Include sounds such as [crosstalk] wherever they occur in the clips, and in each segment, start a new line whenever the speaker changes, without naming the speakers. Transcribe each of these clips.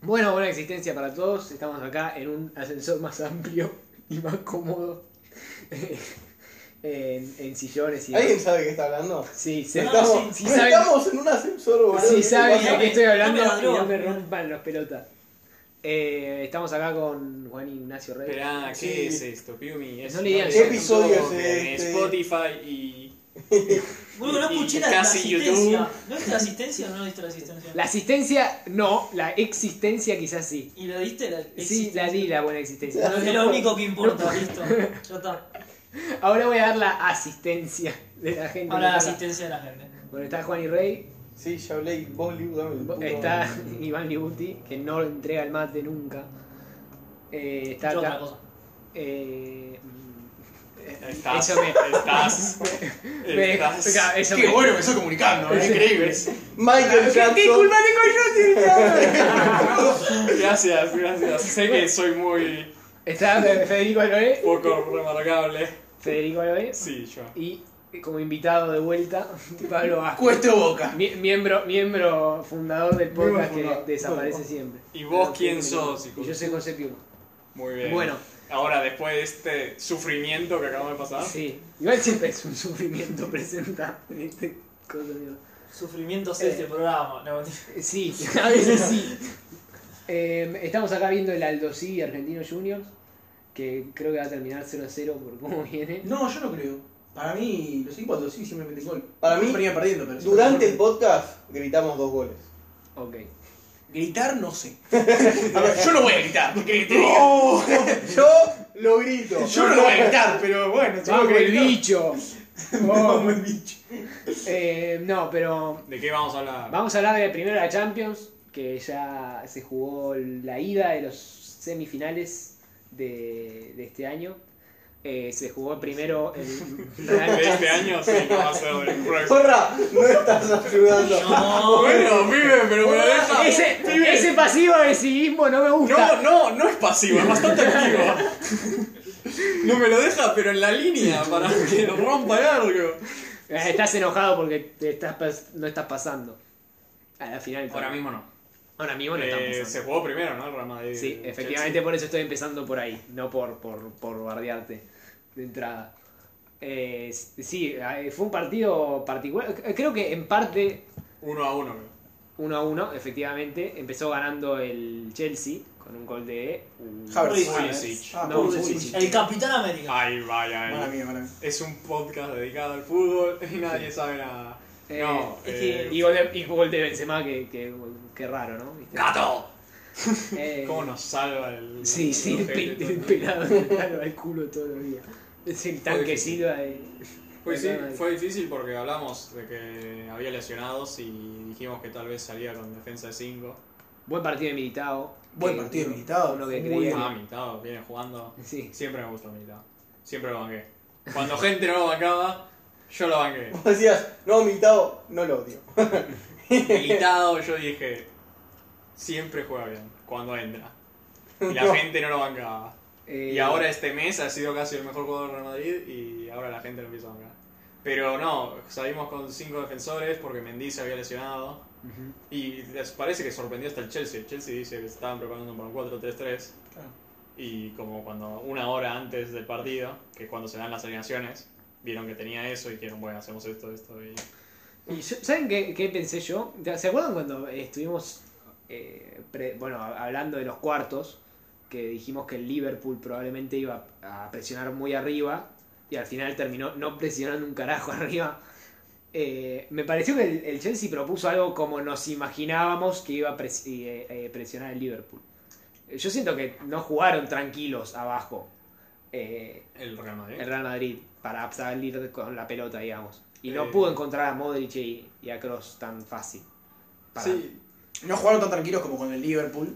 Bueno, buena existencia para todos. Estamos acá en un ascensor más amplio y más cómodo. [laughs] en, en sillones y...
¿Alguien sabe de qué está hablando?
Sí, sí.
Si
No,
estamos,
sí, sí
no
saben.
estamos en un ascensor, boludo.
Si
¿Qué
saben
pasa?
de qué estoy hablando,
No me la
y no
droga.
me rompan las pelotas. Eh, estamos acá con Juan Ignacio Reyes.
Esperá, ¿qué
Sí.
es esto? Piumi, es
No le digan
es
eso.
un
Episodio
poco
es
que
este.
Spotify y.
Boludo, no
Y- y
escuché la, la
casi
asistencia.
YouTube.
¿No viste la asistencia o no viste la asistencia?
La asistencia, no. La existencia quizás sí.
¿Y la viste? La
Sí,
existencia.
la di la buena existencia. No,
[laughs] Es
no.
lo único que importa, listo.
[laughs]
Ya está.
Ahora voy a dar la asistencia de la gente.
Ahora la asistencia de la gente.
Bueno, está Juan y Rey,
Sí, ya hablé y vos, Liu, dame el puto
está [laughs]
nombre.
Iván Libuti, que no entrega el mate nunca. Eh, está
Yo otra
acá.
cosa.
Eh, mm,
Estás.
Eso me.
Estás.
[laughs] me- [laughs]
estás. Ah,
acá, eso
Qué
me-
bueno, me estoy comunicando, ¿eh? increíble.
Michael
¿Qué, qué
Jackson.
culpa tengo yo, Silvia?
Gracias, gracias. Sé que soy muy
[laughs] Está Federico Aloe.
poco remarcable.
Federico Aloe.
Sí, yo.
Y como invitado de vuelta, [laughs] Pablo Vázquez.
Cuesta boca.
Mie- miembro, miembro fundador del
Miembro
podcast que
fundador.
desaparece siempre.
¿Y vos
Pero
quién
tiene-
sos, hijo?
Y Yo soy José Piuma.
Muy bien.
Bueno,
Ahora, después de este sufrimiento que acabamos de pasar,
sí. Igual siempre es un [laughs] sufrimiento presentar este cosa, digo.
Sufrimientos
Eh.
de este programa. No, mentira.
[laughs]
Sí, a veces sí. Eh, estamos acá viendo el Aldo Sí Argentino Juniors, que creo que va a terminar 0 a 0 por cómo viene.
No, yo no creo. Para mí, los equipos de sí siempre meten gol.
Para mí,
Siempre iban perdiendo, pero siempre
Durante el
meten gol.
podcast gritamos
[laughs]
dos goles.
Ok.
Gritar, no sé. A ver, yo no voy a gritar, porque grité.
Yo lo grito.
Yo no lo voy a gritar, pero bueno,
¡Vamos,
que
el
[laughs]
bicho!
No, me bicho.
Eh, no, pero
¿de qué vamos a hablar?
vamos a hablar de primero la Champions, que ya se jugó la ida de los semifinales de, de este año. Eh, se jugó primero
[laughs]
el Real
De este año, sí, no va a ser del próximo.
Porra, no estás ayudando.
No.
Bueno, pibe, pero me deja.
Ese, ese pasivo agresivismo no me gusta.
No, no, no es pasivo, es bastante activo. No me lo deja, pero en la línea, para que rompa el arco.
Eh, Estás enojado porque te estás pas- no estás pasando. A la final.
Ahora mismo no.
Ahora mismo no
Eh,
estamos pasando.
se jugó primero, ¿no? El Real Madrid.
Sí, efectivamente por eso estoy empezando por ahí, no por, por, por bardearte de entrada. Eh, sí, eh, fue un partido particular. eh, Creo que en parte
Chelsea. Uno a uno. creo.
1 a 1, efectivamente. Empezó ganando el Chelsea con un gol de.
Havertz.
Pulisic.
Ah,
No,
Pulisic.
Pulisic.
El Capitán América.
Ay, vaya.
Mala mía, mala mía.
eh. Es un podcast dedicado al fútbol y nadie sabe nada.
Eh,
no,
es que-
eh,
Y gol de, y gol de Benzema, que, que, que raro, ¿no? ¿Viste?
¡Gato!
Eh,
[laughs] ¿Cómo nos salva el.
Sí,
el
sí, el,
ojete
pe-
todo el
el
día?
pelado [laughs] que clava el culo todos los días. Es el tanque
difícil.
Silva. eh. de-
Pues sí,
Perdón, ahí.
fue difícil porque hablamos de que había lesionados y dijimos que tal vez salía con defensa de 5.
Buen partido de Militao.
Buen
que-
partido de Militao,
Uno que
muy
creía.
Ah, Militao, viene jugando.
Sí.
Siempre me gustó Militao. Siempre lo banqué. Cuando gente no lo bancaba, yo lo banqué.
Vos decías, no, Militao, no lo odio.
Militao, yo dije, siempre juega bien cuando entra. Y
[laughs]
la
No.
gente no lo bancaba.
Eh,
Y ahora este mes ha sido casi el mejor jugador del Real Madrid y ahora la gente lo empieza a bancar. Pero no, salimos con cinco defensores porque Mendy se había lesionado.
Ujú.
Y les parece que sorprendió hasta el Chelsea. El Chelsea dice que se estaban preparando para un 4-3-3.
Claro.
Y como cuando una hora antes del partido, que es cuando se dan las alineaciones, vieron que tenía eso y dijeron, bueno, hacemos esto, esto y...
Y yo- ¿Saben qué, qué pensé yo? Ya, ¿Se acuerdan cuando estuvimos, eh, pre- bueno, a- hablando de los cuartos, que dijimos que el Liverpool probablemente iba a presionar muy arriba y al final terminó no presionando un carajo [laughs] arriba? Eh, me pareció que el, el Chelsea propuso algo como nos imaginábamos que iba a pres- y, eh, eh, presionar el Liverpool. Eh, Yo siento que no jugaron tranquilos abajo. Eh,
El Real Madrid.
el Real Madrid para salir de- con la pelota, digamos. Y no
Eh.
pudo encontrar a Modric y, y a Cross tan fácil. Para-
Sí,
No jugaron tan tranquilos como con el Liverpool,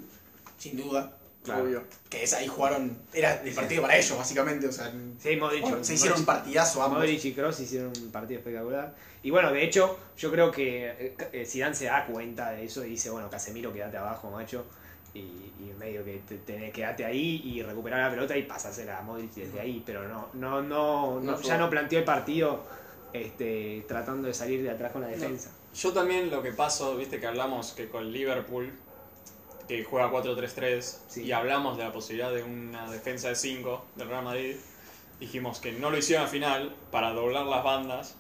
sin duda.
Claro.
Obvio.
Que es ahí jugaron. Era el partido para ellos, básicamente. O sea,
Sí, Modric.
jugaron- se hicieron un
Modric,
partidazo ambos.
Modric y Cross hicieron un partido espectacular. Y bueno, de hecho, yo creo que Sidán se da cuenta de eso y dice, bueno, Casemiro, quédate abajo, macho. Y, y medio que te, tenés, quedate ahí y recuperar la pelota y pasásela a Modric desde ahí. Pero no, no, no, no- ya
jugó.
no planteó el partido este, tratando de salir de atrás con la defensa.
Yo también lo que paso, viste que hablamos que con Liverpool que juega 4-3-3
Sí.
y hablamos de la posibilidad de una defensa de 5 del Real Madrid, dijimos que no lo hicieron al final para doblar las bandas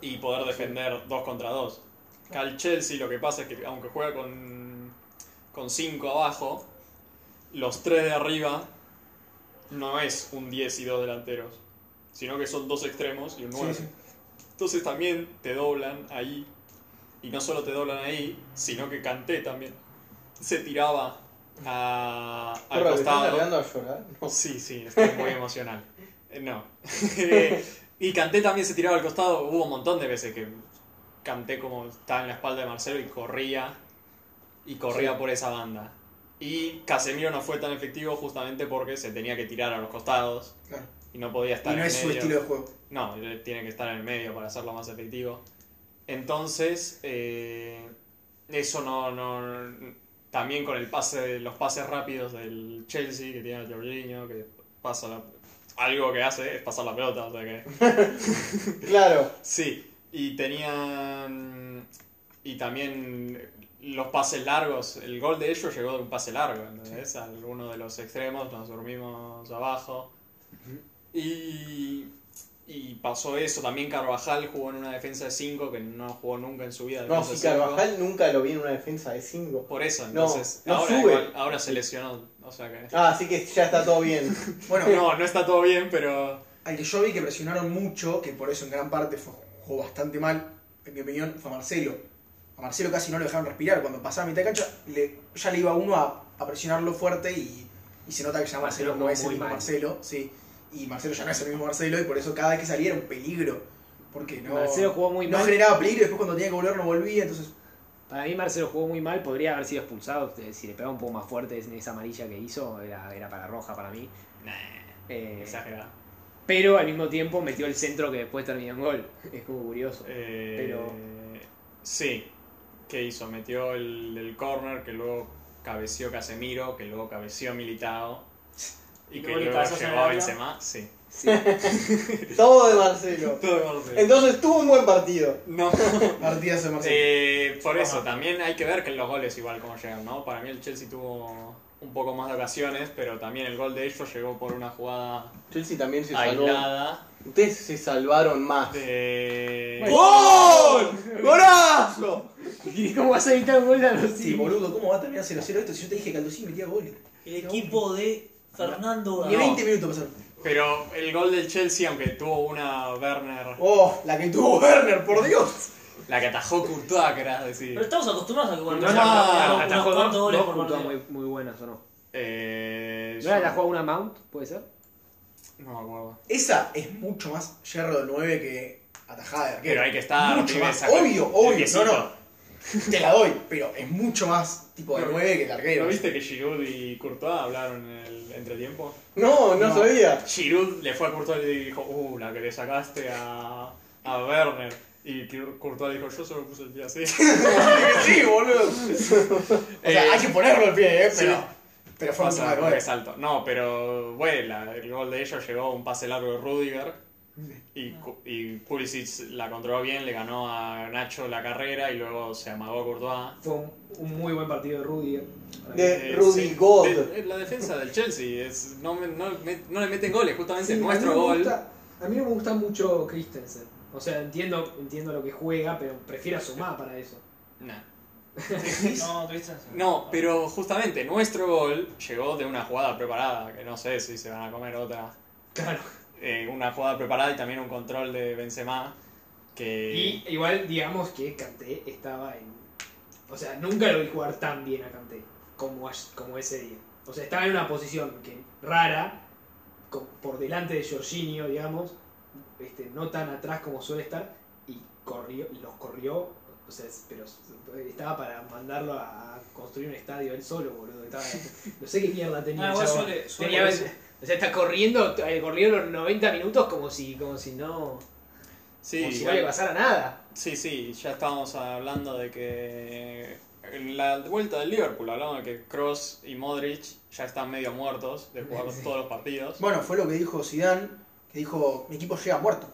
y poder defender 2 contra 2. Al Chelsea lo que pasa es que aunque juega con 5 abajo, los 3 de arriba no es un 10 y 2 delanteros, sino que son dos extremos y un 9.
sí.
Entonces también te doblan ahí. Y no solo te doblan ahí, sino que Canté también. Se tiraba a, al
Porra, ¿te estás
costado.
largando a llorar?
Sí, sí, estoy muy emocional. Eh, No. [laughs] Eh, y Canté también se tiraba al costado. Hubo un montón de veces que Canté como estaba en la espalda de Marcelo y corría. Y corría por esa banda. Y Casemiro no fue tan efectivo justamente porque se tenía que tirar a los costados.
Claro.
Y no podía estar
Y no
en
es su
medio.
estilo de juego.
No, él tiene que estar en el medio para hacerlo más efectivo. Entonces, eh, eso no, no- También con el pase, los pases rápidos del Chelsea, que tiene a Jorginho, que pasa la- Algo que hace es pasar la pelota, o sea que...
Claro.
Sí, y tenían... Y también los pases largos. El gol de ellos llegó de un pase largo, ¿entendés? A uno de los extremos, nos dormimos abajo. Y... Y pasó eso. También Carvajal jugó en una defensa de 5 que no jugó nunca en su vida. de
No,
defensa
si
de cinco.
Carvajal nunca lo vi en una defensa de 5.
Por eso,
No,
entonces.
no
ahora,
sube.
igual- ahora se lesionó. O sea que.
Ah, así que ya está todo
[laughs]
bien.
Bueno,
No, no está todo bien, pero.
al que yo vi que presionaron mucho, que por eso en gran parte fue, jugó bastante mal, en mi opinión, fue a Marcelo. A Marcelo casi no lo dejaron respirar. Cuando pasaba a mitad de cancha, le- ya le iba uno a, a presionarlo fuerte y, y se nota que ya
Marcelo
Marcelo no
jugó
es el
muy
mismo
mal.
Marcelo. Sí. Y Marcelo ya no es el mismo Marcelo y por eso cada vez que salía era un peligro. Porque no,
Marcelo jugó muy
no
mal.
generaba peligro y después cuando tenía que volver no volvía. Entonces,
Para mí Marcelo jugó muy mal, podría haber sido expulsado. eh, Si le pegaba un poco más fuerte en esa amarilla que hizo, era, era para roja para mí.
Nah,
Eh,
exagerado.
pero al mismo tiempo metió el centro que después terminó en gol. [laughs] Es como curioso.
Eh,
Pero-
Sí. ¿Qué hizo? Metió el, el corner que luego cabeció Casemiro, que luego cabeció Militao. Y,
Y
que
luego le
luego
pasas en el
llegó a
área.
Benzema. Sí.
Sí.
Todo de Marcelo.
Todo el
Entonces tuvo un buen partido.
No.
partidas de Marcelo.
Eh, por eso,
Ajá.
también hay que ver que en los goles igual cómo llegan, ¿no? Para mí el Chelsea tuvo un poco más de ocasiones, pero también el gol de ellos llegó por una jugada
Chelsea también se salvó.
aislada.
Ustedes se salvaron más.
De...
¡Gol! ¡Golazo!
[laughs] ¿Y cómo vas a evitar un gol de Alonso?
Sí, boludo, ¿cómo va a terminar 0-0 esto? Si yo te dije que Aldosini metía goles.
El equipo de Fernando
Ni
No.
20 minutos pasaron.
Pero el gol del Chelsea, aunque tuvo una Werner,
Oh, la que tuvo Werner, por Dios.
la que atajó Courtois, querás decir.
Pero estamos acostumbrados a que cuando
No, no,
se marcan
no,
unos
atajó dos,
cuantos goles
dos
por
puntos muy,
partido.
muy buenas o no.
Eh,
¿No
yo
era la jugada una Mount? ¿Puede ser?
No me acuerdo.
Esa es mucho más yerro de 9 que atajada de arquero.
Pero hay que estar.
Eh, Mucho
pibe,
más.
saca-
Obvio, obvio,
el piecito.
no, no. Te la doy, pero es mucho más tipo de
Pero-
9 que el arquero.
¿No viste que Giroud y Courtois hablaron en el entretiempo?
No, no,
No.
sabía.
Giroud le fue a Courtois y le dijo, uh, la que le sacaste a, a Werner. Y Courtois le dijo, yo solo puse el pie así. [laughs]
sí, boludo. O sea,
Eh,
hay que ponerlo al pie, eh, pero,
sí.
pero fue mucho
Pasa
más de
con
9.
resalto. No, pero bueno, la- el gol de ellos llegó un pase largo de Rudiger. Y, Cu- y Pulisic la controló bien, le ganó a Nacho la carrera y luego se amagó a Courtois.
Fue un, un muy buen partido de Rudiger. Para mí.
De-
Eh,
Rudy
sí.
God.
De- la defensa del Chelsea es, no, me- no me- no le meten goles, justamente
Sí,
es
a mí
nuestro
no me
gol.
gusta- a mí no me gusta mucho Christensen. O sea, entiendo, entiendo lo que juega, pero prefiero a Sumá para eso.
Nah.
No, Christensen.
No, pero justamente nuestro gol llegó de una jugada preparada, que no sé si se van a comer otra.
Claro.
Eh, una jugada preparada y también un control de Benzema que
Y igual, digamos que Kanté estaba en. O sea, nunca lo vi jugar tan bien a Kanté como, as- como ese día. O sea, estaba en una posición que rara, co- por delante de Jorginho, digamos, este, no tan atrás como suele estar, y corrió, los corrió. O sea, es- pero s- estaba para mandarlo a a construir un estadio él solo, boludo. Estaba,
[laughs]
no sé qué mierda tenía.
Ah,
el
igual
chabón.
suele- suele
Tenía-
eso.
o sea, está corriendo, eh, corrió los 90 minutos como si, como si no,
sí,
como si no le pasara nada.
sí, sí, ya estábamos hablando de que en la vuelta del Liverpool hablamos de que Cross y Modric ya están medio muertos de jugar
Sí.
todos los partidos.
Bueno, fue lo que dijo Zidane, que dijo, mi equipo llega muerto.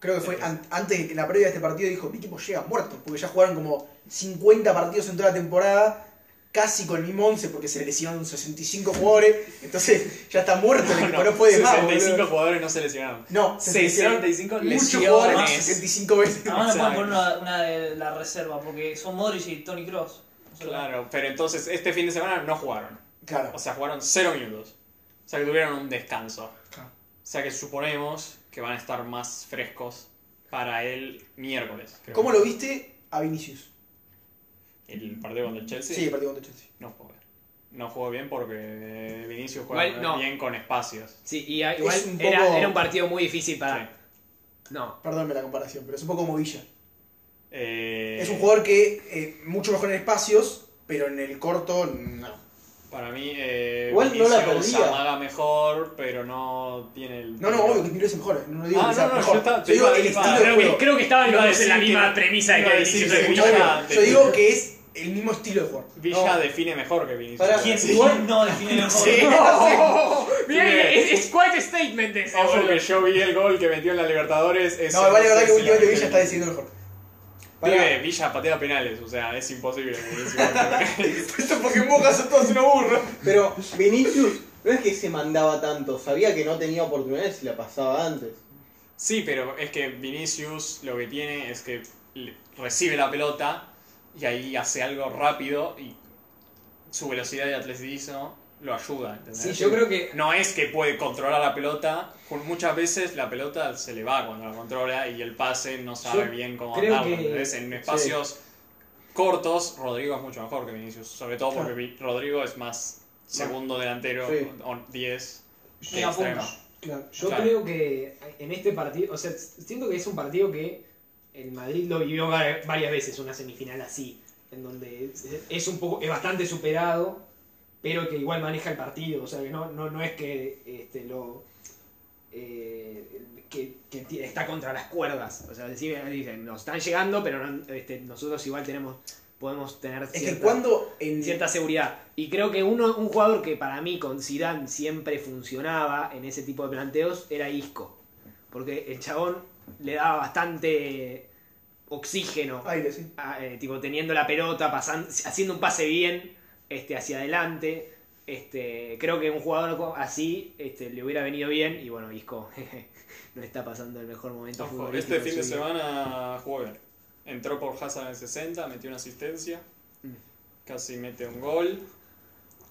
Creo que fue an- antes de que la previa de este partido dijo, mi equipo llega muerto, porque ya jugaron como 50 partidos en toda la temporada casi con el mismo 11 porque se le lesionaron 65 jugadores. Entonces ya está muerto
[laughs]
el equipo, no, puede más.
65
boludo.
jugadores no se lesionaron.
No,
65
muchos jugadores,
más.
lesiones. Ah.
65 veces.
Además no pueden
Exacto.
poner una, una de la reserva porque son Modric y Tony Cross.
Claro, pero entonces este fin de semana no jugaron.
Claro.
O sea, jugaron 0 minutos. O sea, que tuvieron un descanso.
Claro.
O sea, que suponemos que van a estar más frescos para el miércoles. creo.
¿Cómo lo viste a Vinicius?
El partido contra el Chelsea.
Sí, el partido contra Chelsea.
No jugó bien. No jugó bien porque Vinicius juega
Igual, no.
bien con espacios.
Sí, y a- igual
Es un
era,
poco-
era un partido muy difícil para.
Sí.
No.
Perdónme la comparación, pero es un poco como Villa.
Eh,
Es un jugador que eh, mucho mejor en espacios, pero en el corto no.
Para mí, eh,
Igual no la
Vinicius
perdía.
amaga mejor, pero no tiene el.
No, no, obvio que Piro es mejor. eh. No, no digo
Ah,
que sea
no, no,
mejor.
yo estaba-
yo digo
iba-
el
iba-
estilo de
Creo que,
juego.
creo que estaban
Iba a
los dos en la
decir
misma
que-
premisa de
iba
que
a decir
Vinicius es
que
muy
Yo digo-
bueno.
Villa-
Yo digo que es el mismo estilo de juego.
Villa
No.
define mejor que Vinicius.
Pará.
¿Quién,
Sí.
quién no define mejor?
[laughs]
Mirá, es, es quite statement ese,
Ojo
boludo.
que yo vi el gol que metió en la Libertadores. ese
No, vale, la
sé
verdad que
si
últimamente
la-
Villa está decidiendo mejor.
Pibe,
Pará.
Villa patea penales, o sea, es imposible. que Vinicius gole.
[laughs] Esto porque en Boca son todos unos burros.
Pero Vinicius no es que se mandaba tanto, sabía que no tenía oportunidades y la pasaba antes.
[laughs] sí, pero es que Vinicius lo que tiene es que le- recibe la pelota y ahí hace algo rápido y su velocidad y atleticismo lo ayuda. ¿entendés?
Sí, yo creo que
No es que puede controlar la pelota, con- muchas veces la pelota se le va cuando la controla y el pase no sabe
Yo
bien cómo
creo
andarlo.
que-
¿entendés? En espacios cortos, Rodrigo es mucho mejor que Vinicius, sobre todo porque Vi- Rodrigo es más segundo delantero
Sí.
o 10 que
Media punta.
extremo.
Claro, yo
Claro.
creo que en este partido, o sea, siento que es un partido que el Madrid lo vivió va- varias veces, una semifinal así, en donde es- es un poco, es bastante superado, pero que igual maneja el partido, o sea, que no, no, no es que este, lo eh,
que, que ti- está contra las cuerdas. O sea, decime- dicen, nos están llegando, pero no- este, nosotros igual tenemos podemos tener
Es
cierta,
que cuando en.
cierta seguridad. Y creo que uno, un jugador que para mí con Zidane siempre funcionaba en ese tipo de planteos era Isco. Porque el chabón le daba bastante oxígeno
Aire, sí.
a- eh, tipo teniendo la pelota, pasan- haciendo un pase bien este, hacia adelante. Este, creo que un jugador co- así este, le hubiera venido bien. Y bueno, Isco [laughs] jeje, no está pasando el mejor momento.
Ojo,
futbolístico
este fin de
su
semana jugó bien. Entró por Hazard en el 60, metió una asistencia,
Mm.
casi mete un gol.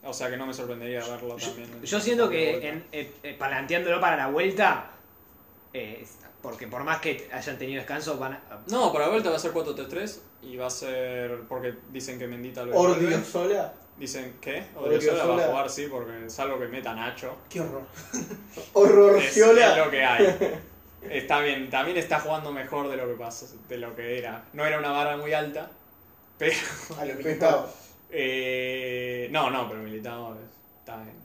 O sea que no me sorprendería verlo también.
vida. Yo siento
Otra
que
vuelta.
en, eh, eh, planteándolo para la vuelta, eh, es- porque por más que hayan tenido descanso, van a-
No, para la vuelta va a ser 4-3-3 y va a ser. Porque dicen que Mendita lo
Ordiozola.
Dicen que Odriozola
Odriozola.
va a jugar, sí, porque es algo que meta Nacho.
Qué horror.
Es, es
Horrorciola.
lo que hay. Está bien, también está jugando mejor de lo que pasó, de lo que era. No era una barra muy alta, pero.
A lo inventado.
eh, no, no, pero Militado está bien.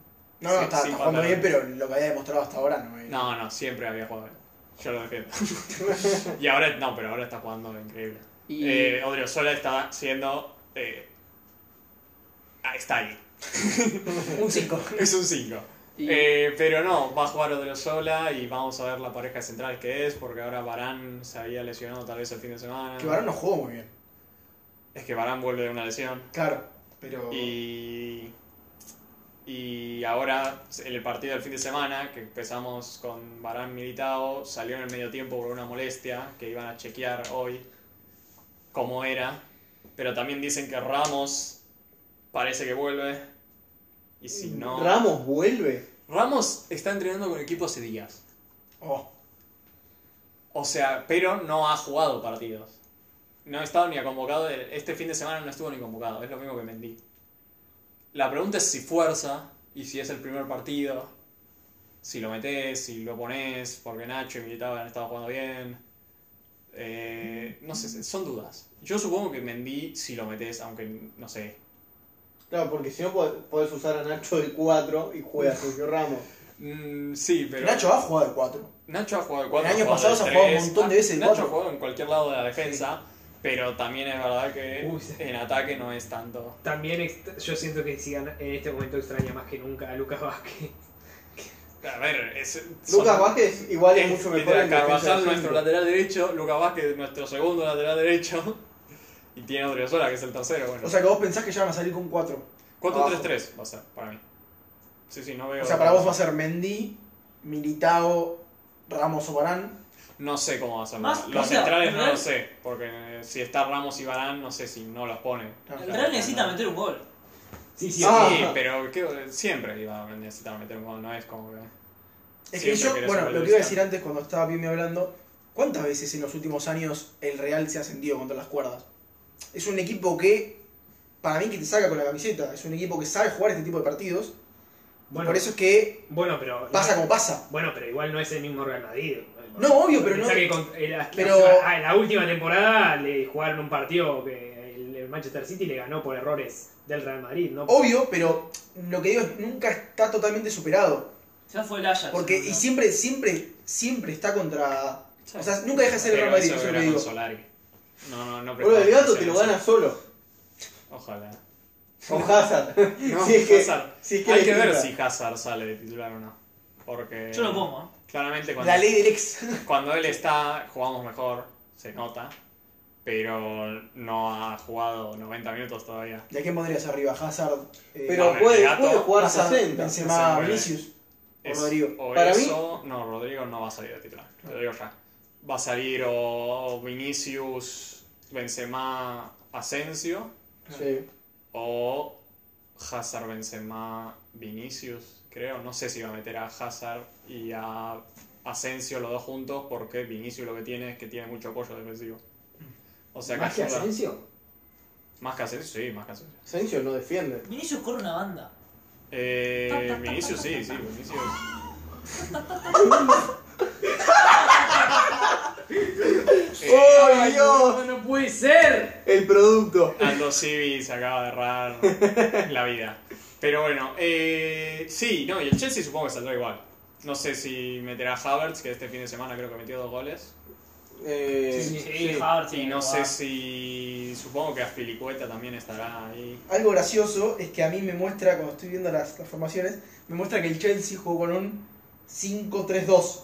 No, no,
Sí,
está,
sí,
está jugando
pata.
bien, pero lo que había demostrado hasta ahora no es.
No, no, siempre había jugado bien. Yo lo defiendo. [laughs] y ahora, no, pero ahora está jugando increíble.
Y-
Eh, Odriozola está siendo. eh, ah, está ahí.
Un 5.
[laughs] Es un 5.
Y-
pero no, va a jugar Odriozola y vamos a ver la pareja central que es, porque ahora Barán se había lesionado tal vez el fin de semana.
Que Barón no jugó muy bien.
Es que Barán vuelve de una lesión.
Claro, pero.
Y. Y ahora, en el partido del fin de semana, que empezamos con Barán militado, salió en el medio tiempo por una molestia que iban a chequear hoy cómo era. Pero también dicen que Ramos parece que vuelve. Y si no.
Mm, Ramos vuelve.
Ramos está entrenando con el equipo hace días.
Oh,
O sea, pero no ha jugado partidos. No ha estado ni convocado. Este fin de semana no estuvo ni convocado. Es lo mismo que Mendy. La pregunta es si fuerza y si es el primer partido. Si lo metes, si lo pones, porque Nacho y Militao han estado jugando bien. Eh, no sé, son dudas. Yo supongo que Mendy, si lo metes, aunque no sé.
Claro, porque si no pod- podés usar a Nacho de 4 y juega Sergio Ramos.
Mm, sí, pero.
Nacho ha jugado de 4.
Nacho ha jugado de cuatro.
En años
ha jugado de
pasados ha jugado
tres. Ah,
un montón de veces de
Nacho
cuatro.
ha jugado en cualquier lado de la defensa, pero también es verdad que
Uy, sí.
en ataque no es tanto.
también, ext- yo siento que Zidane en este momento extraña más que nunca a Lucas Vázquez. [laughs]
A ver, es. son-
Lucas Vázquez igual es
es-
mucho
es
mejor
de
en defensa de
Carvajal, nuestro
cinco.
lateral derecho. Lucas Vázquez, nuestro segundo lateral derecho. Y tiene Odriozola, que es el tercero. Bueno.
O sea que vos pensás que ya van a salir con 4.
4-3-3 va a ser para mí. Sí, sí, no veo.
O sea, para vos va a ser Mendy, Militao, Ramos o Barán.
No sé cómo va a ser.
Más- o
los
sea,
centrales no
Real-
lo sé. Porque eh, si está Ramos y Barán, no sé si no los pone.
Claro.
El Real necesita meter un gol.
Sí, sí,
Sí,
Ah.
pero que- siempre iba a necesitar meter un gol, no es como que.
Es
Siempre
que yo,
querés
bueno,
ser
lo que iba a
el
decir antes cuando estaba Pime hablando, ¿cuántas veces en los últimos años el Real se ha sentido contra las cuerdas? Es un equipo que, para mí, que te saca con la camiseta. Es un equipo que sabe jugar este tipo de partidos.
Bueno,
Por eso es que
bueno, pero.
pasa como pasa.
Bueno, pero igual no es el mismo Real Madrid.
No, obvio, pero
Pensá
no-
que con- en la,
pero-
ah, en la última temporada le jugaron un partido que el, el Manchester City le ganó por errores del Real Madrid, ¿no?
Obvio, pero lo que digo es nunca está totalmente superado.
Ya fue el Ajax.
Porque, y
¿no?
siempre, siempre, siempre está contra. O sea, nunca deja de ser el Real
Pero
Madrid,
eso
eso es lo
era
que
con
digo.
Solari. No, no, no
Boludo, el
prestaba
gato
atención
te
a
lo
eso.
gana solo. [laughs]
Ojalá.
Con Hazard.
[laughs] No,
si es que,
Hazard.
si es que
Hay
le
que ver
pinta.
si Hazard sale de titular o no. Porque.
Yo lo pongo, ¿eh?
Claramente cuando,
La ley del ex. [laughs]
cuando él está, jugamos mejor, se nota. Pero no ha jugado 90 minutos todavía.
¿Y a quién pondrías arriba? Hazard. eh,
Pero
Bueno, el
puede,
gato
puede jugar
Hazard,
60.
Benzema,
Hazard,
Vinicius. O Rodrigo.
o
Para
eso, no, Rodrigo no va a salir de titular. Lo digo ya. Va a salir o Vinicius, Benzema, Asensio.
Sí.
O Hazard, Benzema, Vinicius, creo. No sé si va a meter a Hazard y a Asensio los dos juntos porque Vinicius lo que tiene es que tiene mucho apoyo defensivo. O sea,
¿Más que
ayuda.
Asensio?
Más que Asensio, sí, más que Asensio.
Asensio no defiende.
Vinicius corre una banda.
Eh, Vinicius, sí, sí, Vinicius.
[laughs]
Eh,
¡Oh, Dios!
¡No puede ser!
El producto.
Aldo Civi se acaba de errar la vida. Pero bueno, eh, sí, no, y el Chelsea supongo que saldrá igual. No sé si meterá a Havertz, que este fin de semana creo que metió dos goles.
Eh,
Sí,
sí.
Havertz
Y
tiene
no
que
sé
jugar.
si. Supongo que Aspilicueta también estará ahí.
Algo gracioso es que a mí me muestra, cuando estoy viendo las, las formaciones, me muestra que el Chelsea jugó con un 5-3-2.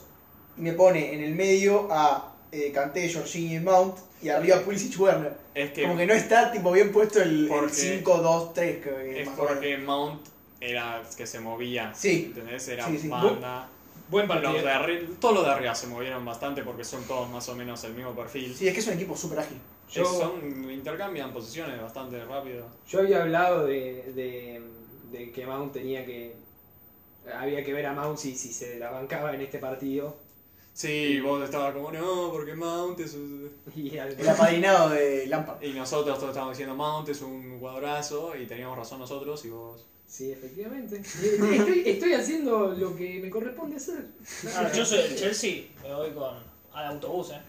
Y me pone en el medio a eh, Kanté, Jorginho y Mount, y arriba Pulisic Werner.
Es
Como
que
que no está tipo bien puesto el, el
Porque-
5-2-3. creo que
es
más o menos.
porque Mount era el que se movía.
Sí.
¿Entendés? Era
Sí, sí.
banda.
Buen
Los de
partido.
arri- todos los de arriba se movieron bastante porque son todos más o menos el mismo perfil. Eh,
Sí, es que es un equipo súper ágil.
Yo-
Son, intercambian posiciones bastante rápido.
Yo había hablado de, de, de que Mount tenía que. Había que ver a Mount si, si se la bancaba en este partido. [laughs]
Sí, vos estabas como, no, porque Mount es un...
Y
[laughs]
al-
El apadrinado de Lampard.
Y nosotros todos estábamos diciendo, Mount es un jugadorazo, y teníamos razón nosotros, y vos...
Sí, efectivamente. Estoy, estoy haciendo lo que me corresponde hacer.
Ah, yo soy el Chelsea, me voy con al autobús, eh.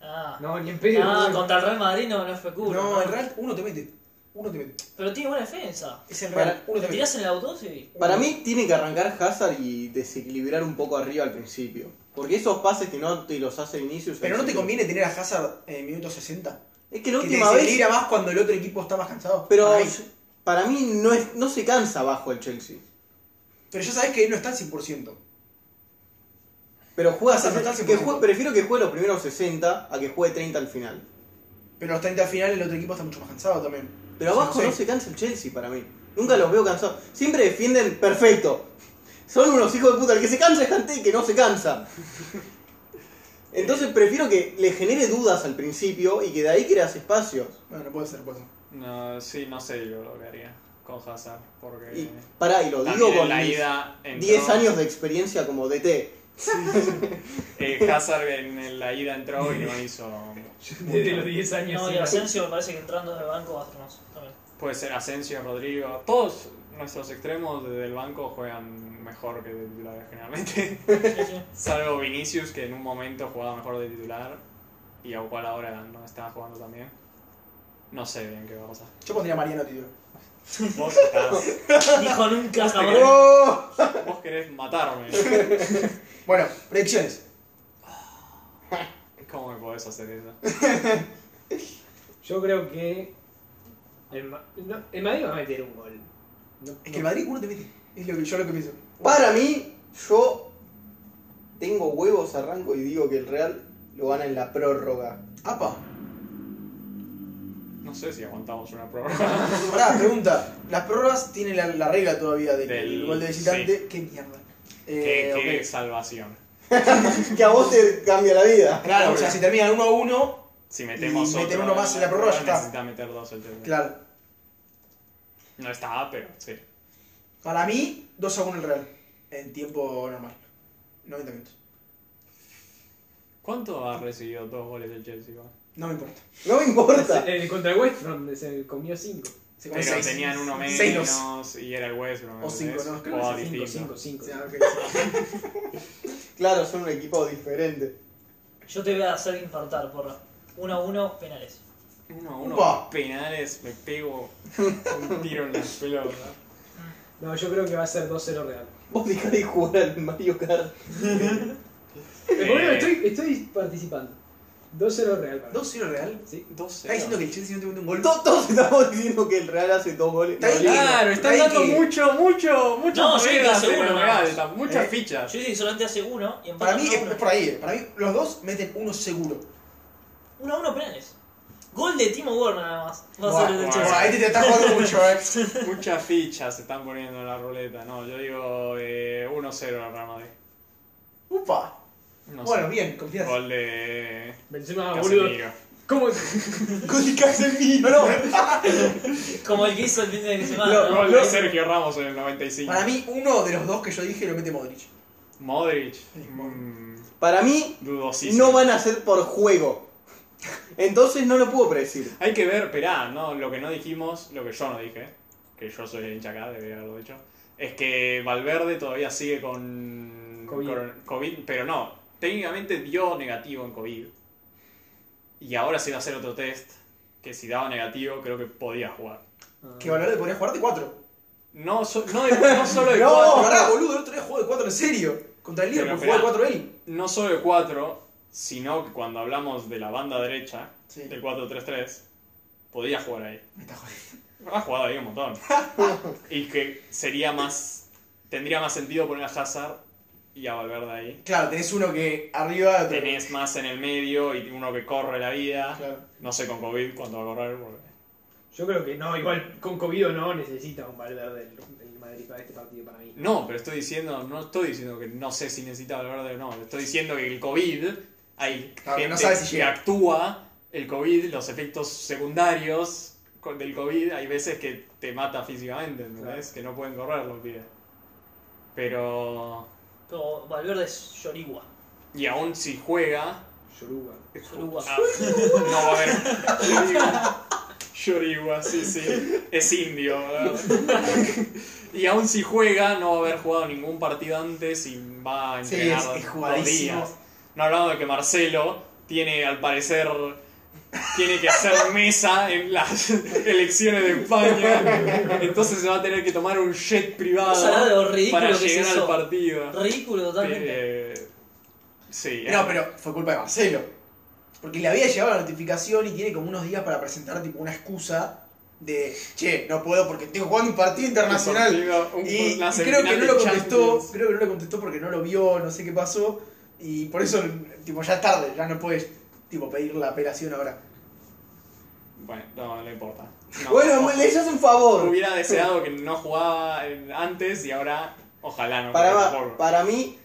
Ah,
No, ni en pedo.
Ah,
no.
contra el Real Madrid no, no es fecuro.
No,
¿no?
el Real, uno te mete. Uno te mete.
Pero tiene buena defensa.
Es el
Para-
Real, uno
¿Te
te mete.
tirás en el autobús y.?
Para mí tiene que arrancar Hazard y desequilibrar un poco arriba al principio. Porque esos pases que no te los hace Vinicius.
Pero no te
Vinicius-
conviene tener a Hazard en minuto 60.
Es que la
Que te
última vez.
desequilibra más cuando el otro equipo está más cansado.
Pero
Para mí.
para mí no, es, no se cansa bajo el Chelsea.
Pero ya sabes que él no está al 100%.
Pero juega
Hazard no está al 100%.
que juegue- prefiero que juegue los primeros 60 a que juegue 30 al final.
Pero los 30 al final el otro equipo está mucho más cansado también.
Pero
O sea,
abajo
sé.
no se cansa el Chelsea para mí. Nunca los veo cansados. Siempre defienden perfecto. Son unos hijos de puta. El que se cansa es Kanté y que no se cansa. Entonces prefiero que le genere dudas al principio y que de ahí creas espacios.
Bueno, puede ser, puede ser.
No, sí, no sé yo lo que haría con Hazard, porque...
Y pará, y lo digo
Eh, también
con
la
mis
ida entró-
10 años de experiencia como DT.
eh, Hazard en en la ida entró y no hizo...
[laughs]
Desde los 10 años.
No,
sí.
y Asensio me parece que entrando desde el banco va a ser más- también.
Puede ser Asensio, Rodrigo, todos nuestros extremos del banco juegan mejor que de titular [laughs] generalmente.
Sí,
[laughs]
sí.
Salvo Vinicius, que en un momento jugaba mejor de titular y al cual ahora no está jugando también. No sé bien qué va a pasar.
Yo pondría a Mariano título.
Vos, estás-
Dijo nunca
Este
jamás.
vos querés matarme.
Bueno, predicciones.
¿Cómo me podés hacer eso?
Yo creo que. El, Ma- no, el Madrid va a meter un gol. No-
Es
no-
que el Madrid uno te mete. Es lo que, yo lo que pienso.
Para mí, yo tengo huevos, arranco y digo que el Real lo gana en la prórroga.
Apa.
No sé si aguantamos una prórroga.
Pará, pregunta. Las prórrogas tienen la, la regla todavía de que
Del-
el gol de visitante. Qué mierda.
qué
Eh,
qué
ok.
salvación.
Que a vos te cambia la vida.
Claro,
[laughs]
o sea, si terminan 1 a 1,
Si metemos
meter
otro
uno más en la prórroga, ya está.
necesita meter dos el tercero.
claro.
No está, pero sí.
Para mí, 2 a 1 el Real. En tiempo normal. 90 minutos.
¿Cuánto ha recibido dos goles el Chelsea? va?
No me importa.
No me importa.
[laughs]
El eh, contra West Ham se comió 5.
Se
Pero
come seis.
tenían uno menos
Seis, dos.
y era el West Brom.
O cinco,
¿entendés?
no, creo que
Jugaba
5,
distinto.
5, 5.
O sea, ok, sí.
Claro, son un equipo diferente.
Yo te voy a hacer infartar, porra. 1 a 1, penales.
Uno a uno,
Upa.
penales, me
[laughs]
pego un tiro en la pelota.
No, yo creo que va a ser 2-0 Real.
Vos dejás de jugar al Mario Kart.
Pero bueno,
Eh.
estoy, estoy participando. 2-0 Real. para mí.
2-0 Real.
Sí.
Está diciendo que el Chelsea no te mete un gol.
Todos, todos estamos diciendo que el Real hace dos goles.
Está bien.
Claro, están
Hay
dando
que-
mucho, mucho, muchas
No, sí,
monedas
seguro,
en el
no.
Real, está- muchas
Eh, [laughs]
fichas.
Yo sí, solamente hace 1 y
Para
empatan
mí es,
1
es
a
por ahí. eh. Para mí, los dos meten uno seguro.
1. 1 a 1, penales. Gol de Timo Werner nada más. Va a
Buah,
ser el del
guau.
Bueno,
Chelsea.
ahí te, te estás jugando [laughs] mucho, eh.
Muchas fichas se están poniendo en la ruleta. No, yo digo eh, 1-0 al Real Madrid.
Upa.
No sé.
Bueno, bien, [laughs] confianza.
Gol de
Benzema,
Ah,
boludo.
Casemiro.
[laughs]
¿Cómo?
Gol de Casemiro. No, no.
Como el que hizo el fin de semana.
No,
¿no?
Gol de Sergio Ramos en el 95.
Para mí, uno de los dos que yo dije lo mete Modric.
Modric. mm,
Para mí,
dudosísimo.
no van a ser por juego. Entonces no lo puedo predecir.
Hay que ver, esperá, ¿no? Lo que no dijimos, lo que yo no dije, que yo soy el hincha acá, debería haberlo dicho, es que Valverde todavía sigue con
Covid.
con COVID, pero no, técnicamente dio negativo en COVID. Y ahora se va a hacer otro test, que si daba negativo creo que podía jugar.
Que Valverde podría jugar de 4.
No, so- no, de- no
[laughs]
solo de
No,
cuatro,
pará, boludo, el otro día jugó de 4 en serio. Contra el Liverpool jugó
Pero
de 4 él.
no solo de cuatro, sino que cuando hablamos de la banda derecha,
Sí.
del 4-3-3, podía jugar ahí.
Me está jodiendo.
Ha jugado ahí un
[laughs]
montón. y que sería más. Tendría más sentido poner a Hazard y a Valverde ahí.
Claro, tenés uno que arriba. otro-
Tenés más en el medio y uno que corre la vida.
Claro.
No sé con COVID cuánto va a correr. porque-
Yo creo que no, igual con COVID o no necesita un Valverde el, el Madrid para este partido para mí.
No, pero estoy diciendo. No estoy diciendo que no sé si necesita Valverde o no. Estoy diciendo que el COVID. Hay
Claro, que
gente
no sabe si
que
llega.
actúa. El COVID, los efectos secundarios con- del COVID, hay veces que te mata físicamente, ¿entendés? Que no pueden correr los pibes. Pero.
Pero Valverde es Yorigua.
Y aún si juega,
Yoruba.
Yoruba.
ah, no va a haber. Yorigua. Yorigua, sí, sí. Es indio. ¿verdad? Y aún si juega, no va a haber jugado ningún partido antes y va a
Sí,
entrenar
es- es
dos
jugadísimo.
días. No hablando de que Marcelo tiene, al parecer, tiene que hacer mesa en las elecciones de España. Entonces se va a tener que tomar un jet
Vamos a hablar de lo
privado
ridículo
para
que es
llegar al
eso.
partido.
Ridículo totalmente.
Eh, sí, eh.
No, pero fue culpa de Marcelo. Porque le había llegado la notificación y tiene como unos días para presentar tipo una excusa de che, no puedo porque estoy jugando un partido internacional.
Un-
Y, y
una
creo que
semifinal
no
de
lo contestó,
Champions.
creo que no lo contestó porque no lo vio, no sé qué pasó. Y por eso, tipo, ya es tarde, ya no puedes tipo pedir la apelación ahora.
Bueno, no, no importa. No.
Bueno, le echas un favor.
hubiera deseado que no jugaba eh, antes y ahora ojalá no.
Para,
juegue,
ma-
por favor.
para mí,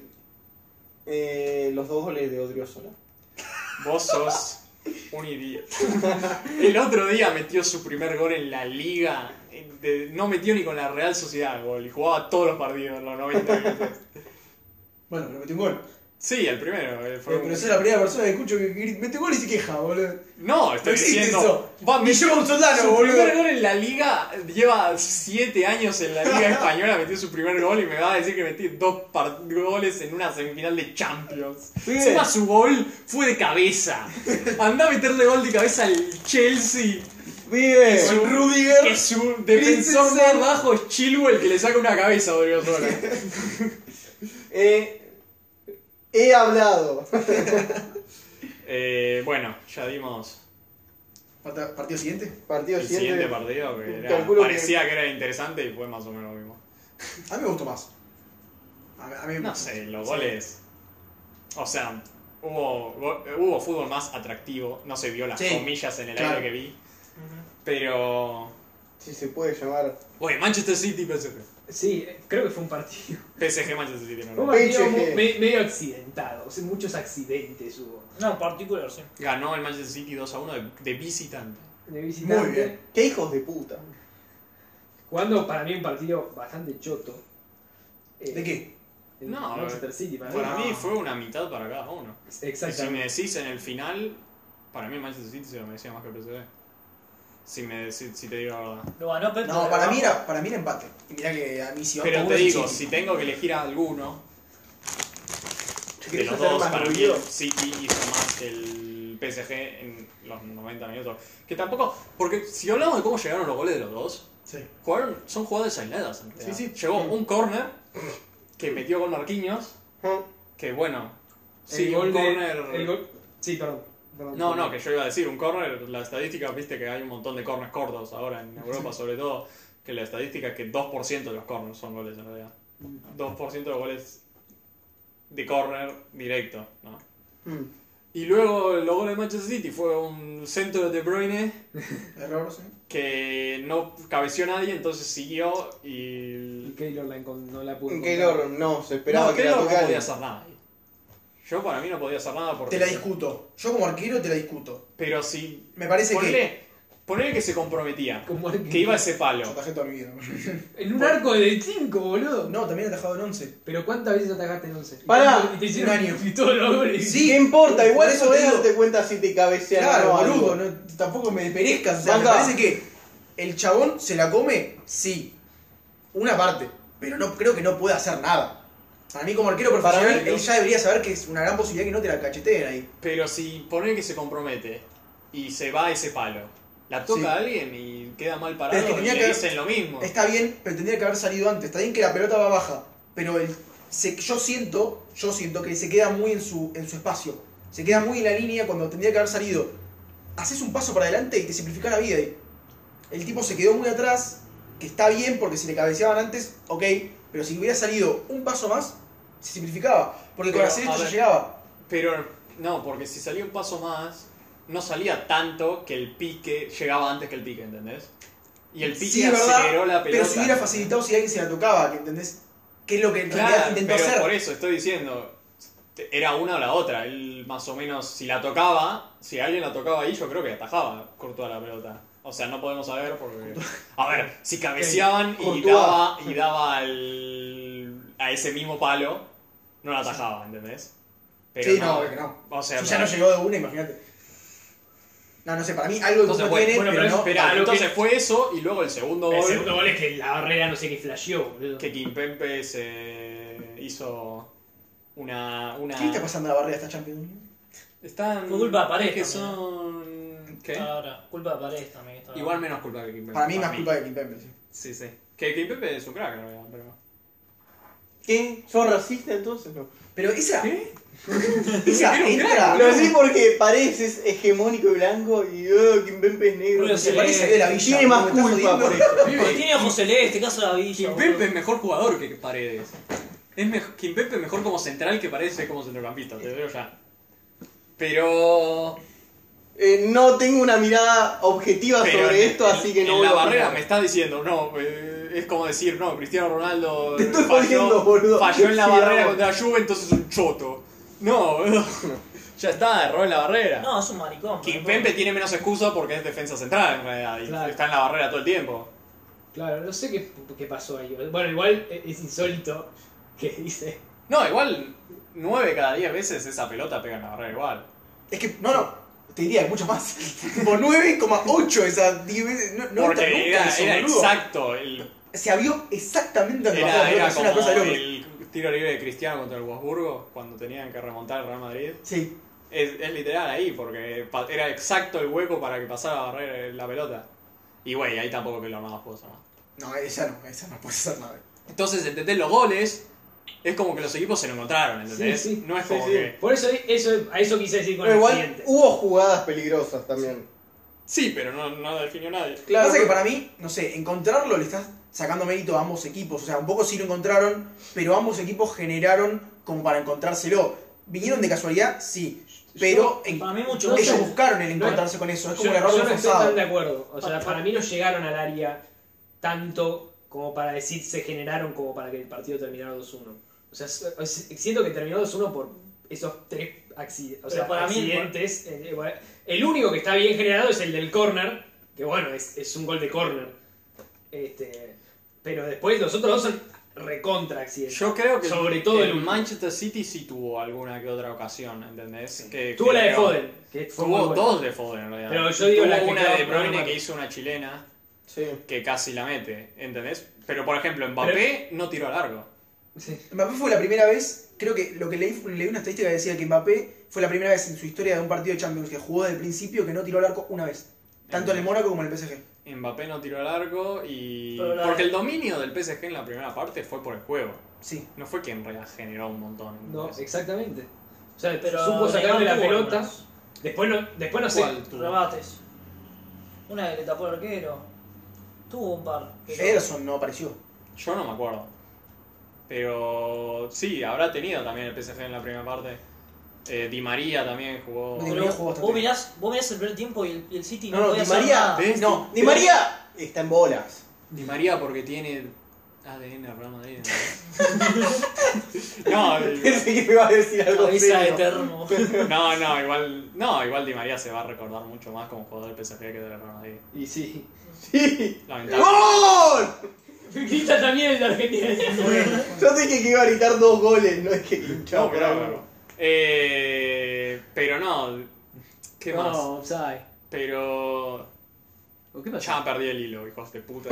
eh, los dos goles de Odriozola.
Vos sos un idiota. [laughs] El otro día metió su primer gol en la liga. en- de- no metió ni con la Real Sociedad gol y jugaba todos los partidos, los 90 minutos.
Bueno, pero metió un gol.
Sí, el primero. eh, fue
Eh,
un-
pero soy la primera persona que escucho que grita, mete un gol y se queja, boludo.
No, estoy
No existe
diciendo. Va,
Ni yo con Soldano,
su
boludo.
primer gol en la liga lleva 7 años en la liga española, metió su primer gol y me va a decir que metí dos par- goles en una semifinal de Champions.
Bien.
Encima su gol fue de cabeza. Andá a meterle gol de cabeza al Chelsea.
Vive.
Es un
Rudiger.
Que su defensor más
Christensen.
bajo es Chilwell que le saca una cabeza a Odriozola.
Eh, he hablado.
Eh, bueno, ya dimos
Parta- ¿Partido siguiente?
Partido
el siguiente
siguiente.
partido que era-
Calculo que-
parecía que era interesante y fue más o menos lo mismo.
A mí me gustó más. A, a mí me
No
gustó
sé,
más.
los goles. O sea, eh, hubo, go- hubo fútbol más atractivo. No se vio las
Sí,
comillas en el
claro.
aire que vi. Pero.
Si se puede llamar.
Oye, Manchester City PSG.
Sí, eh, creo que fue
[laughs]
un partido.
PSG Manchester City, no,
Fue un
no.
partido
PSG.
mu- me- medio accidentado. o sea, muchos accidentes hubo.
No, particular, sí.
Ganó el Manchester City 2 a 1 de, de visitante.
De visitante.
Muy bien.
¡Qué hijos de puta!
Jugando para mí un partido bastante choto. Eh,
¿De qué?
el
No,
Manchester City para,
Para
mí.
mí fue una mitad para cada uno. Y si me
Exactamente.
decís en el final, para mí el Manchester City se lo merecía más que el PSG. Si, me, decís- si te digo la verdad.
Lo ganó Pep.
No, para mí, era, para mí era empate. Y mirá que a mí si va
Pero
por
te
uno,
digo,
sí.
si tengo que elegir a alguno de
¿Querés
los
hacer
dos,
más
para mí
ruido?
el City hizo más que el PSG en los 90 minutos. Que tampoco, porque si hablamos de cómo llegaron los goles de los dos,
Sí.
jugaron, son jugadas aisladas. en realidad.
Sí, sí.
Llegó un corner que metió con Marquinhos,
Ajá.
que bueno,
El
sí,
gol
un
de-
corner...
el gol- Sí, perdón. perdón.
No, no, que yo iba a decir, un corner, la estadística, viste que hay un montón de corners cortos ahora en Europa, sobre todo, que la estadística es que 2% de los corners son goles en realidad. 2% de los goles de corner directo, ¿no?
Mm.
Y luego los goles de Manchester City fue un centro de De Bruyne
Error, sí.
que no cabeció nadie, entonces siguió
Y
y...
Keylor la encon- no la pudo.
Un
encontrar.
Keylor, no, se esperaba
no,
que
Keylor
la
no
tocara.
podía hacer nada. Yo para mí no podía hacer nada porque...
Te la discuto. Yo como arquero te la discuto.
Pero si...
Me parece que.
Ponele, ponele que se comprometía,
Como arquero.
que iba a ese palo.
Yo atajé toda mi vida.
En un arco de 5, boludo.
No, también he atajado el 11.
Pero ¿cuántas veces atacaste en 11?
Pará,
Y te hicieron
un año.
Y todos los goles.
Sí,
¿Qué importa? Igual
por eso
eso
te
es
digo.
darte cuenta si te cabecean
Claro,
o algo.
boludo, no, tampoco me desperezcas. O sea, me
Banca.
parece que el chabón se la come, sí. Una parte, pero no creo que no pueda hacer nada. Para mí, como arquero
Para
profesional,
mí,
él
no.
ya debería saber que es una gran posibilidad que no te la cacheteen ahí.
Pero si poner que se compromete y se va a ese palo, la toca
Sí.
a alguien y queda mal parado
Pero es que tenía
y
que-
le dicen lo mismo.
Está bien, pero tendría que haber salido antes. Está bien que la pelota va baja, pero el- se- yo siento, yo siento que se queda muy en su, en su espacio. Se queda muy en la línea cuando tendría que haber salido. Haces un paso para adelante y te simplifica la vida. ahí. El tipo se quedó muy atrás, que está bien porque si le cabeceaban antes, ok, pero si hubiera salido un paso más, se simplificaba. Porque con
Pero,
hacer
a
esto ya
ver.
llegaba.
Pero no, porque si salía un paso más, no salía tanto que el pique llegaba antes que el pique, ¿entendés? Y el pique
Sí, es verdad,
aceleró la pelota.
Pero si hubiera facilitado si alguien se la tocaba, que ¿entendés? Que es lo que en realidad
Claro,
intentó
pero
hacer.
por eso estoy diciendo, era una o la otra. Él más o menos, si la tocaba, si alguien la tocaba ahí, yo creo que atajaba Courtois la pelota. O sea, no podemos saber porque... A ver, si
[laughs]
cabeceaban y
Courtois.
daba, y daba al- a ese mismo palo, no la atajaba, ¿entendés? Pero
sí, no, obvio que no.
O sea,
Si ya no llegó de una, imagínate. No, no sé, para mí algo que
Entonces,
no
bueno,
tiene,
bueno,
pero
[laughs]
pero
no.
Esperá,
a lo
entonces
que-
fue eso y luego el segundo
El
gol
segundo gol es que la barrera no sé qué flasheó, boludo.
que Kimpempe se hizo una... una...
¿Qué le está pasando a la barrera de esta Champions?
Están.
Fue culpa de Ah. Paredes
Que
también.
son. ¿Qué?
Ahora, culpa de Paredes también. está-
Igual menos culpa que Kimpembe.
Para mí, más culpa de Kimpembe. sí.
Sí, sí. Que Kimpembe es un crack, en realidad, pero.
¿Qué? ¿Son racistas entonces? No.
Pero [laughs] esa.
¿Qué?
Esa
Era un
entra.
Lo sí porque parece es hegemónico y blanco y oh, Kimpembe es negro.
Pero
no
Se
sé.
sí.
parece a de la villa.
Tiene más
¿no? ¿Me estás
culpa
jodiendo?
por eso.
Tiene ojos celeste, caso de la villa.
Kimpembe es mejor jugador que Paredes. Es mejor, Kimpembe es mejor como central que Paredes es como centrocampista, te lo digo ya. Pero.
Eh, no tengo una mirada objetiva
pero
[laughs] sobre
en-
esto,
en-
así que no
En
voy
la
a
barrera
opinar.
me está diciendo, no, eh, es como decir, no, Cristiano Ronaldo.
Te estoy
falló-
jodiendo, boludo.
Falló en la
Sí,
barrera
vamos.
contra la Juve, entonces es un choto.
[laughs]
No, boludo. Ya está, erró en la barrera.
No, es un maricón.
Kimpembe tiene menos excusa porque es defensa central en realidad y
Claro.
está en la barrera todo el tiempo.
Claro, no sé qué, qué pasó ahí. Bueno, igual e-, es insólito [laughs] que dice.
No, igual 9 cada 10 veces esa pelota pega en la barrera igual.
Es que, no, no. Te diría, hay mucho más. [laughs] Tipo 9,8 esa 10 veces. No, no entra
porque
nunca
era,
eso,
era
boludo.
[laughs]
exacto, el,
Se abrió exactamente donde bajó
era,
la pelota,
era
es
como
una cosa de locos.
el tiro libre de Cristiano contra el Wolfsburgo cuando tenían que remontar el Real Madrid.
Sí.
Es, es literal ahí, porque pa- era exacto el hueco para que pasara la barrera la pelota. Y güey, ahí tampoco que lo armabas puedo más.
No, esa no, esa no puede ser nada.
Entonces, entendés los goles, es como que los equipos se lo encontraron, ¿entendés?
Sí, sí.
No es
Sí,
como
sí.
que.
Por eso, eso a eso quise decir con
Pero
el
igual
siguiente.
hubo jugadas peligrosas también.
Sí, pero no, no definió nadie.
Claro, pasa que
pero-
para mí, no sé, encontrarlo le estás sacando mérito a ambos equipos. O sea, un poco sí lo encontraron, pero ambos equipos generaron como para encontrárselo. ¿Vinieron de casualidad? Sí. Pero en-
ah,
Para mí mucho.
ellos
No sé.
buscaron el encontrarse con eso. Es como
Yo,
el error
yo
del
no estoy
forzado.
tan de acuerdo. O sea, para mí no llegaron al área tanto como para decir se generaron como para que el partido terminara 2-1. O sea, es- es- siento que terminó 2-1 por esos tres acci- o
Pero
sea,
para mí-
accidentes. Eh, bueno, el único que está bien generado es el del corner, que bueno, es, es un gol de corner. Este, pero después los otros dos son recontra accidentes.
Yo creo que
Sobre todo el
el
último.
Manchester City sí tuvo alguna que otra ocasión, ¿entendés? Que,
Tuvo la de
creó-
Foden, que fue muy
Tuvo
buena.
dos de Foden en realidad.
Pero yo digo
Tuvo
la que
una
quedó
de
para
Bruyne
Neymar.
que hizo una chilena
Sí.
que casi la mete, ¿entendés? Pero por ejemplo, Mbappé no tiró a largo.
Mbappé fue la primera vez, creo que lo que leí, leí una estadística que decía que Mbappé fue la primera vez en su historia de un partido de Champions que jugó desde el principio que no tiró al arco una vez. Tanto en el Mónaco como en el PSG.
Mbappé no tiró a largo y.
Pero la-
Porque el dominio del PSG en la primera parte fue por el juego.
Sí.
No fue quien re- generó un montón.
No,
¿entendés?
exactamente. O sea,
Pero
supo sacarle la
Neymar tuvo
pelota.
algunas.
Después no, después no sé.
¿Cuál tuvo?
Rebates. Una que le tapó el arquero. Tuvo un par. pero-
Ederson no apareció.
Yo no me acuerdo. Pero sí, habrá tenido también el PSG en la primera parte. Eh, Di María también jugó.
Di
Pero
María jugó bastante
vos, mirás, vos mirás el primer tiempo y el, y el City
No,
no,
no,
podía
Di
hacer
María,
nada.
¿Ves?
No,
Di María está en
[laughs]
bolas.
Di María porque tiene ADN Real Madrid. No, [laughs] eh,
Pensé que me iba a decir algo
Cabeza de
serio.
termo.
no, no, igual, no, igual Di María se va a recordar mucho más como jugador del PSG que del Real Madrid.
[laughs]
Y sí.
Sí.
Lamentablemente.
¡Gol!
Grita también el de Argentina.
Yo dije que iba a gritar dos goles, no es que hinchaba
No,
por
pero,
algo.
eh, pero no, ¿qué
no,
más?
offside.
Pero
¿O qué
ya
pasa?
perdí el hilo, hijos de [laughs] puta.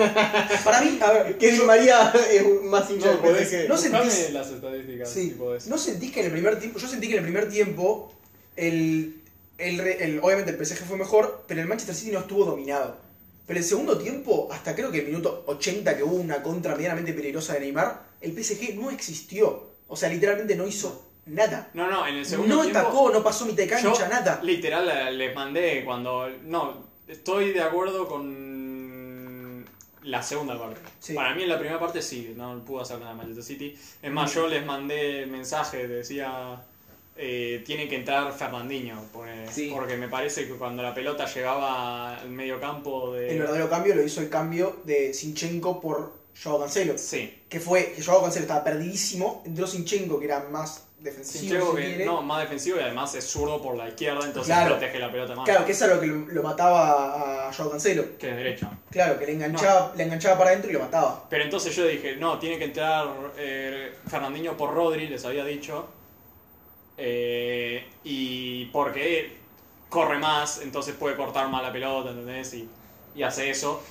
Para mí, a ver,
Que Di María [laughs] es más hincha del
podés-
PSG.
no sé.
buscame
sentís-
las estadísticas
Sí.
si podés.
¿No sentís que en el primer tiempo, yo sentí que en el primer tiempo, el, el, re- el- obviamente el PSG fue mejor, pero el Manchester City no estuvo dominado. Pero el segundo tiempo, hasta creo que el minuto 80 que hubo una contra medianamente peligrosa de Neymar, el PSG no existió. O sea, literalmente no hizo nada.
No, no, en el segundo
No
tiempo-
atacó, no pasó mitad de cancha,
Yo,
nada.
Literal, eh, les mandé cuando. No, estoy de acuerdo con la segunda parte.
Sí.
Para mí en la primera parte sí, no pudo hacer nada Manchester City. Es
Mm.
más, yo les mandé mensaje, decía. eh, tiene que entrar Fernandinho, porque,
Sí.
porque me parece que cuando la pelota llegaba al medio campo de...
El verdadero cambio lo hizo el cambio de Sinchenko por Joao Cancelo.
Sí,
Que fue, que Joao Cancelo estaba perdidísimo, entró Sinchenko, que era más defensivo.
Sinchenko
si
que-
quiere.
no, más defensivo y además es zurdo por la izquierda, entonces
Claro.
protege la pelota más
Claro, que eso es lo que lo, lo mataba a Joao Cancelo.
que de derecha.
Claro, que le enganchaba, le enganchaba para adentro y lo mataba.
Pero entonces yo dije, no, tiene que entrar eh, Fernandinho por Rodri, les había dicho. Eh, y porque corre más, entonces puede cortar más la pelota, ¿entendés? Y, y hace eso.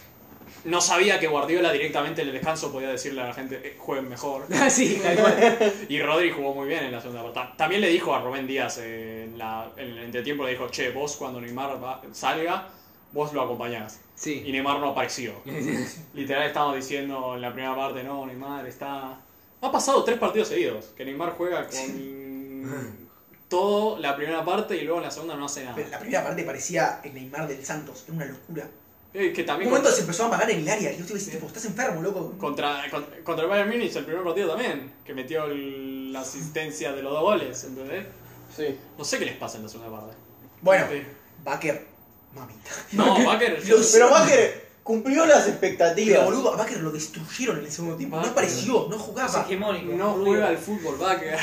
No sabía que Guardiola directamente en el descanso podía decirle a la gente, "Eh, jueguen mejor.
Ah, [laughs] sí, tal cual.
[laughs] Y Rodri jugó muy bien en la segunda parte. También le dijo a Rubén Díaz eh, en, la- en el entretiempo, le dijo, che, vos cuando Neymar va- salga, vos lo acompañás. Y
Sí.
Neymar no apareció. [laughs] Literal estábamos diciendo en la primera parte, no, Neymar está... Ha pasado tres partidos seguidos, que Neymar juega con todo la primera parte y luego en la segunda no hace nada.
Pero la primera parte parecía el Neymar del Santos, era una locura.
Eh, que
En
también
un
con-
momento se empezó a apagar en el área y yo estuve diciendo, tipo, estás enfermo, loco.
contra, con- contra el Bayern Múnich el primer partido también, que metió el- la asistencia de los dos goles, ¿entendés?
Sí.
No sé qué les pasa en la segunda parte.
Bueno,
Sí.
Baker, mamita.
No, Baker... yo-
Pero Baker cumplió las
Pero
expectativas.
boludo, a Baker lo destruyeron en el segundo tiempo. No
Baker.
apareció, no
Es
jugaba.
hegemónico.
No juega al fútbol, Baker.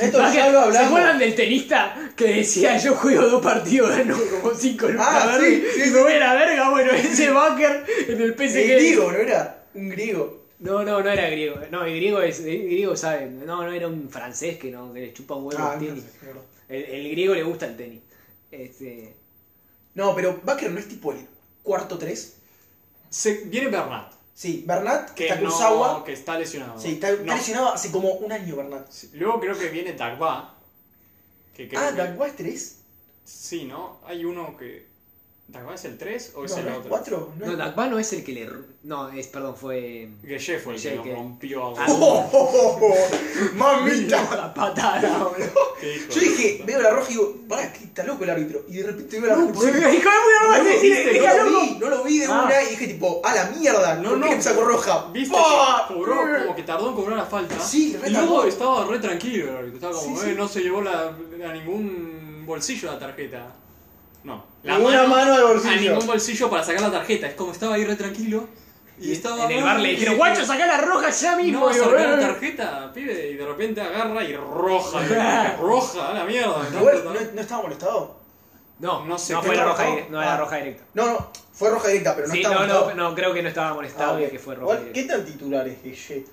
Esto ya lo hablamos.
¿Se acuerdan del tenista que decía yo juego dos partidos, gano como cinco lucas
Ah, sí,
verdes,
sí,
y me voy a la verga? Bueno, ese Baker en el PSG.
El griego, ¿no era? Un griego.
No, no, no era griego. No, el griego es. El griego sabe. No, no era un francés que no, que le chupa un huevo
Ah,
al
no
tenis.
sé, es verdad.
El, el griego le gusta el tenis. Este.
No, pero Baker no es tipo el cuarto tres.
[laughs] Se, viene Bernat,
Sí, Bernat, que
que,
está
no-
Kurzawa.
que está lesionado.
Sí, está, está
No,
lesionado hace como un año, Bernat.
Sí, Luego creo que viene Dagba. Que creo
Ah,
que-
Gagua es 3.
Sí, ¿no? Hay uno que. ¿Dagba es el 3 o
No,
es el
no es
otro?
4. No,
No,
es-
Dagba no es el que le. No, es, perdón, fue.
Gueye fue el
Sí,
que lo
que-
rompió
[laughs]
a
Ah,
¡Oh, oh, oh, oh! [laughs] mamita
La patada, boludo.
¿Qué hijo
Yo
de
dije,
puta?
veo la roja y digo, pará, que está loco el árbitro. Y de repente veo la roja y
Hijo de
digo,
puta,
no, lo
¿viste?
viste, no
Está
lo
loco.
vi, no lo vi de
Ah.
una y dije tipo, a la mierda,
No,
no, ¿por qué
no.
no, me sacó roja?
¿Viste
¡Pah!
que cobró, como que tardó en cobrar la falta?
Sí, re
y luego
tardó.
estaba re tranquilo el árbitro, Estaba como,
Sí,
eh,
sí.
no se llevó la, a ningún bolsillo la tarjeta. No. La
Ninguna mano al
a
bolsillo.
ningún bolsillo para sacar la tarjeta. Es como estaba ahí re tranquilo. Y estaba.
En el bar le dijeron, guacho, sacá la roja ya mismo.
No vas a
digo,
sacar la
"Eh".
tarjeta, pibe. Y de repente agarra y
[laughs]
roja. roja, a la mierda.
Igual,
Tanto,
¿No, ¿No estaba molestado?
No,
No sé,
no
¿te
fue la
tocó?
roja directa. No era
Ah.
roja directa.
No, no, fue roja directa, pero no
Sí,
estaba
no,
molestado.
no, no, creo que no estaba
Ah,
molestado y que fue roja
Igual, ¿Qué
directa.
tan titular es Guille?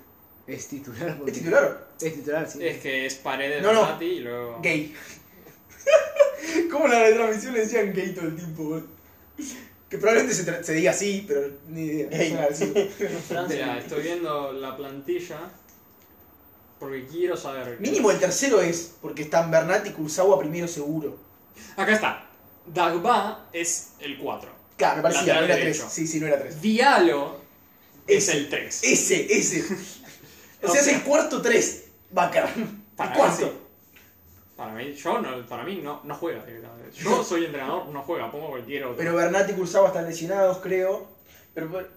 Es titular. porque-
¿Es titular?
Es titular, sí.
Es que es paredes
No, no.
Rosati y luego.
Gay. [laughs] ¿Cómo en la retransmisión le decían gay todo el tiempo, boludo? Que probablemente se, tra- se diga así, pero ni idea.
Gay.
Suena gracioso.
Mira, estoy viendo la plantilla porque quiero saber.
Mínimo el tercero es, porque están Bernat y Kurzawa primero seguro.
Acá está. Dagba es el 4.
Claro, me parecía,
Lateral
no era
derecho.
3. Sí, sí, no era 3.
Diallo es
Ese.
el 3.
Ese, ese.
[laughs]
o sea, es el cuarto 3. Vaca. El
Para mí
cuarto.
Para mí, yo no, para mí no, no juega directamente.
[laughs]
Yo soy entrenador, no juega, pongo cualquier otro.
Pero Bernat y Kurzawa están lesionados, creo.
Pero, pero,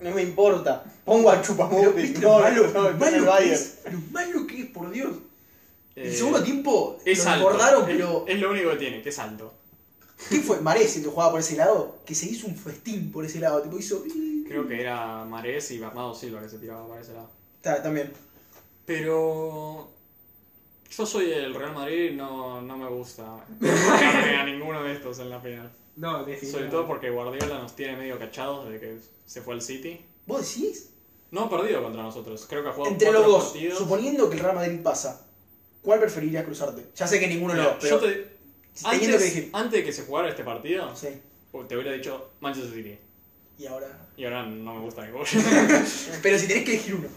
no me importa. Pongo a
Pero,
Chupamote.
¿viste lo malo,
no,
lo
no, el
malo que
Bayern.
es? Lo malo que es, por Dios.
Eh,
el segundo tiempo
es alto.
lo
Eh,
acordaron,
Es-
pero.
Es, lo único que tiene, que es alto.
¿Qué fue? Marés el que jugaba por ese lado, que se hizo un festín por ese lado. Tipo hizo.
Creo que era Marés y Bernardo Silva que se tiraba para ese lado.
Está, también.
Pero. Yo soy el Real Madrid y no, no me [laughs] gusta enfrentarme a ninguno de estos en la final.
No,
Sobre
definitivamente.
todo porque Guardiola nos tiene medio cachados desde que se fue al City.
¿Vos decís?
No ha perdido contra nosotros, creo que ha jugado
Entre los
cuatro
dos,
partidos.
suponiendo que el Real Madrid pasa, ¿cuál preferirías cruzarte? Ya sé que ninguno
Mira,
lo. Pero
yo te-
si teniendo
antes,
que elegir.
antes de que se jugara este partido,
No sé.
te hubiera dicho Manchester City.
Y ahora.
Y ahora no me gusta [laughs] ninguno.
Pero si tenés que elegir uno.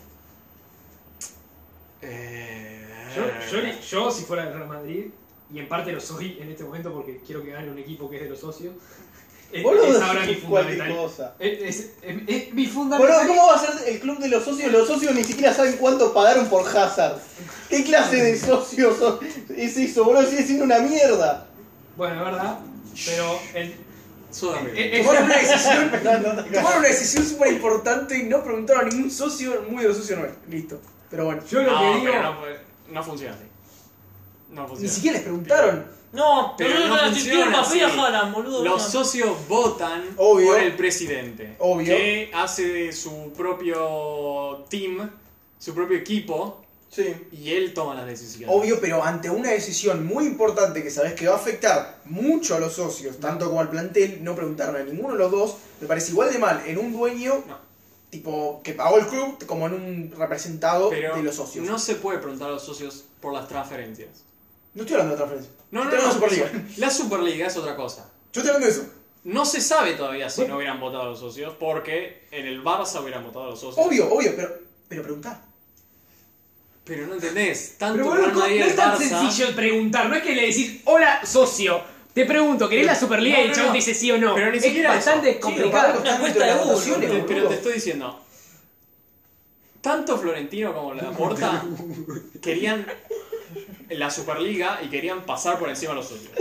Eh,
Yo, yo- yo, si fuera del Real Madrid, y en parte lo soy en este momento porque quiero que gane un equipo que es de los socios, es,
Boludo,
es ahora mi
decís cualquier
fundamental.
cosa.
Es, es- es- es mi
Boludo,
fundamental.
¿cómo va a ser el club de los socios? Los socios ni siquiera saben cuánto pagaron por Hazard. ¿Qué clase de socios son- es eso? Boludo, sigue siendo una mierda.
Bueno, es verdad, pero el, e,
Sudamérica.
el- el-
Tomaron una decisión.
No, no, no.
tomaron una decisión súper importante y no preguntaron a ningún socio, muy de los socios no es. Listo. Pero bueno.
yo lo
no,
que digo.
pero no, fue- no funciona así. No
Ni
funciona.
siquiera les preguntaron.
No,
Pero
pero
no
no la
funciona
tiene más fea,
así.
Haaland, boludo.
Los
no.
socios votan
Obvio.
por el presidente.
Obvio.
Que hace de su propio team, su propio equipo,
Sí.
y él toma las decisiones.
Obvio, pero ante una decisión muy importante que sabes que va a afectar mucho a los socios, tanto como al plantel, no preguntaron a ninguno de los dos, me parece igual de mal en un dueño,
No.
tipo, que pagó el club, como en un representado
Pero
de los socios. No,
no se puede preguntar a los socios por las transferencias.
estoy hablando de transferencia.
No, no,
estoy
no.
hablando de Superliga.
La Superliga es otra cosa.
Yo estoy hablando de eso.
No se sabe todavía si no hubieran votado a los socios, porque en el Barça hubieran votado a los socios.
Obvio, obvio, pero, pero preguntá.
Pero no entendés,
Pero
tanto
bueno,
Real
no,
Madrid y
no
el
es tan
Barça-
sencillo preguntar, no es que le decís, hola socio, te pregunto, ¿querés la Superliga?
No,
y
no,
el chabón
no.
te dice sí o no.
Pero ni
es
siquiera
bastante complicado.
Pero
una
para algo
cuesta
están dentro
de
las
Google,
votaciones,
Te- pero
boludo.
te estoy diciendo, tanto Florentino como Laporta querían la Superliga y querían pasar por encima de los socios.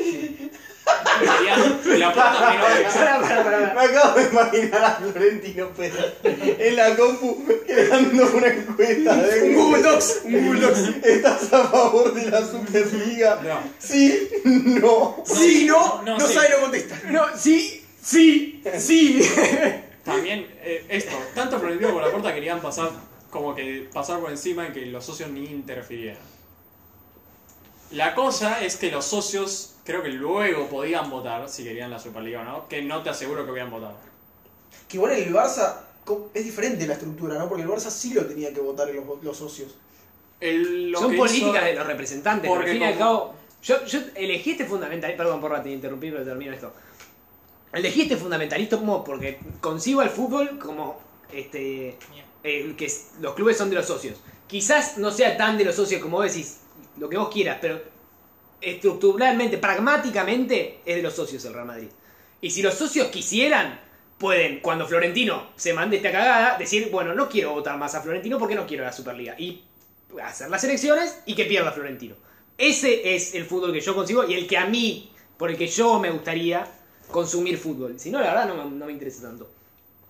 Querían Laporta menos
Pará, pará, pará, pará.
Me acabo de imaginar a Florentino Pérez en la compu creando una encuesta.
Un
de-
Google Docs, un Google Docs.
¿Estás a favor de la Superliga?
No.
Sí, no.
Sí, no, no,
no, sí.
sabe, no contesta.
No, sí, sí, sí.
También eh, esto, tanto Florentino como Laporta querían pasar como que pasar por encima y que los socios ni interfirieran. La cosa es que los socios creo que luego podían votar si querían la Superliga o no, que no te aseguro que hubieran votado.
Que igual el Barça co- es diferente la estructura, ¿no? Porque el Barça sí lo tenía que votar en los, los socios.
El- lo
Son
que hizo-
políticas de los representantes, pero al
Porque
fin y al
como-
cabo. Yo, yo elegí este fundamentalista. Perdón, porra, te interrumpí, pero termino esto. Elegí este fundamentalista como porque concibo al fútbol como este eh, que es- los clubes son de los socios. Quizás no sea tan de los socios como vos decís, lo que vos quieras, pero estructuralmente, pragmáticamente, es de los socios el Real Madrid. Y si los socios quisieran, pueden, cuando Florentino se mande esta cagada, decir, bueno, no quiero votar más a Florentino porque no quiero la Superliga. Y hacer las elecciones y que pierda Florentino. Ese es el fútbol que yo consigo y el que a mí, por el que yo me gustaría consumir fútbol. Si no, la verdad no, me- no me interesa tanto.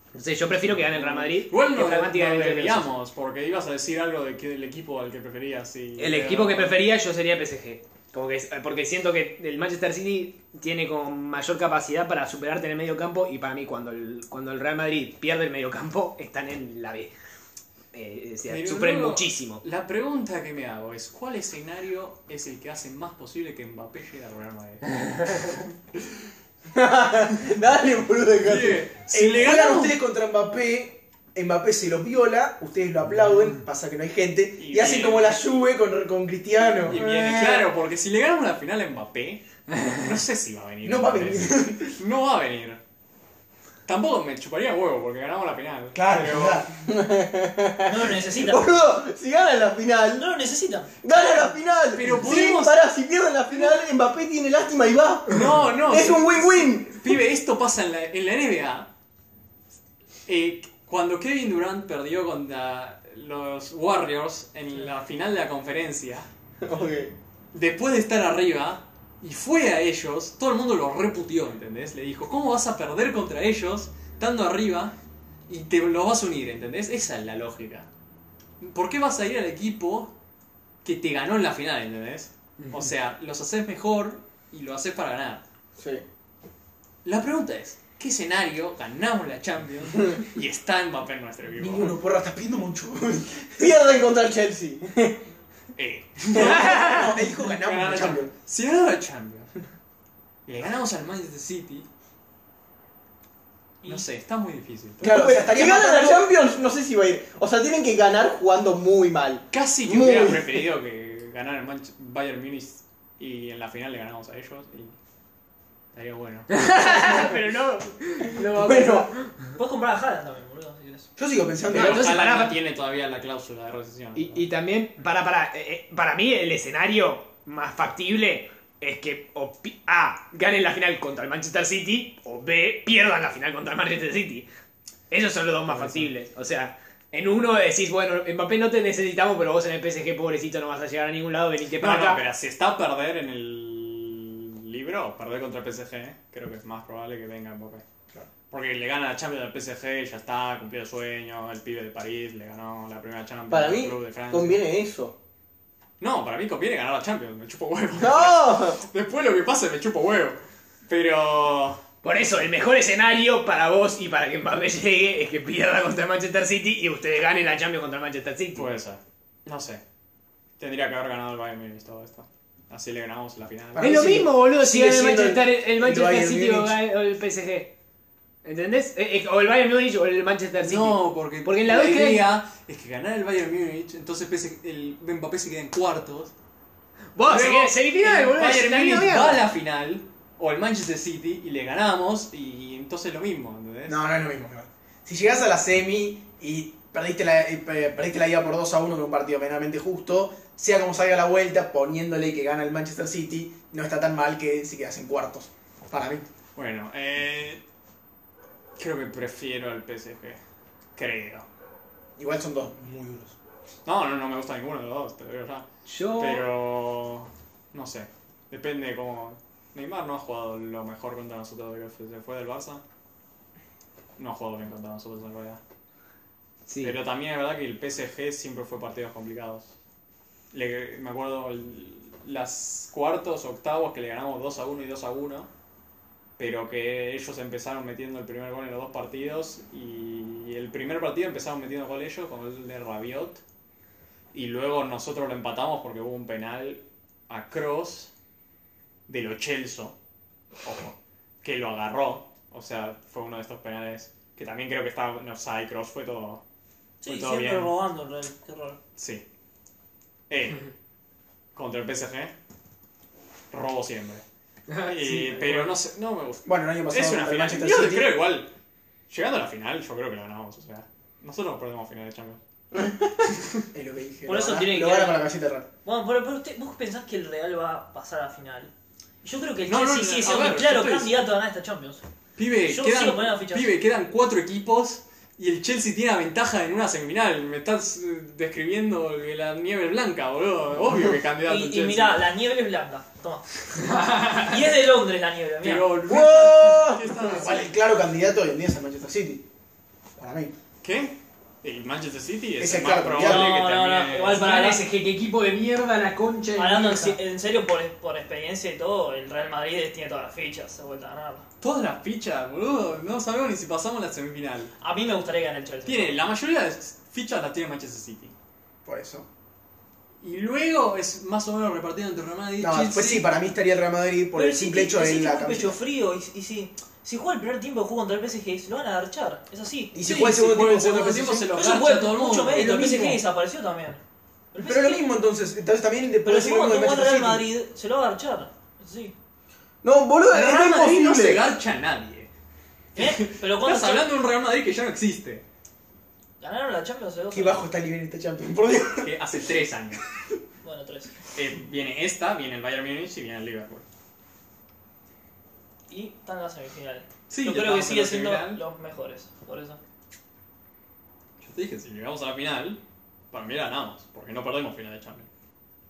Entonces yo prefiero que gane el Real Madrid.
Igual
que
no, no
pragmáticamente de los socios.
deberíamos, porque ibas a decir algo de que- del equipo al que preferías. y-
El equipo que prefería yo sería PSG. Como que, es- porque siento que el Manchester City tiene con mayor capacidad para superarte en el medio campo y para mí cuando el, cuando el Real Madrid pierde el medio campo están en la B. Eh, o sea,
Pero
sufren
luego,
muchísimo.
La pregunta que me hago es, ¿cuál escenario es el que hace más posible que Mbappé llegue al Real
[laughs]
Madrid?
Dale, boludo, dejate.
Oye, si le
juegan
ganamos...
ustedes contra Mbappé, Mbappé se los viola, ustedes lo aplauden, pasa que no hay gente, y,
Y
hacen
bien.
como la Juve con, con Cristiano.
Y viene,
Eh.
claro, porque si le ganamos la final a Mbappé, no sé si va a venir.
[laughs] [laughs] No va a
Mbappé. No va a venir. Tampoco me chuparía huevo porque ganamos la final.
Claro,
Pero-
claro.
No lo necesitan.
[laughs]
Boludo, si ganan la final,
No lo necesitan.
gana la final.
Pero
Sí,
podemos-
pará, si pierden la final, Mbappé tiene lástima y va.
No, no.
es un win-win.
Pibe, esto pasa en la, en la NBA. Eh, cuando Kevin Durant perdió contra los Warriors en la final de la conferencia,
Ok.
después de estar arriba y fue a ellos, todo el mundo lo reputió, ¿entendés? Le dijo, ¿cómo vas a perder contra ellos estando arriba y te lo vas a unir, ¿entendés? Esa es la lógica. ¿Por qué vas a ir al equipo que te ganó en la final, ¿entendés? O sea, los haces mejor y lo haces para ganar.
Sí.
La pregunta es, ¿qué escenario ganamos la Champions y está Mbappé en nuestro equipo?
Ninguno, porra, estás pidiendo mucho.
Pierden contra el Chelsea.
Eh,
no, [laughs] él dijo ganamos
ganar
la
la
Champions.
Champions. Si ganamos la Champions, le ganamos al Manchester City, no sé, está muy difícil.
Claro, o sea,
si
estaría
ganan la
matando-
Champions, no sé si va a ir. O sea, tienen que ganar jugando muy mal.
Casi que
Muy.
hubiera preferido que ganara el Manch- Bayern Munich y en la final le ganamos a ellos y estaría bueno.
Pero no, no va a
Bueno,
Puedes comprar a Haaland también, boludo, si quieres.
Yo sigo pensando.
Pero
entonces,
Haaland
pará,
no
pa-
tiene todavía la cláusula de rescisión.
Y, y también, para, para, eh, eh, para mí el escenario más factible es que o pi- A, ganen la final contra el Manchester City o B, pierdan la final contra el Manchester City. Esos son los dos más factibles. O sea, en uno decís, bueno, Mbappé no te necesitamos, pero vos en el PSG, pobrecito, no vas a llegar a ningún lado, venite para
Ah, No,
acá.
no, pero si está a perder en el libro, perder contra el PSG, eh, creo que es más probable que venga Mbappé. Porque le gana la Champions al PSG, ya está, cumplió el sueño, el pibe de París le ganó la primera Champions
para
al
mí
club de Francia.
conviene eso.
No, para mí conviene ganar la Champions, me chupo huevo.
¡No!
[laughs] Después lo que pase me chupo huevo. Pero...
Por eso, el mejor escenario para vos y para que Mbappé [laughs] llegue es que pierda contra el Manchester City y ustedes ganen la Champions contra el Manchester City.
Puede ser. No sé. Tendría que haber ganado el Bayern Munich todo esto. Así le ganamos la final.
Para
Es
mí
lo
sigue-
mismo, boludo, si
sigue
gana el
siendo el-
Manchester, el,
el
Manchester
Bayern
City o,
Múnich.
ga- o el PSG. ¿Entendés? Eh, eh, O el Bayern Munich o el Manchester City.
No, porque,
Porque en la dos queda-
idea es que ganar el Bayern Múnich, entonces PSG el Mbappé se queda en cuartos.
Vos, se
Luego,
queda semifinal,
el
boludo.
Bayern
la misma
Múnich va a
mierda.
la final, o el Manchester City, y le ganamos, y entonces lo mismo, ¿entendés?
No, no es lo mismo. Germán. Si llegás a la semi y perdiste la, eh, pe- perdiste la ida por 2 a 1 con un partido meramente justo, sea como salga la vuelta, poniéndole que gana el Manchester City, no está tan mal que si quedas en cuartos. Para mí.
Bueno, eh, creo que prefiero al PSG. Creo.
Igual son dos muy duros.
No, no, no me gusta ninguno de los dos, te lo digo ya.
Yo.
Pero. No sé. Depende cómo. Neymar no ha jugado lo mejor contra nosotros desde que fue- se fue del Barça. No ha jugado bien contra nosotros en realidad.
Sí.
Pero también es verdad que el PSG siempre fue partidos complicados. Le- me acuerdo el- las cuartos, octavos que le ganamos 2 a 1 y 2 a 1. Pero que ellos empezaron metiendo el primer gol en los dos partidos. Y el primer partido empezaron metiendo gol ellos con el de Rabiot. Y luego nosotros lo empatamos porque hubo un penal a Cross de lo Chelso. Ojo. Que lo agarró. O sea, fue uno de estos penales que también creo que estaba en offside. Cross fue todo.
Sí,
Fue Pues todo
siempre
bien.
robando el Real. Qué raro.
Sí. Eh, contra el PSG, robo siempre. Y- pero no sé, no me gusta.
Bueno, el año pasado
Es una
el
final.
Manchester
Yo
City-
creo igual. Llegando a la final, yo creo que la ganamos. O sea, nosotros no perdemos final de Champions.
Es lo que dije.
Por
lo
eso
gana-
tiene que
Lo gana
quedar-
con la camiseta rara.
Bueno, pero, pero usted, vos pensás que el Real va a pasar a la final. Yo creo que el
No, no,
Chelsea
no,
sigue
a
siendo
ver,
un claro
yo estoy-
candidato a ganar esta Champions.
Pibe,
Yo sigo poniendo
quedan,
las fichas.
pibe, quedan cuatro equipos y el Chelsea tiene la ventaja en una semifinal. Me estás eh, describiendo la nieve blanca, boludo. Obvio que
[laughs] Y,
es candidato el
y
Chelsea.
mirá, la niebla es blanca.
[laughs]
Toma. y es de Londres la niebla, mirá.
Pero,
¡Wow!
¿qué estás
[laughs] Igual el
haciendo?
claro candidato hoy en día es el Manchester City. Para mí.
¿Qué? Y Manchester City es,
Ese,
el más
claro,
probable
no,
que
no,
termine-
no, igual
Para el SG, qué equipo de mierda la concha. de mi
Hablando en,
hija.
se- en serio, por, por experiencia y todo, el Real Madrid tiene todas las fichas de vuelta a ganarlo.
Todas las fichas, boludo. No sabemos ni si pasamos la semifinal.
A mí me gustaría ganar el Chelsea.
Tiene, la mayoría de las fichas las tiene Manchester City.
Por eso.
Y luego es más o menos repartido entre Real Madrid y
No,
Chelsea.
pues sí, para mí estaría el Real Madrid por
Pero
el
sí,
simple
sí,
hecho de
sí,
la
fue un pecho
camiseta.
frío y, y si, si juega el primer tiempo de juego contra el PSG, se lo van a archar. Es así.
Y
Sí,
si juega el segundo
juega
tiempo,
el segundo
juega el
tiempo,
PSG.
se lo
Pero
gasta
eso fue
todo el mundo.
mucho mérito.
Es
El
lo
PSG
mismo.
desapareció también. El
Pero lo
PSG
mismo entonces, entonces también te
Pero
puedes
si
ir
vos
uno de
cuando el
Manchester
Real
City.
Madrid, se lo va a archar. Es así.
No, boludo,
El
es
Real
re
Madrid no se
imposible.
garcha a nadie.
¿Eh? Pero cuando
Estás hablando de un Real Madrid que ya no existe.
ganaron la Champions hace dos
Qué
años.
bajo está el nivel de esta Champions, por Dios.
Que hace tres años.
Bueno, tres.
Eh, viene esta, viene el Bayern Múnich y viene el Liverpool.
Y están en la semifinal.
Sí,
Yo
ya
creo que
estamos en
sigue
la
siendo
semifinal.
los mejores. Por eso.
Yo te dije, si llegamos a la final, para mí la ganamos, porque no perdemos final de Champions.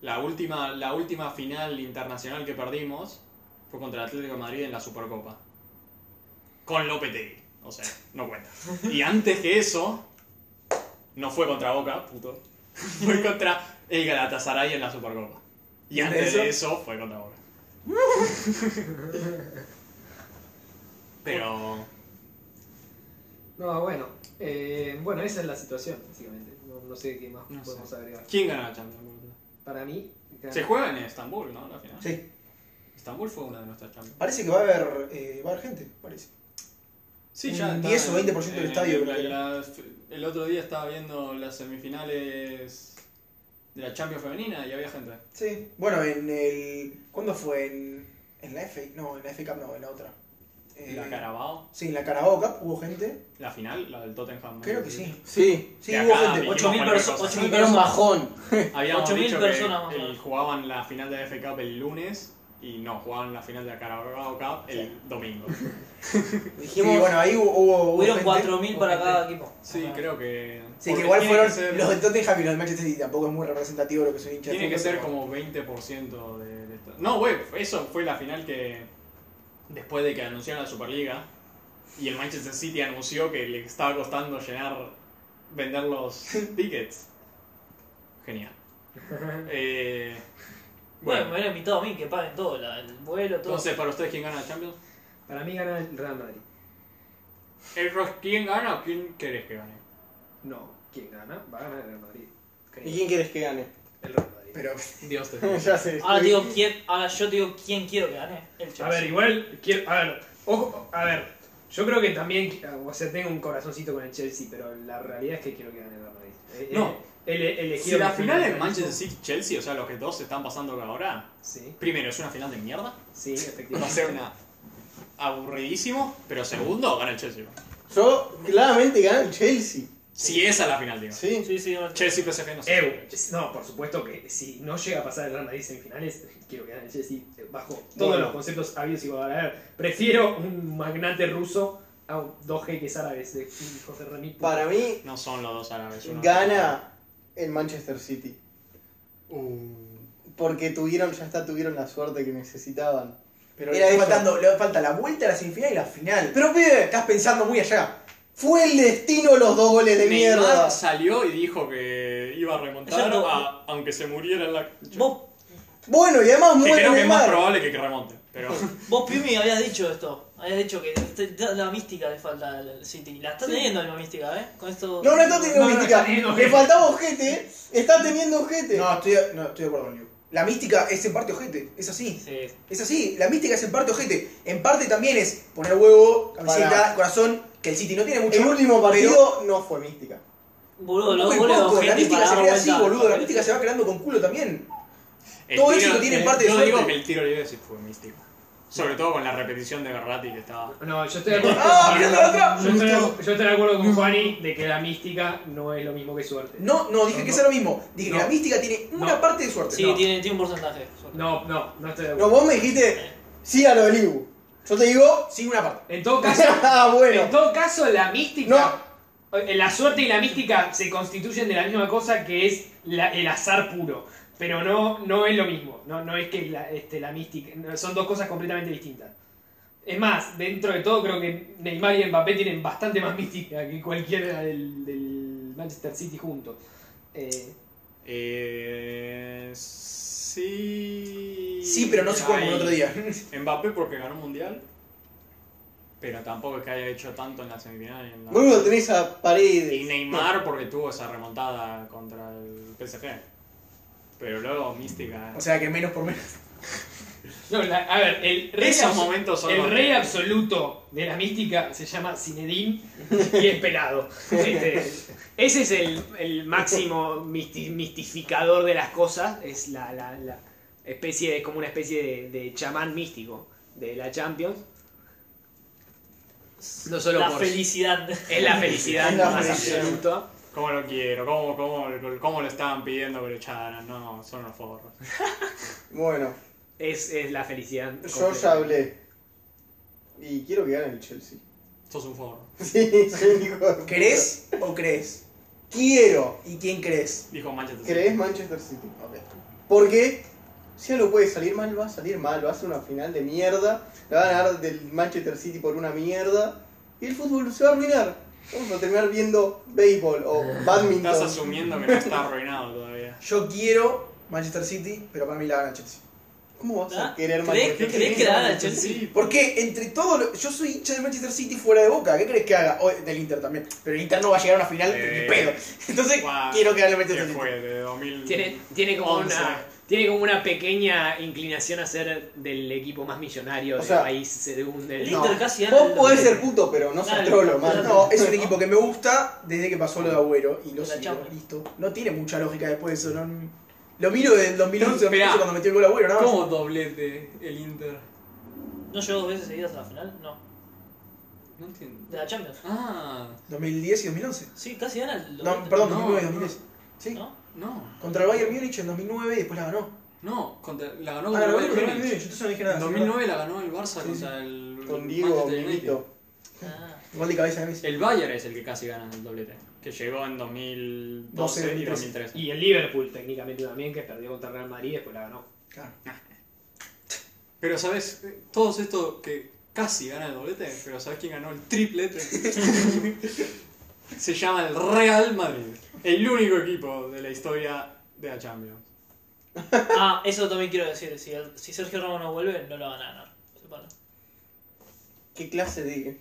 La última, la última final internacional que perdimos fue contra el Atlético de Madrid en la Supercopa. Con Lopetegui. O sea, no [laughs] cuenta. Y antes que eso, no fue contra Boca, [laughs] puto. Fue contra el Galatasaray en la Supercopa. Y antes de eso, fue contra [laughs] Boca. Pero...
No, bueno. eh, bueno, esa es la situación, básicamente. No, no sé qué más
No sé.
podemos agregar.
¿Quién ganó la Champions?
Para mí,
Se juega en Estambul, ¿no? La final.
Sí,
Estambul fue una de nuestras Champions.
parece que va a haber, eh, va a haber gente, parece.
Sí,
Un
ya. está
10 o 20%
en-
del
en-
estadio, creo que
en las- el otro día estaba viendo las semifinales de la Champions femenina y había gente.
Sí. Bueno, en el. ¿Cuándo fue? ¿En, en la FA? No, en la FA Cup no, en la otra. Eh,
La Carabao,
Sí, en la Carabao Cup hubo gente.
la final, la del Tottenham.
Creo que sí.
Sí,
Sí,
De
hubo
acá,
gente.
Miguel.
8.000
cualquier
perso-
cosa.
8.000
era un
personas.
bajón.
Habíamos
8.000
dicho que
personas más o
el-
menos.
jugaban la final de la FA Cup el lunes y no, jugaban la final de la Carabao Cup el domingo.
Sí,
Dijimos,
bueno, ahí hubo. hubo, hubo
Hubieron
gente,
4.000
hubo
para
gente.
cada equipo.
Sí, creo que.
Sí,
porque
que igual
tiene
fueron
que ser-
los de Tottenham y los de Manchester City. Tampoco es muy representativo lo que son hinchas. de
Tiene que
fútbol,
ser
pero
como 20% de, de esto. No, güey, eso fue la final que. Después de que anunciaron la Superliga. Y el Manchester City anunció que le estaba costando llenar. Vender los
[laughs]
tickets. Genial. Eh,
Bueno, me
bueno,
hubieran invitado a mí que paguen todo, la- el vuelo, todo.
entonces, ¿para ustedes quién gana la Champions?
para mí gana el Real Madrid.
¿El Eh, Ross, ¿Quién gana o quién querés que gane?
No, ¿quién gana? Va a ganar el Real Madrid. creo.
¿y quién quieres que gane? Ah,
El Real Madrid.
Pero
Dios te
[laughs] ya sé.
ahora, te digo, quién, ahora yo te digo quién quiero que gane. El Chelsea.
A ver, igual, quiero, a ver, ojo, a ver, yo creo que también, o sea, tengo un corazoncito con el Chelsea, pero la realidad es que quiero que gane el Real Madrid. Eh,
No.
eh, el- el- elegido
Si la
campeón
final
del
es Manchester
mundo.
City-Chelsea, o sea, los que dos se están pasando ahora,
Sí,
primero, ¿es una final de
[laughs]
mierda?
sí,
Va a
efectivamente.
ser una aburridísimo, pero segundo gana el Chelsea.
Yo claramente gana el Chelsea.
Si esa es la final, digo.
Sí.
Sí, sí, ahora-
Chelsea PSG no sé.
Eu, Eh, no, por supuesto que si no llega a pasar el Real Madrid en semifinales, quiero que gane el Chelsea eh, bajo todos
Bueno.
los conceptos habidos y por haber. Prefiero un magnate ruso a un- dos jeques árabes de hijos de remil.
Para mí,
No son los dos árabes. uno-
gana el Manchester City.
Uh,
Porque tuvieron, ya está, tuvieron la suerte que necesitaban.
Pero
Era
le, está
eso.
faltando, le falta la vuelta a la semifinal y la final.
Pero pibe,
estás pensando muy allá.
fue el destino los dos goles de
Neymar
mierda.
salió y dijo que iba a remontar,
Exacto.
a- aunque se muriera en la.
Vos,
Bueno, y además
Que
muere
creo que es más
Neymar.
probable que, que remonte. Pero
vos Pimi, habías dicho esto. Habías dicho que te- te- la mística le falta al City. La está teniendo la mística, ¿eh? Con esto.
No, no está teniendo
No, no,
mística.
está teniendo
Le
ojete.
faltaba ojete. ¿eh? Está teniendo ojete.
No, estoy, no, estoy de acuerdo con Liu. La mística es en parte ojete, es así.
Sí.
Es así, la mística es en parte ojete. En parte también es poner huevo, camiseta,
Para.
corazón, que el City no tiene mucho.
el último
pero-
partido no fue mística.
Boludo, los
Muy
goles de
poco, la
Ojete
mística
para
se
dar
crea así,
vuelta.
boludo. La mística se va creando con culo también.
el
Todo éxito tiene
eh,
parte de
Yo
suerte.
digo que el tiro libre sí fue místico. Sobre todo con la repetición de Berratti que estaba.
No, yo estoy de acuerdo.
¡Ah, mirando la otra!
Yo estoy, yo estoy de acuerdo con Juani de que la mística no es lo mismo que suerte.
No, no, dije
No,
que
no.
eso es lo mismo. Dije
No.
que la mística tiene una
No.
parte de suerte.
Sí,
No.
tiene, tiene un porcentaje.
No, no, no estoy de
No,
acuerdo.
vos me dijiste sí a lo del Ibu. Yo te
[laughs]
digo.
Sí, una parte.
En todo caso,
ah,
en
bueno.
todo caso la mística, eh, la suerte y la mística se constituyen de la misma cosa que es la- el azar puro. Pero no, no es lo mismo. No, no es que la, este, la mística. no, son dos cosas completamente distintas. Es más, dentro de todo creo que Neymar y Mbappé tienen bastante más mística que cualquiera del, del
Manchester City juntos. Eh,
Eh, sí.
Sí, pero no se juega como el
Ay,
otro día. [laughs]
Mbappé porque ganó un mundial. Pero tampoco es que haya hecho tanto en la semifinal. y en la-
Bueno, tenés a Paredes.
Y Neymar porque tuvo esa remontada contra el PSG. Pero luego Mística.
O sea que menos por menos.
no, la- a ver, el rey,
esos
abs-
momentos son.
el
los-
rey absoluto de la mística se llama Zinedine y es pelado.
Este, ese es el, el máximo misti- mistificador de las cosas. Es la, la- la especie de, como una especie de, de chamán místico de la Champions. No solo
La
por.
felicidad.
Es la felicidad
Es la
más
felicidad.
absoluta.
¿Cómo lo quiero? ¿Cómo, cómo, cómo lo estaban pidiendo que lo echaran? No, son los forros.
Bueno,
Es, es la felicidad.
yo
completa.
ya hablé. Y quiero que gane el Chelsea. [laughs]
Sos un forro.
Sí, soy un hijo de puta.
¿Crees o crees?
Quiero.
¿Y quién crees?
Dijo Manchester City.
¿Crees Manchester City? Porque si algo puede salir mal, va a salir mal. Va a ser una final de mierda. La van a ganar del Manchester City por una mierda. Y el fútbol se va a arruinar. Vamos a terminar viendo béisbol o
Estás
badminton.
asumiendo que no está arruinado todavía.
Yo quiero Manchester City, pero para mí la gana Chelsea.
¿Cómo vas a
¿Ah?
querer
¿Crees
Manchester City?
crees que la gana el Chelsea?
Porque entre todo, lo- yo soy hincha del Manchester City fuera de boca. ¿Qué crees que haga? O del Inter también. Pero el Inter no va a llegar a una final
Eh.
ni pedo. [laughs] Entonces
Guau,
quiero que gane el
¿Qué
Manchester City.
fue? ¿De 2000?
Tiene, tiene, como
Once.
una, tiene como una pequeña inclinación a ser del equipo más millonario
O
del
sea,
país según el.
El
No.
Inter casi gana.
Vos
el-
podés ser puto, pero no seas
Dale.
trolo, man.
No, es un equipo que me gusta desde que pasó lo de Agüero y lo
La
sigo,
Champions.
listo. No tiene mucha lógica después de eso. No, lo miro desde el 2011
Esperá.
2012, cuando metió el gol Agüero, nada más.
doblete el Inter?
¿No llegó dos veces seguidas a la final? No.
No entiendo.
De la Champions.
Ah,
2010 y 2011.
Sí, casi gana el.
No, perdón,
No,
2009 y
no.
2010. Sí.
¿No?
no,
Contra el Bayern Múnich en 2009 y después la ganó.
no, contra- la ganó
Ah,
contra el
la ganó contra el
Bayern
Bayern Múnich,
Múnich.
entonces no dije nada.
En 2009 la ganó el Barça
Sí,
contra el
Con Diego,
Manchester United.
Milito.
Ah.
Gol de cabeza de Messi.
El Bayern es el que casi gana el doblete, que llegó en 2012
12,
y
2013.
2013.
Y el Liverpool técnicamente también, que perdió contra Real Madrid y después la ganó.
Claro.
Pero sabes, Eh, todos estos que casi ganan el doblete, pero sabes quién ganó el [laughs] triplete. Se llama el Real Madrid, el único equipo de la historia de la Champions.
Ah, eso también quiero decir. Si, el- si Sergio Ramos no vuelve, no lo van a ganar. Bueno,
¿Qué clase de.?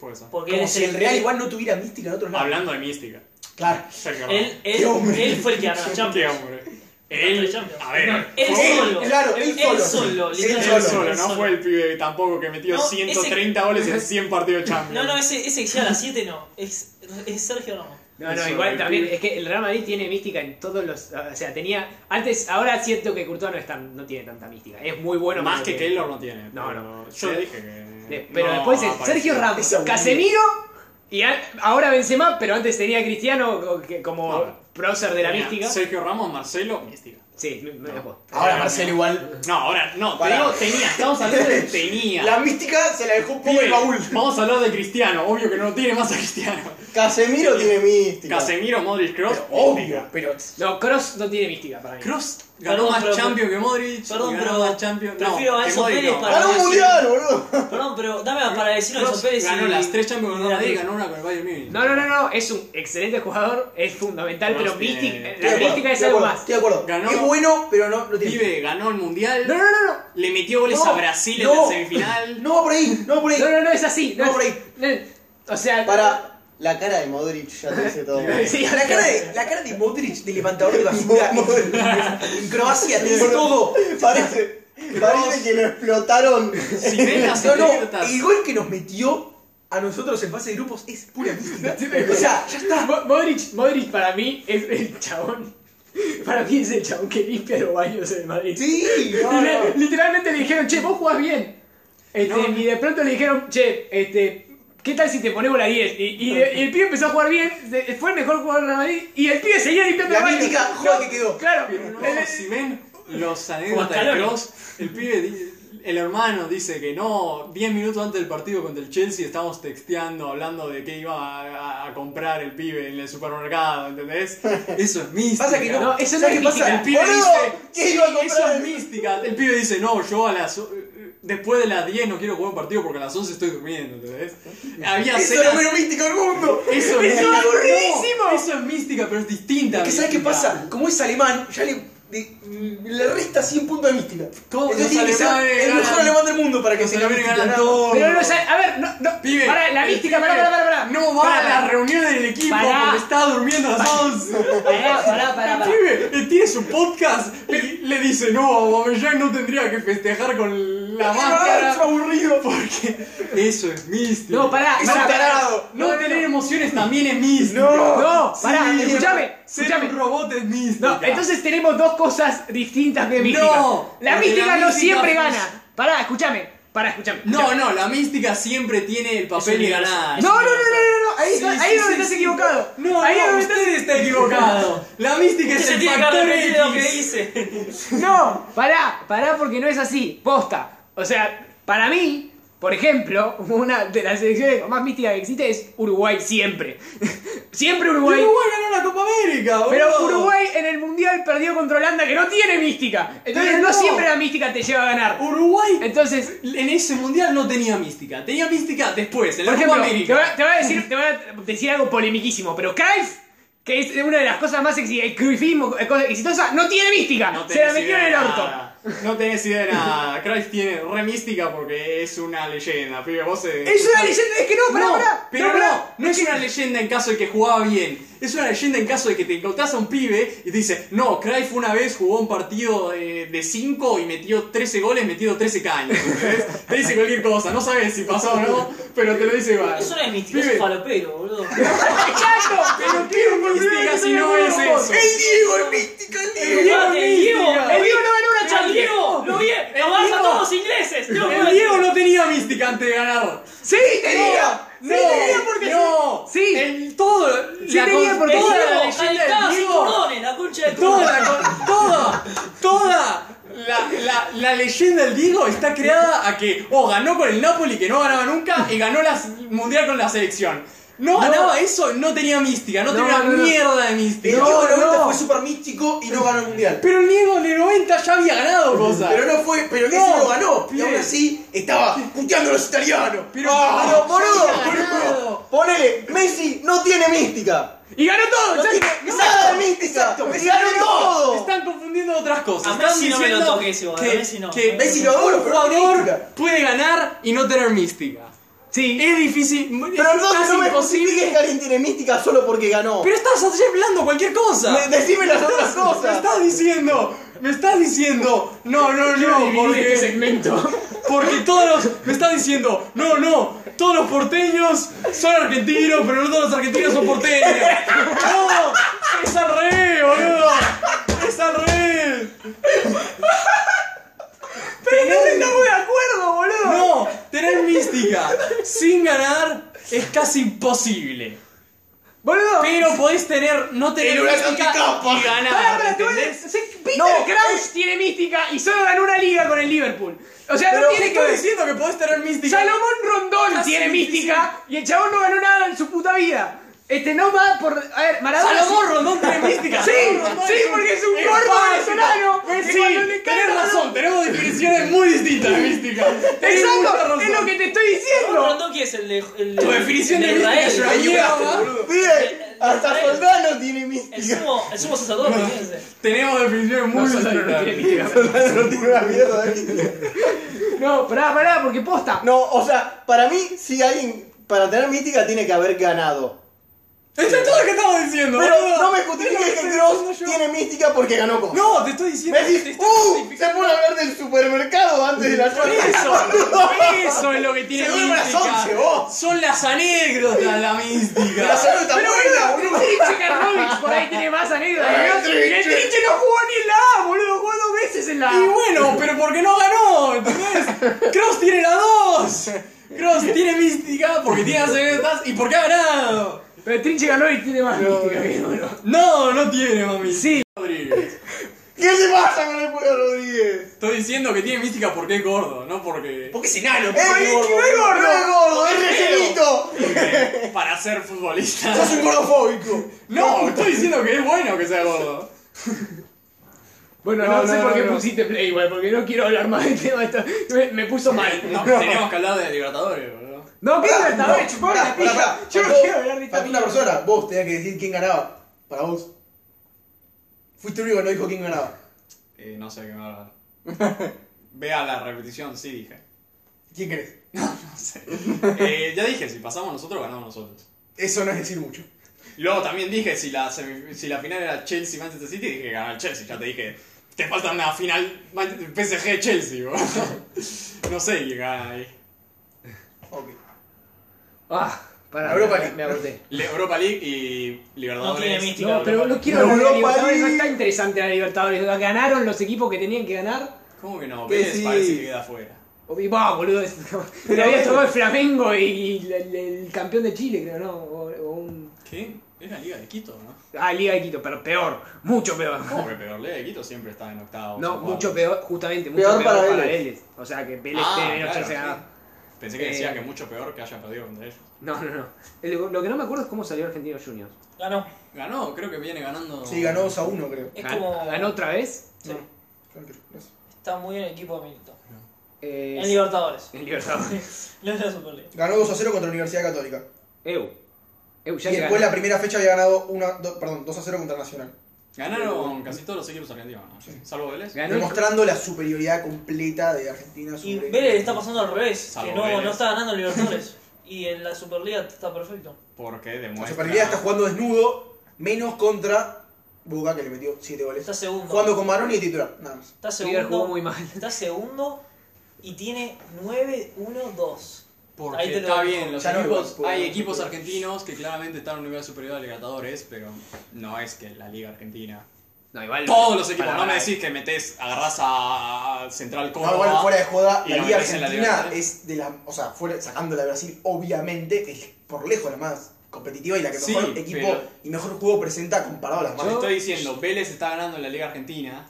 Por eso.
Porque él
Como
es
si el Real igual no tuviera mística en otros lados.
Hablando de mística,
Claro.
Sergio Ramos.
Él, él,
Qué hombre.
él fue el que ganó
[laughs]
la
Qué
Champions.
hombre.
Ganó la
Él,
Champions.
a ver,
Él
fue-
solo.
claro, él solo.
solo.
Él
él
literalmente,
solo,
solo,
no
él solo.
fue el pibe tampoco que metió
No, ese-
130 goles en 100 partidos de Champions.
No, no, ese, ese que llega a las 7 no. Es, es Sergio Ramos.
No, no,
Eso,
igual
el
también
pibe.
es que el Real Madrid tiene mística en todos los. O sea, tenía. Antes, ahora siento que Courtois no, es tan- no tiene tanta mística. Es muy bueno.
más que
pero
Keylor no tiene.
No,
pero
no.
Yo
Pero-
dije que.
de- pero
no
después es
apareció.
Sergio Ramos,
Es aburrido.
Casemiro y a- ahora Benzema, pero antes tenía Cristiano o- que- como
No.
prócer de la
Tenía
mística.
Sergio Ramos, Marcelo, mística.
Sí, me- me la juego.
Ahora
No,
Marcelo
no.
igual.
No, ahora no, te
Pará.
digo tenía, estamos
[laughs]
hablando [laughs] de tenía.
La mística se la dejó un poco
Pibe,
el baúl.
Vamos a hablar de Cristiano, obvio que no tiene más a Cristiano.
Casemiro
Sí.
tiene mística.
Casemiro, Modric, Cross,
Obvio, pero.
No, Cross no tiene mística para mí.
Cross ganó
Perdón,
más
pero-
Champions que Modric.
Perdón,
y ganó
pero
más Champions. No,
prefiero a
que
esos
Modric
Pérez
no.
para-
¡Ganó un mundial, boludo!
Perdón, pero dame para decirlo a
Kroos
Enzo Pérez. y-
ganó las tres Champions con
y
el
la
Madrid,
Cruz.
ganó una con el Bayern Múnich.
No, no, no, no, es un excelente jugador, es fundamental,
Cross
pero
tiene-
mística,
Estoy
la
Estoy de acuerdo,
mística Este es
estoy de
algo
acuerdo,
más.
Estoy de acuerdo.
Ganó-
Es bueno, pero no, no tiene.
Vive, ganó el Mundial,
No, no, no, no.
le metió goles
No,
a Brasil en
no.
la semifinal.
No va por ahí, no va por ahí.
No, no, no, es así. No,
No,
es-
por ahí.
no, o sea,
Para la cara de Modric ya te dice [laughs] todo.
Sí,
La cara de, la cara de Modric, de levantador
[laughs]
de basura, en, en Croacia, te dice todo.
Parece, parece que lo explotaron.
Si ven las
No, no,
anécdotas-
el gol que nos metió a nosotros en fase de grupos es pura
[laughs]
mística. O sea, ya está.
Mo- Modric, Modric para mí es el chabón. Para mí es el chabón que limpia los baños en Madrid.
Sí, no, no.
Literal- Literalmente le dijeron, che, vos jugás bien. Este,
No.
Y de pronto le dijeron, che, este, ¿qué tal si te ponemos la 10? Y, y- y el pibe empezó a jugar bien, se- fue el mejor jugador de Madrid y el pibe seguía limpiando
La
los baños.
mítica joda que quedó.
Claro.
Pero no,
El-
si ven los anécdotas de
Mascaroni.
Cross, el pibe, di- el hermano dice que no, 10 minutos antes del partido contra el Chelsea estábamos texteando, hablando de qué iba a, a- a comprar el pibe en el supermercado, ¿entendés? Eso es mística.
Pasa que no.
No, eso no
¿Sabes
es
qué pasa?
mística.
El pibe
Boludo,
dice,
¿qué
"Sí,
iba a comprar
eso es
el-
mística. El pibe dice, no, yo a las después de las 10 no quiero jugar un partido porque a las 11 estoy durmiendo, ¿entendés? Había
¡Eso es lo
cenas...
menos místico del mundo!
Eso es,
¡Eso es aburridísimo!
No, Eso es mística, pero es distinta.
Es que ¿sabes qué
mística.
pasa? Como es alemán, ya le, de- le resta 100 puntos de mística.
¿Cómo?
Entonces
Los
tiene que ser
alemanes
el mejor
ganan-
alemán del mundo para que
Los
se cambie
alemanes
mística,
ganan
¿no?
todo.
Pero no, o sea, a ver, no, no.
Pibe,
Pará, la
el
mística,
pibe
pará, pará, pará, pará.
No va
Pará.
a las reuniones del equipo
Pará.
porque está durmiendo a las 11.
Pará, pará, pará, pará.
El pibe eh, tiene su podcast y le dice, no, Aubameyang no tendría que festejar con la
¡Ah, es
máscara.
aburrido!
Porque eso es místico.
No, pará,
¡Es un
pará, pará.
tarado!
No tener emociones también es místico.
No, pará,
Sí,
escúchame,
Ser
escúchame.
un robot es místico.
No, entonces tenemos dos cosas distintas de mística.
No,
la
porque
mística
la
no
mística
siempre
es-
gana. Pará, escúchame, pará, escúchame.
No, no, la mística siempre tiene el papel de
universal.
ganar.
No, no, no, no, no, no, ahí,
Sí,
está-
sí,
ahí es donde
sí,
estás
sí.
equivocado.
No,
ahí
no,
es donde estás-
usted está equivocado. La mística
Usted
es
se
el
tiene que
factor
arrepentir de lo que
X.
dice.
No, pará, pará porque no es así. Posta. O sea, para mí, por ejemplo, una de las selecciones más místicas que existe es Uruguay siempre. [laughs] siempre Uruguay.
Uruguay ganó la Copa América, boludo.
Pero Uruguay en el Mundial perdió contra Holanda que no tiene mística. Entonces
Pero
no,
no.
siempre la mística te lleva a ganar.
Uruguay
Entonces,
en ese mundial no tenía mística. Tenía mística después, en la
por ejemplo,
Copa
te voy,
América.
a, te voy a decir, te voy a decir algo polemiquísimo, pero Cruyff, que es una de las cosas más exi- el cruyffismo, eh, cosa exitosa, no tiene mística. Se la
tenés
metió en
idea
el
de
orto.
nada. No tenés idea de nada. Cruyff tiene re mística porque es una leyenda, pibe. Vos se-
Es una leyenda, es que no, pará,
No,
pará.
pero
pará.
no, no es una leyenda en caso de que jugaba bien. Es una leyenda en caso de que te encontrás a un pibe y te dice, no, Cruyff una vez jugó un partido eh, de 5 y metió 13 goles, metido 13 caños. ¿entendés? te dice cualquier cosa, no sabes si pasó o no, pero te lo dice igual.
Eso no es místico, eso
Pibe,
es falopero,
[laughs]
boludo.
¡Exacto!
Pero qué mística si no es eso.
¡El Diego es mística! ¡El
El
Diego!
Diego, el Diego,
¡El Diego no ganó una
el
Champions!
Diego, lo vi, lo vas a
Diego-
todos ingleses. no
El
puedo
Diego
decir.
no tenía mística antes de ganar.
¡Sí, tenía!
No,
¡Sí, tenía porque
no.
sí!
El, todo,
Sí
la
tenía
con-
porque-
toda la
Diego,
leyenda del
calentaba sin
Diego.
cordones, la concha de tu madre.
Toda, la- toda, toda la, la- la leyenda del Diego está creada a que, oh, ganó con el Napoli que no ganaba nunca y ganó la s- mundial con la selección. No, ganaba eso, no tenía mística, no,
No,
tenía una
no, no.
mierda de
El
mística.
Diego de 90
no.
fue súper místico y no ganó el mundial.
Pero el Diego de 90 ya había ganado cosas.
Pero no fue, pero
No,
Messi lo ganó. Y
bien.
aún así estaba puteando a los italianos.
Pero-
¡Ah,
pero, boludo,
boludo! Ponele,
Messi no tiene mística.
¡Y ganó todo!
No
exacto.
tiene nada de mística. Messi ganó todo.
Están confundiendo otras cosas.
A
Están
Messi no me lo
diciendo
toques igual, a
que,
Messi no.
que
Messi lo adoro,
un
pero no tiene
jugador
mística.
puede ganar y no tener mística.
Sí.
Es difícil, es
Pero entonces
casi
no me justifiques
imposible.
que alguien tiene mística solo porque ganó.
Pero estás hablando cualquier cosa.
Me- decime las otras
Me
cosas.
estás diciendo, me estás diciendo, no, no, no, porque,
segmento.
porque todos los, me estás diciendo, no, no, todos los porteños son argentinos, pero no todos los argentinos son porteños. No, es al revés, boludo, es al revés. Pero no estamos de acuerdo, boludo. No, tener mística sin ganar es casi imposible.
Boludo.
Pero podés tener, no tener
El huracán
mística
que escapa.
y
Pará,
ganar,
pará, te voy a-
¿entendés?
sí, Peter
No,
Crouch tiene mística y solo ganó una liga con el Liverpool. O sea, no tiene que ver.
diciendo que podés tener mística.
Salomón Rondón
Casi
tiene
difícil.
mística y el chabón no ganó nada en su puta vida. Este no va por. A ver, Maradona.
Salomón
[laughs]
Rondón tiene mística.
Sí,
Salomón Rondón
sí,
es
porque es un
es
gordo
básico.
venezolano.
Es-
Sí,
Sí, tenés razón, tenemos definiciones muy distintas
[laughs]
de mística. Tenés mucha
Exacto,
razón.
es lo que te estoy
Salomón
diciendo.
Rondón, que es el de. El,
Tu definición
el
de mística es una
Israel.
mierda.
boludo.
Pibe, hasta Soldano tiene
El
mística.
sumo, el sumo sacerdote, fíjense.
Tenemos definiciones muy distintas.
Soldano no tiene [laughs] una mierda de mística.
No, pará, pará, porque posta.
No, o sea, para mí, si alguien, para tener mística, tiene que haber ganado.
Eso es todo lo que estamos diciendo.
Pero
boludo.
no me
Es lo
justifiques que
estoy
Cross
diciendo yo.
tiene mística porque ganó con.
No, te estoy diciendo. te
Messi,
estoy
¡uh!
[laughs]
justificando.
Se pone a hablar del supermercado antes de la
Eso,
jornada.
eso es lo que tiene
Se duerme a las
mística.
11, vos.
Son las anécdotas la mística.
La salud está
Pero
buena,
boludo,
boludo.
Trinche Karlovich por ahí tiene más anécdotas.
Ah,
¿no?
Trinche.
El Trinche no jugó ni en la A, boludo, jugó dos veces en la A.
Y bueno, pero porque no ganó, ¿entendés? Cross tiene la 2. Cross tiene mística porque tiene las anécdotas y porque ha ganado.
Pero Trinche Karlovich tiene más mística que boludo.
No, no tiene más mística.
Sí.
Rodríguez.
¿Qué se pasa con el pueblo Rodríguez?
Estoy diciendo que tiene mística porque es gordo, no porque.
Porque es enano,
¡Eh,
porque es gordo.
no es gordo! ¡No es gordo! ¡Es
Feo.
rellenito!
porque [laughs] para ser futbolista.
[laughs] ¡Sos un gordofóbico!
No, estoy diciendo que es bueno que sea gordo.
[laughs] Bueno, no,
No,
sé
no,
por
no,
qué
no.
pusiste play, güey, porque no quiero hablar más del tema. Esto me, me puso mal.
No, teníamos que hablar de Libertadores, boludo.
No, ¿qué
Pará,
Libertadores?
no,
Chupame
pará,
la
pará,
pija.
pará.
Yo no
Faltó-
quiero hablar de esta
faltó una
mierda.
persona, vos tenías que decir quién ganaba. Para vos. Fuiste el único que no dijo quién ganaba.
Eh, no sé qué me va a hablar.
[laughs]
Vea la repetición, sí dije.
¿Quién crees?
No sé. Eh, ya dije, si pasamos nosotros, ganamos nosotros.
Eso no es decir mucho.
Y Luego también dije, si la, semif- si la final era Chelsea-Manchester City, dije que ganaba el Chelsea. Ya te dije, te falta una final PSG-Chelsea, boludo. [laughs] No sé eh. quién gana ahí.
Ok.
Ah, pará,
Europa
me,
League.
me agoté.
Le- Europa League y Libertadores.
No tiene mística.
No, pero no quiero
Europa
hablar de Libertadores, no
League.
está interesante la Libertadores. Ganaron los equipos que tenían que ganar.
¿Cómo que no?
¿Qué
Vélez
decís?
parece que queda afuera.
Y va, boludo. es- [laughs] Le
Pero
había
bueno.
tocado el Flamengo y, y el, el campeón de Chile, creo, ¿no? O, o un...
¿Qué? Es la Liga de Quito, ¿no?
Ah, Liga de Quito, pero peor. Mucho peor.
¿Cómo que peor? Liga de Quito siempre está en octavos.
No,
o
mucho
cuartos.
peor, justamente, mucho peor,
Peor para
para,
Vélez.
Vélez. O sea, que Vélez
Ah,
tiene menos
claro,
chance de
sí.
ganar.
Pensé que
Eh.
decía que mucho peor que haya perdido contra ellos.
No, no, no. El- Lo que no me acuerdo es cómo salió Argentino Juniors.
Ganó.
Ganó, creo que viene ganando.
Sí, ganó 2 a 1, creo. Ah,
Es
Gan-
como.
¿Ganó otra vez?
Sí.
Creo que- no sé.
Está muy en el equipo de Milton.
Eh,
En Libertadores.
en Libertadores.
[laughs] No es la Superliga.
Ganó 2 a 0 contra la Universidad Católica.
Eu. Eu, ya
Y
que
después
ganó.
la primera fecha había ganado una, do- perdón, 2 a 0 contra Nacional.
Ganaron casi todos los equipos argentinos, ¿no? Salvo Vélez.
Ganó el-
Demostrando la superioridad completa de Argentina sobre...
Y Vélez está pasando al revés,
Salvo
que no,
Vélez.
no está
[laughs]
ganando Libertadores. y en la Superliga está perfecto.
Porque
La
demuestra.
superioridad está jugando desnudo, menos contra Boca, que le metió 7 goles.
Está segundo.
Jugando con Maroni y titular, nada más.
Está
River jugó
segundo.
muy mal.
Está segundo y tiene 9-1-2.
Porque
Ahí te lo
está
dejo.
bien, los
Ya no
equipos,
lo-
hay
puedo-
equipos
puedo-
argentinos que claramente están en un nivel superior a Libertadores, pero no es que la Liga Argentina.
No, igual.
Todos los equipos,
para-
no me
para-
decís que metés, agarrás a Central
No, bueno,
Córdoba.
fuera de joda,
y
la
la
Liga
metes en la
Argentina
Libertadores.
es de la. O sea, fuera, sacando la de Brasil, obviamente, es por lejos la más competitiva y la que
Sí,
mejor equipo
pero-
y mejor juego presenta comparado a las más.
Te estoy diciendo, Vélez está ganando en la Liga Argentina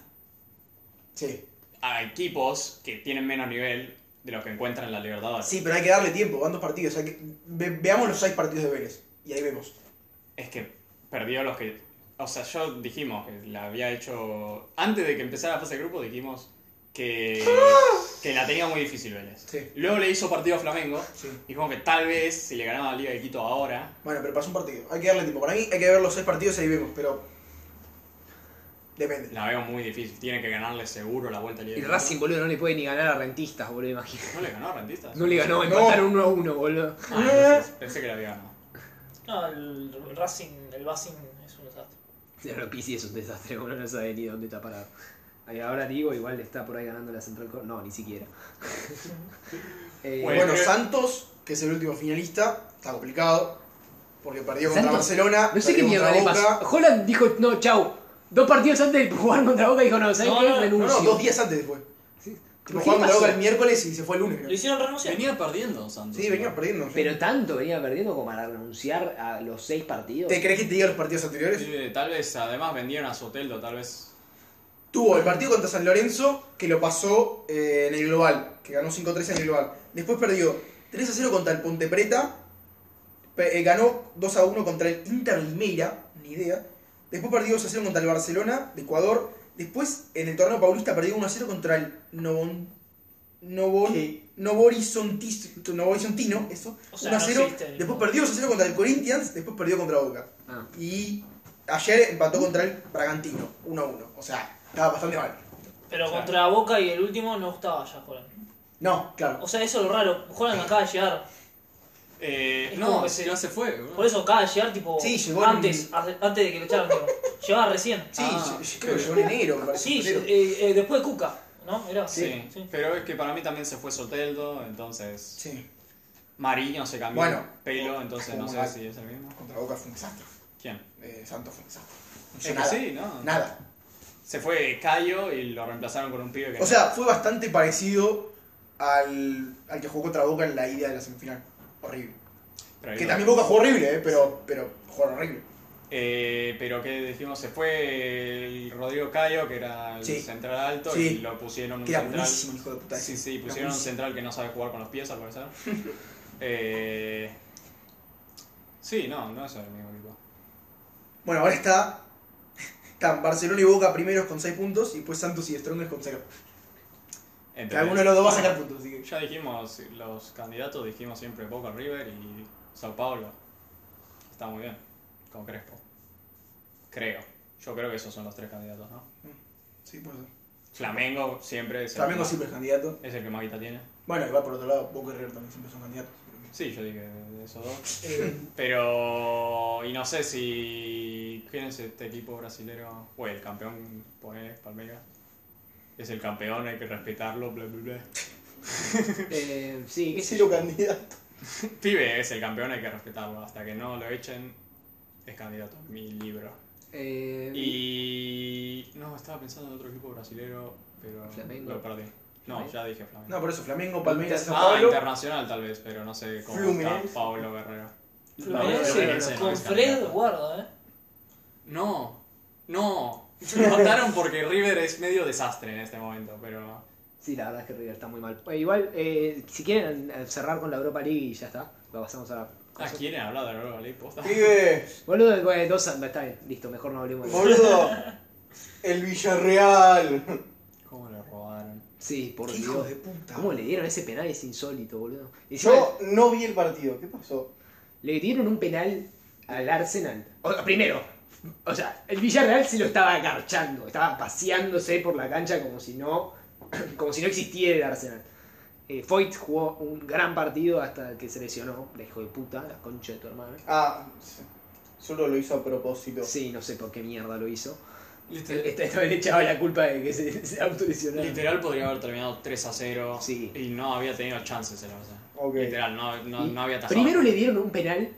Sí.
a equipos que tienen menos nivel de los que encuentran en la Libertadores.
sí, pero hay que darle tiempo, van dos partidos. hay que- ve- veamos los seis partidos de Vélez. Y ahí vemos.
Es que perdió los que. O sea, yo dijimos que la había hecho. Antes de que empezara la fase de grupo, dijimos
[gasps]
que. que la tenía muy difícil Vélez.
Sí.
Luego le hizo partido a Flamengo.
Sí.
Y como que tal vez si le ganaba la Liga de Quito ahora.
Bueno, pero pasó un partido. Hay que darle tiempo. Para mí hay que ver los seis partidos y ahí vemos, pero. Depende.
La veo muy difícil. Tiene que ganarle seguro la vuelta a Liga de
El
Quito.
Racing, boludo, no le puede ni ganar a Rentistas, boludo, imagínate.
No le ganó a Rentistas.
No le ganó,
No.
empataron 1 a 1, boludo. [laughs]
Ah, entonces pensé que le había ganado.
No, el Racing, el Racing es un desastre.
Claro, Pizzi es un desastre, boludo, no sabe ni dónde está parado. Ahí ahora digo, igual está por ahí ganando la Central Cor- No, ni siquiera. [laughs] Eh,
Bueno,
Bueno,
creo-
Santos, que es el último finalista, está complicado. Porque perdió contra
Santos,
Barcelona.
no sé qué
perdió
mierda
contra
le
Boca.
pasó. Holland dijo, no, chau. Dos partidos antes de jugar contra Boca dijo, no, ¿sabes
No,
qué?
no, no,
No,
Renuncio.
no, dos días antes fue.
¿Pero
Tipo,
qué
jugamos la
pasó?
boca el miércoles y se fue el lunes.
Lo
creo.
hicieron renunciar.
Venía perdiendo Santos.
Sí, venía perdiendo. sí.
Pero tanto venía perdiendo como para renunciar a los seis partidos.
¿Te crees que te diga los partidos anteriores?
Sí, Tal vez, además vendieron a Soteldo, tal vez.
Tuvo el partido contra San Lorenzo que lo pasó eh, en el global, que ganó 5-3 en el global. Después perdió 3-0 contra el Ponte Preta, pe- eh, ganó 2-1 contra el Inter Limeira, ni idea. Después perdió 2-0 contra el Barcelona de Ecuador. Después en el torneo paulista perdió 1-0 contra el Novon, Novon,
¿Qué?
Novorizontis- Novorizontino, eso.
O sea,
1-0.
no existe.
después perdió 2-0 contra el Corinthians, después perdió contra Boca.
Ah.
Y ayer empató contra el Bragantino, 1-1. O sea, estaba bastante mal.
Pero
Claro.
contra Boca y el último no estaba ya Joran.
No, claro.
O sea, eso es lo raro. Joran acaba de llegar.
Eh,
Es como
no,
que
se...
se-
no se fue. boludo.
Por eso acaba de llegar tipo
Sí, llegó en-
antes, hace- antes de que lo echaran. tipo. Llegaba recién.
Sí,
Ah,
yo, yo creo que llegó en enero, me parece.
Sí,
febrero.
eh, eh, después de Cuca, ¿no? Era.
Sí, pero es que para mí también se fue Soteldo, entonces
Sí,
Mariño se cambió
Bueno.
el pelo, entonces no
Como
sé si es el mismo.
contra Boca fue un desastre.
¿Quién?
Eh, Santos fue un desastre. No
Es
hizo
que
nada.
sí, ¿no?
Nada.
Se fue Cayo y lo reemplazaron con un pibe que
O sea, fue bastante parecido al, al que jugó contra Boca en la ida de la semifinal. Horrible.
Pero ahí
Que
no.
también Boca jugó horrible, eh, pero, pero jugó horrible.
Eh, pero que dijimos, se fue el Rodrigo Cayo, que era el
Sí.
central alto,
Sí.
y lo pusieron un
Que era
central.
buenísimo el hijo de puta. ese.
Sí, sí,
Era
pusieron un
buenísimo.
central que no sabe jugar con los pies al
[laughs]
parecer. eh, sí, no, no es el mismo equipo.
Bueno, ahora está Están Barcelona y Boca primeros con 6 puntos y después Santos y Strongest con 0. Que
Entendés.
alguno de los dos va a sacar puntos, así que.
Ya dijimos, los candidatos dijimos siempre Boca River y Sao Paulo. Está muy bien, con Crespo. Creo. Yo creo que esos son los tres candidatos, ¿no?
Sí, puede ser.
Flamengo siempre es el,
Flamengo
que, más-
siempre es candidato.
es el que más guita tiene.
Bueno, y va por otro lado, Boca y River también siempre son candidatos.
Sí, yo dije de esos dos. [laughs]
Eh,
Pero. Y no sé si. ¿Quién es este equipo brasilero? Bueno, el campeón, pone Palmeiras. Es el campeón, hay que respetarlo, bla, bla, [laughs] bla.
Eh, sí, qué sé
Cero candidato.
Pibe es el campeón, hay que respetarlo. Hasta que no lo echen, es candidato. Mi libro.
Eh,
Y. No, estaba pensando en otro equipo brasilero, pero.
Flamengo.
Lo perdí. No,
Flamengo.
ya dije Flamengo.
no, por eso, Flamengo, Palmeiras, Sao
ah,
Paulo.
internacional tal vez, pero no sé cómo
Fluminense.
está Pablo Guerrero.
Fluminense
no,
con
es
Fred
candidato.
guarda, eh.
No, no. Lo mataron porque River es medio desastre en este momento, pero.
Sí, la verdad es que River está muy mal. Eh, igual, eh, si quieren eh, cerrar con la Europa League y ya está, lo pasamos a la.
Ah,
cosa.
¿quieren hablar de la Europa League? Posta.
Pibe,
Boludo, eh, dos está bien, listo, mejor no hablemos de
boludo. El Villarreal.
¿Cómo le robaron?
Sí, por
Qué
Dios.
Hijo de puta.
¿Cómo le dieron ese penal? Es insólito, boludo. Encima,
Yo no vi el partido. ¿Qué pasó?
le dieron un penal al Arsenal. O- primero, o sea, el Villarreal se lo estaba agarchando, estaba paseándose por la cancha como si no, [clears throat] como si no existiera el Arsenal. Eh, Foyt jugó un gran partido hasta que se lesionó, la hijo de puta, la concha de tu hermana.
Ah, sí. solo lo hizo a propósito.
Sí, no sé por qué mierda lo hizo.
Liter-
Esta, esta vez le echaba la culpa de que se, se autolesionaron.
Literal podría haber terminado 3 a 0
Sí.
y no había tenido chances el Barça.
Ok.
Este,
Literal, no, no, no había tasado.
Primero le dieron un penal,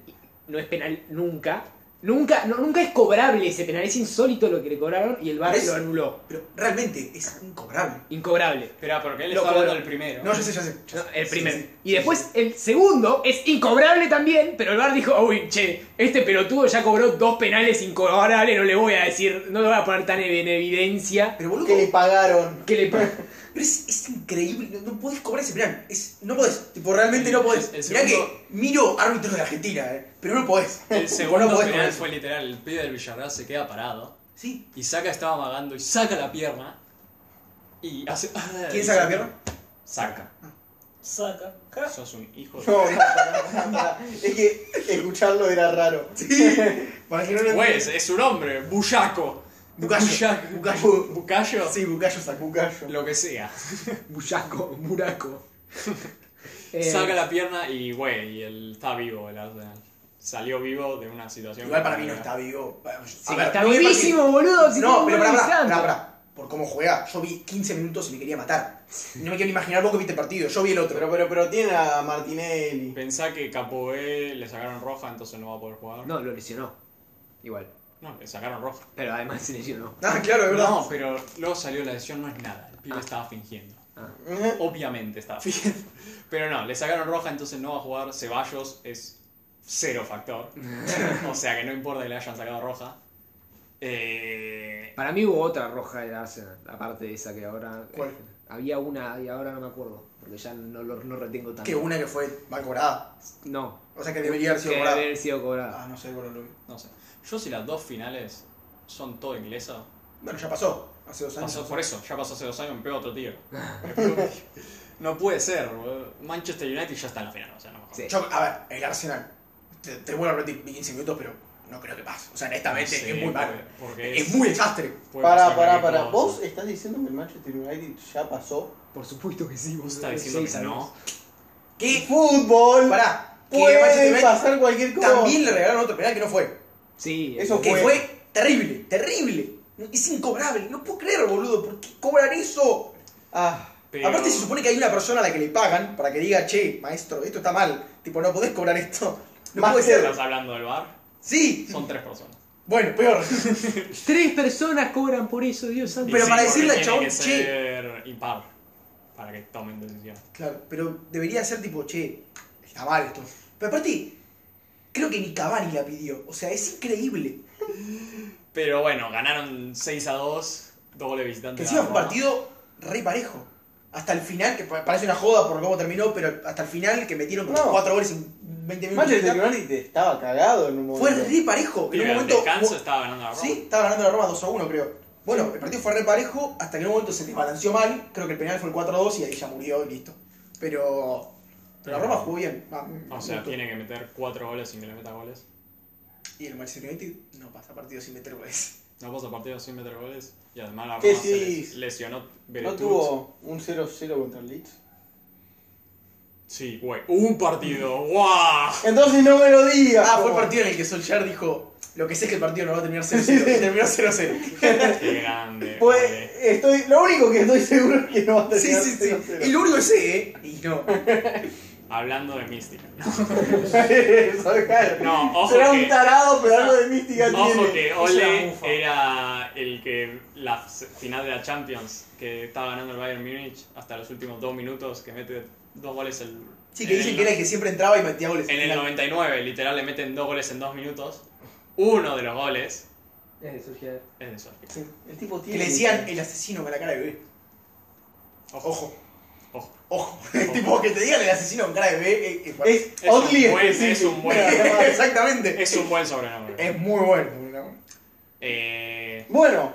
no es penal nunca. Nunca, no- nunca es cobrable ese penal, es insólito lo que le cobraron y el VAR
Pero es-
lo anuló.
Pero realmente es incobrable.
Incobrable.
Espera, porque él
Lo
está hablando
cobró.
del primero.
No, ya sé, ya sé. ya
No,
sé.
el
Sí,
primero.
sí, sí,
y después el segundo es incobrable también, pero el VAR dijo, uy, che, este pelotudo ya cobró dos penales incobrables, no le voy a decir, no le voy a poner tan en evidencia.
Pero boludo,
Que le pagaron.
¿Qué le pasa?
pero es, es increíble, no, no podés cobrar ese penal. Es, no podés, tipo, realmente no podés.
El- el
Mirá
segundo-
que miro árbitros de Argentina, eh, pero no podés.
El
Tipo,
segundo
no podés cobrar
penal
eso.
fue literal. El pibe del Villarreal se queda parado.
Sí.
Y saca, estaba amagando y saca la pierna. Y hace. [laughs]
¿Quién saca la pierna?
Saca.
Saca. Ja.
Sos un hijo
[laughs]
de.
No, no, pará, pará, pará. Es que escucharlo era raro.
Para que no lo
Pues, es un hombre, bullaco.
Bucayo,
Bullaco.
bucayo.
Bucayo.
Sí, Bucayo sacó.
Bucayo.
Lo que sea.
Bullaco, buraco. Eh,
Saca la pierna y, güey, y él está vivo, el Arsenal. Salió vivo de una situación.
Igual para mí no está vivo. A
sí,
ver,
está
no vi el
vivísimo, boludo.
partido.
si
No,
está
pero pará, pará,
analizando.
pará, pará. Por cómo juega, yo vi 15 minutos y me quería matar. No me quiero ni imaginar vos que viste el partido, yo vi el otro.
Pero, pero, pero tiene a Martinelli.
Pensá que Capoe le sacaron roja, entonces no va a poder jugar. No,
No, lo lesionó. Igual.
le sacaron roja.
Pero además [laughs] se lesionó.
Ah, claro, es verdad.
No, pero luego salió la lesión, no es nada. El pibe
Ah.
estaba fingiendo.
Eh.
Ujú.
Obviamente estaba fingiendo. Pero no, le sacaron roja, entonces no va a jugar. Ceballos es cero factor.
Eh.
o sea que no importa que le hayan sacado roja. Eh,
Para mí hubo otra roja del Arsenal, aparte de esa que ahora.
¿Cuál?
había una y ahora no me acuerdo, porque ya no, lo- no retengo tanto.
Que una que fue mal cobrada.
No.
O sea que debería haber sido
que
cobrada.
haber sido cobrada.
Ah, no sé, boludo.
no sé. Yo si las dos finales son todo inglesa.
Bueno, ya pasó. Hace dos años.
Pasó por eso, ya pasó hace dos años, me pegó otro
[laughs]
tiro. Me pegó- no puede ser, boludo. Manchester United ya está en la final, o sea, no me jodas.
Sí.
Yo- a ver, el Arsenal. Te, te vuelvo a repetir 15 minutos, pero no creo que pase. O sea, honestamente
No sé,
Ah, es muy malo.
porque- porque
Es muy desastre.
puede
Pará,
pasar
pará,
cualquier
pará.
cosa.
¿Vos estás diciendo que el Manchester United ya pasó?
Por supuesto que sí,
Vos
vos
estás diciendo que no.
¿Qué?
Fútbol.
Pará. Que Manchester
Puede
United
pasar cualquier cosa.
También le regalaron otro penal que no fue.
Sí,
Eso
eh,
Que
Fue.
fue terrible, terrible. Es incobrable. No puedo creer, boludo. ¿Por qué cobran eso?
Ah,
Pero-
Aparte se supone que hay una persona a la que le pagan para que diga, che, maestro, esto está mal. Tipo, no podés cobrar esto. No
Más
puede
que-
ser.
¿Estás hablando del bar?
Sí.
Son tres personas.
Bueno, peor.
Tres personas cobran por eso, Dios santo.
Pero
Y
para
sí,
decirle
porque
al chabón,
tiene que
"Che".
ser impar para que tomen decisión.
[laughs] Claro, pero debería ser tipo, che, está mal esto. Pero aparte, creo que ni Cavani la pidió. O sea, es increíble.
Pero bueno, ganaron 6 a 2, doble visitante.
Que
a
encima fue un
Roma.
partido re parejo. hasta el final, que pa- parece una joda por cómo terminó, pero hasta el final que metieron como
No.
4 goles en 20 minutos.
Manchester United estaba cagado en un
Fue
momento.
re parejo. En
Y
un
en el
momento.
descanso estaba ganando la Roma.
Sí, estaba ganando la Roma 2 a 1, creo. Bueno, el partido fue re parejo hasta que en un momento se desbalanceó mal. Creo que el penal fue el 4 a 2 y ahí ya murió y listo. Pero. Pero la Roma jugó bien. Ah,
O sea, tiene que meter cuatro goles sin que le meta goles.
Y el Manchester United no pasa partido sin meter goles.
No pues, pasa partido sin meter goles. Y además la Roma
¿Qué
se
decís?
les- lesionó
¿No
Beretuz.
tuvo un 0-0 contra el Leeds?
Sí, güey. Un partido. [laughs] ¡Guau!
Entonces no me lo digas.
Ah, fue el
¿cómo?
partido en el que Solskjaer dijo: Lo que sé es que el partido no va a terminar 0-0. Y terminó 0-0.
Qué grande.
Pues estoy, lo único que estoy seguro es que no va a
Sí,
terminar
sí, sí.
0-0.
Y lo único que sé, ¿eh? Y no.
güey. Hablando de mística.
[laughs] Solskjaer.
No, ojo
Será
que-
un tarado, pero algo de mística
Ojo
tiene.
que
Es una
Ole
mufa.
era el que la s- final de la Champions que estaba ganando el Bayern Múnich hasta los últimos dos minutos que mete dos goles el,
Sí, que
en
dicen
el-
que era el que siempre entraba y metía goles.
en el 99 literal le meten dos goles en dos minutos uno de los goles
Es de Solskjaer.
es de Solskjaer.
Sí.
El tipo
Que
tiene.
le decían el asesino con la cara de bebé. Ojo.
Ojo.
Ojo. [laughs] tipo, que te digan el asesino con cara de bebé. eh, eh, bueno.
Es,
Es un
oddly
buen- es
específico.
un buen-
[laughs] Exactamente.
es un buen sobrenombre
Es muy bueno. ¿no?
Eh,
Bueno,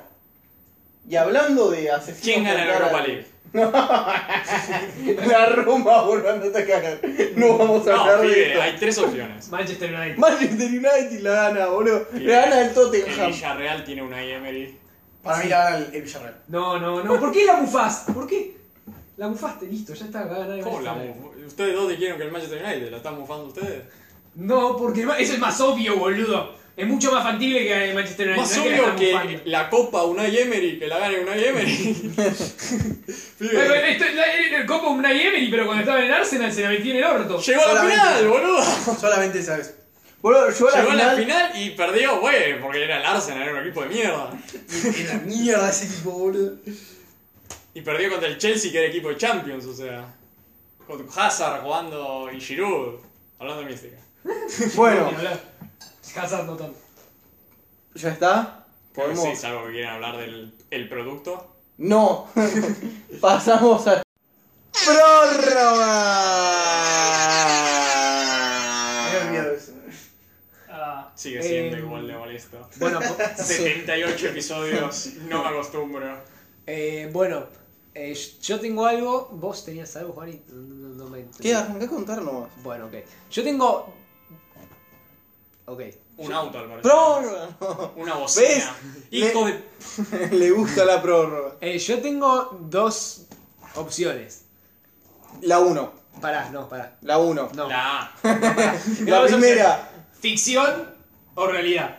y hablando de asesinos.
¿quién gana la
con
Europa
cara-
League?
[laughs] La Roma volviendo a cagar. No vamos a
no
hablar de
pibe
esto.
hay tres opciones
Manchester United.
Manchester United la gana, boludo. [laughs]
Pibe,
Le gana el
el
Tottenham.
Villarreal tiene una Emery
Para mí la gana el, el Villarreal.
No, no, no. ¿Por qué la mufás? ¿Por qué? La mufaste, listo, ya está, va a ganar el
¿Cómo la
Manchester United.
muf- ustedes dos dijeron que el Manchester United la están mufando ustedes
No, porque el ma- eso es más obvio, boludo. Es mucho más factible que el Manchester United.
Más
no es la
obvio
están
que
mufando.
la Copa Unai Emery, que la gane
[laughs]
Unai Emery.
Eh,
Pibe,
eh, esto es la- el- el Copa Unai Emery, pero cuando estaba en el Arsenal se la metió en el orto.
llegó a la
solamente-
final, boludo.
Solamente sabes.
Boludo, yo a la
Llegó a la
final.
final y perdió, güey, porque era el Arsenal, era un equipo de mierda.
En la mierda ese tipo, boludo.
Y perdió contra el Chelsea, que era equipo de Champions, o sea. Con Hazard jugando y Giroud. Hablando de mística.
Bueno,
Ni hablar. Hazard no tanto.
ya está.
Creo que
Podemos.
sí, es algo que quieran hablar del el producto.
No. [laughs] Pasamos a. ¡Prórroga!
Me había olvidado eso.
Ah,
Sigue siendo
Eh,
igual de molesto. [laughs]
Bueno, po-
78 episodios, no me acostumbro.
eh, bueno eh, yo tengo algo. Vos tenías algo, Juan, y no, no- no me entendí.
¿Qué? Arrancá a contar [laughs] nomás.
Bueno, ok. Yo tengo. Ok.
Un auto al parecer.
¡Prórroga! no.
Una bocina. Hijo
Le-
de
[laughs] Le gusta la prórroga.
Eh, yo tengo dos opciones.
La 1.
Pará, no, pará.
La 1.
No.
La A.
La
Dos
primera.
¿Ficción o realidad?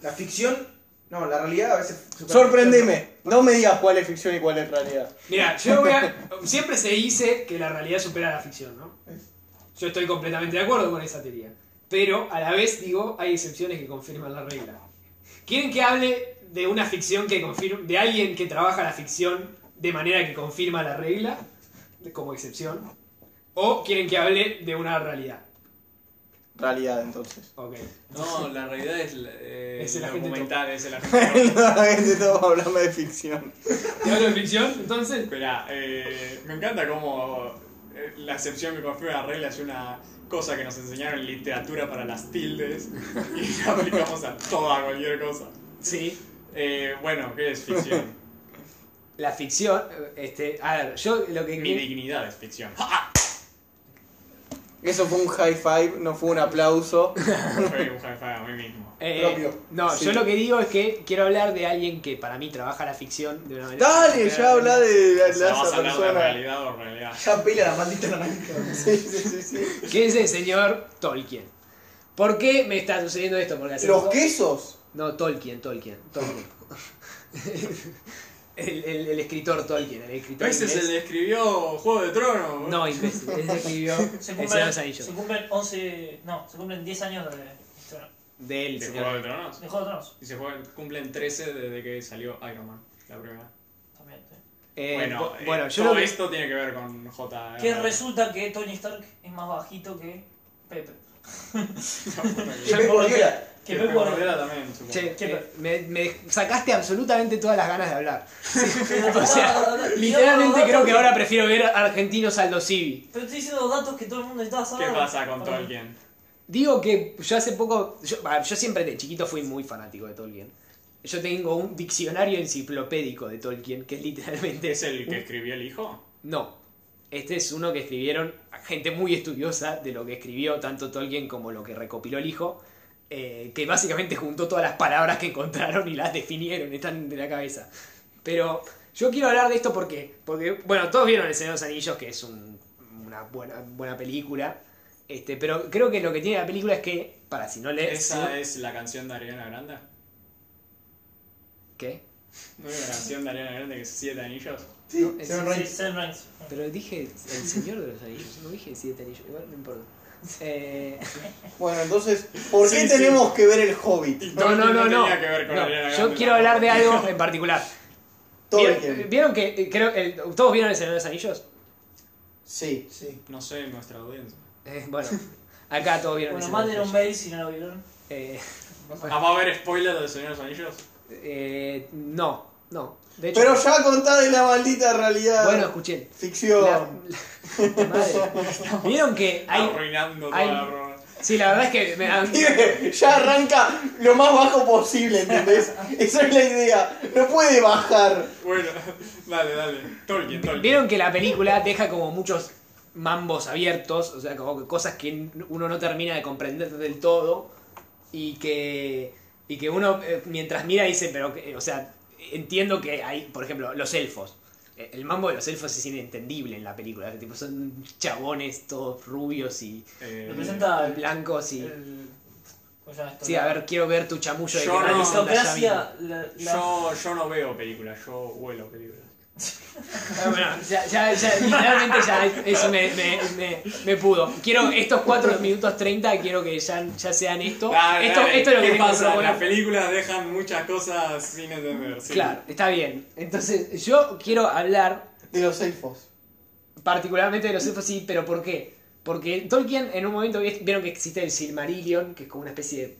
La ficción. No, la realidad a veces.
Sorprendeme. No me digas cuál es ficción y cuál es realidad.
Mira, yo voy a- siempre se dice que la realidad supera a la ficción, ¿no? Yo estoy completamente de acuerdo con esa teoría. Pero a la vez digo, hay excepciones que confirman la regla. ¿Quieren que hable de una ficción que confirma, de alguien que trabaja la ficción de manera que confirma la regla, de- como excepción? ¿O quieren que hable de una realidad?
Realidad, entonces.
Ok.
No, la realidad es, eh,
Es
es
el
el
agente
documental, es el [laughs] agente.
Nuevamente [laughs] estamos hablando de ficción.
¿Te hablo de ficción? Entonces,
Espera, eh, me encanta cómo eh, la excepción que confirma la regla es una cosa que nos enseñaron en literatura para las [laughs] tildes y la aplicamos a toda cualquier cosa.
sí.
Eh, bueno, ¿qué es ficción? [laughs]
La ficción. eh, Este, a ver, yo lo que.
Mi dignidad es ficción.
Eso fue un high five, no fue un aplauso.
Soy un jefe a mí mismo.
Eh,
Propio.
No,
Sí.
yo lo que digo es que quiero hablar de alguien que para mí trabaja la ficción de una manera.
Dale,
supera
ya
la
habla
realidad.
de la,
O sea,
la-
¿Vas a
esa
hablar de
persona.
realidad o realidad?
Ya pela la maldita
[laughs]
naranja.
Sí, sí, sí, sí.
¿Qué es el señor Tolkien? ¿Por qué me está sucediendo esto? Porque hace
Los
poco-
quesos.
No, Tolkien, Tolkien, Tolkien. [laughs] el, el- el escritor Tolkien, el escritor
Ese es
inglés.
el que escribió Juego de Tronos.
No, imbécil, es el que escribió El
se,
Señor de
cumplen,
los Anillos.
se cumplen 11. No, se cumplen 10 años de, de
Del
¿De
señor.
Juego de Tronos?
Juego de Tronos.
Y se juega- cumplen 13 desde que salió Iron Man, la primera.
También, sí.
Eh,
bueno,
bu-
eh,
bueno, yo
todo
lo que-
esto tiene que ver con J.
Que resulta que Tony Stark es más bajito que Pepe.
[laughs]
Pepe Guardiola.
Que Pep Guardiola.
Guardiola también, supongo.
Che,
¿Qué
eh,
pa-
me, me sacaste absolutamente todas las ganas de hablar.
O sea,
Literalmente creo que ahora prefiero ver argentinos al Civi.
Pero estoy diciendo datos que todo el mundo necesitaba
¿Qué
saber.
pasa con
Para-
Tolkien?
Digo que yo hace poco, yo, bah, yo siempre de chiquito fui muy fanático de Tolkien. Yo tengo un diccionario enciclopédico de Tolkien, que es literalmente...
¿Es el que escribió el hijo?
No, este es uno que escribieron gente muy estudiosa de lo que escribió tanto Tolkien como lo que recopiló el hijo, eh, que básicamente juntó todas las palabras que encontraron y las definieron, están de la cabeza. Pero yo quiero hablar de esto porque, porque bueno, todos vieron El Señor de los Anillos, que es un- una buena, buena película, este, pero creo que lo que tiene la película es que, para si no lees...
¿Esa eh. es la canción de Ariana Grande?
¿Qué?
¿No hay una canción de Ariana Grande que es Siete Anillos?
Sí,
es-
Seven
Sí,
Rings.
Seven Rings.
Pero dije El Señor de los Anillos, no dije Siete Anillos, igual no importa. Eh...
Bueno, entonces, ¿por
Sí,
qué
sí.
tenemos que ver el Hobbit?
No, no, no, no.
tenía que ver con
No,
Ariana Grande,
Yo quiero
tampoco.
hablar de algo en particular. ¿Vieron,
Tolkien.
vieron que eh, creo el- todos vieron el Señor de los Anillos?
Sí.
Sí.
No sé, nuestra audiencia.
Eh, bueno, acá todos vieron el Señor
Bueno,
de
manden
los
un mail si no lo vieron.
Anillos. Eh,
Ah, ¿Va a haber spoilers de Señor de los Anillos?
eh, no, no. De hecho,
Pero ya contá de la maldita realidad.
bueno, escuché. La-
Ficción.
la- la madre. Vieron que hay
Arruinando
hay-
toda la broma.
Sí, la verdad es que me dan
Pibe, [laughs] ya arranca lo más bajo posible, ¿entendés?
[laughs]
Esa es la idea. No puede bajar.
Bueno, [laughs] dale, dale. Tolkien, Tolkien.
Vieron que la película deja como muchos mambos abiertos, o sea, como que cosas que uno no termina de comprender del todo y que, y que uno eh, mientras mira dice, pero, que- o sea, entiendo que hay, por ejemplo, los elfos. Eh, El mambo de los elfos es inentendible en la película, que tipo son chabones todos rubios y
Eh,
Lo presenta el...
blancos y...
el- ¿Cómo se llama esto?
Sí, a ver, quiero ver tu chamullo de
Yo
que
no-
La
realizó la llave.
aristocracia, la, la-
yo, yo no veo películas, yo huelo películas.
Ah, bueno, ya, ya, ya, literalmente ya es- eso me, me, me, me pudo. Quiero estos 4 minutos 30, quiero que ya, ya sean esto.
Dale,
esto,
dale,
esto es lo que
¿Qué
tengo que
pasa?
proponer.
Las películas dejan muchas cosas sin entender. sí.
Claro, está bien. Entonces, yo quiero hablar
De los elfos.
particularmente de los elfos, sí, pero ¿por qué? Porque Tolkien en un momento vi- vieron que existe el Silmarillion, que es como una especie de.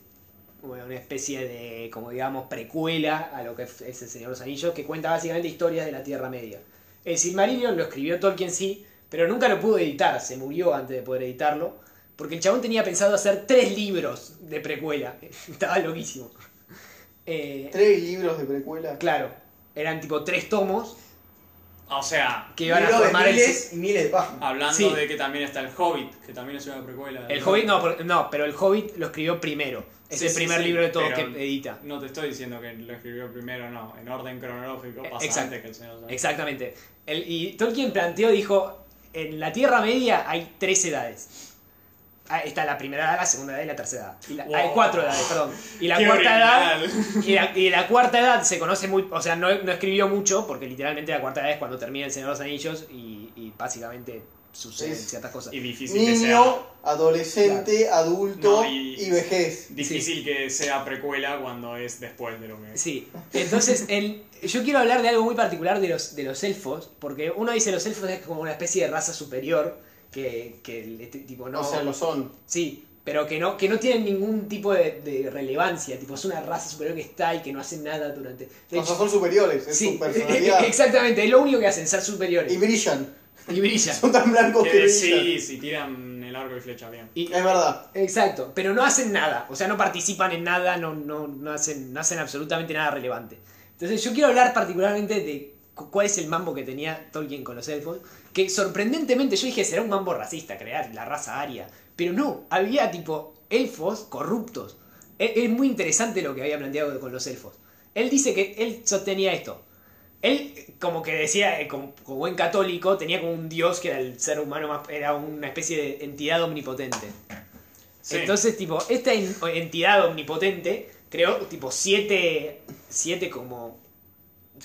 bueno, una especie de, como digamos, precuela a lo que es el Señor de los Anillos, que cuenta básicamente historias de la Tierra Media. El Silmarillion lo escribió Tolkien, sí, pero nunca lo pudo editar, se murió antes de poder editarlo, porque el chabón tenía pensado hacer tres libros de precuela. [laughs] Estaba loquísimo. Eh,
Tres libros de precuela.
claro, eran tipo tres tomos
O sea,
que iban a
Libros de
formar el,
miles y miles de páginas.
hablando
Sí.
de que también está el Hobbit, que también es una precuela.
El
¿no?
Hobbit, no, por- no, pero el Hobbit lo escribió primero. Es
Sí,
el
sí,
primer
sí,
libro de todos que
pero-
edita.
No te estoy diciendo que lo escribió primero, no. En orden cronológico
Eh,
pasa
exacto.
antes que el Señor de los Anillos.
Exactamente. El- y Tolkien planteó, dijo, en la Tierra Media hay tres edades. Ah, Está la primera edad, la segunda edad y la tercera edad. Y la-
Wow.
Hay cuatro edades, perdón. Y la
Qué
cuarta edad...
original.
Y la, y la cuarta edad se conoce muy... O sea, no, no escribió mucho, porque literalmente la cuarta edad es cuando termina el Señor de los Anillos y, y básicamente suceden
Es-
ciertas cosas.
Y difícil que sea.
Niño, adolescente, adulto
No, y-
y vejez.
Difícil que sea precuela cuando es después de lo que
Sí, entonces el, yo quiero hablar de algo muy particular de los, de los elfos, porque uno dice los elfos es como una especie de raza superior, que, que este, tipo no...
O sea, lo son.
Sí, pero que no, que no tienen ningún tipo de, de relevancia, tipo es una raza superior que está y que no hace nada durante... de
O sea,
hecho-
son superiores, es
sí, [laughs]
su personalidad.
exactamente, es lo único que hacen, ser superiores.
Y brillan.
Y, brillan.
Son tan
Oh,
blancos que
Que
brillan.
decís si tiran el arco y flecha bien.
Y-
Es verdad.
Exacto, pero no hacen nada, o sea, no participan en nada, no, no, no, hacen, no hacen absolutamente nada relevante. Entonces yo quiero hablar particularmente de cu- cuál es el mambo que tenía Tolkien con los elfos, que sorprendentemente yo dije será un mambo racista, crear la raza aria, pero no, había tipo elfos corruptos. E- Es, muy interesante lo que había planteado con los elfos. Él dice que él sostenía esto. Él, como que decía, eh, como, como buen católico, tenía como un dios que era el ser humano más. era una especie de entidad omnipotente.
Sí.
Entonces, tipo, esta en- entidad omnipotente creó, tipo, siete, siete como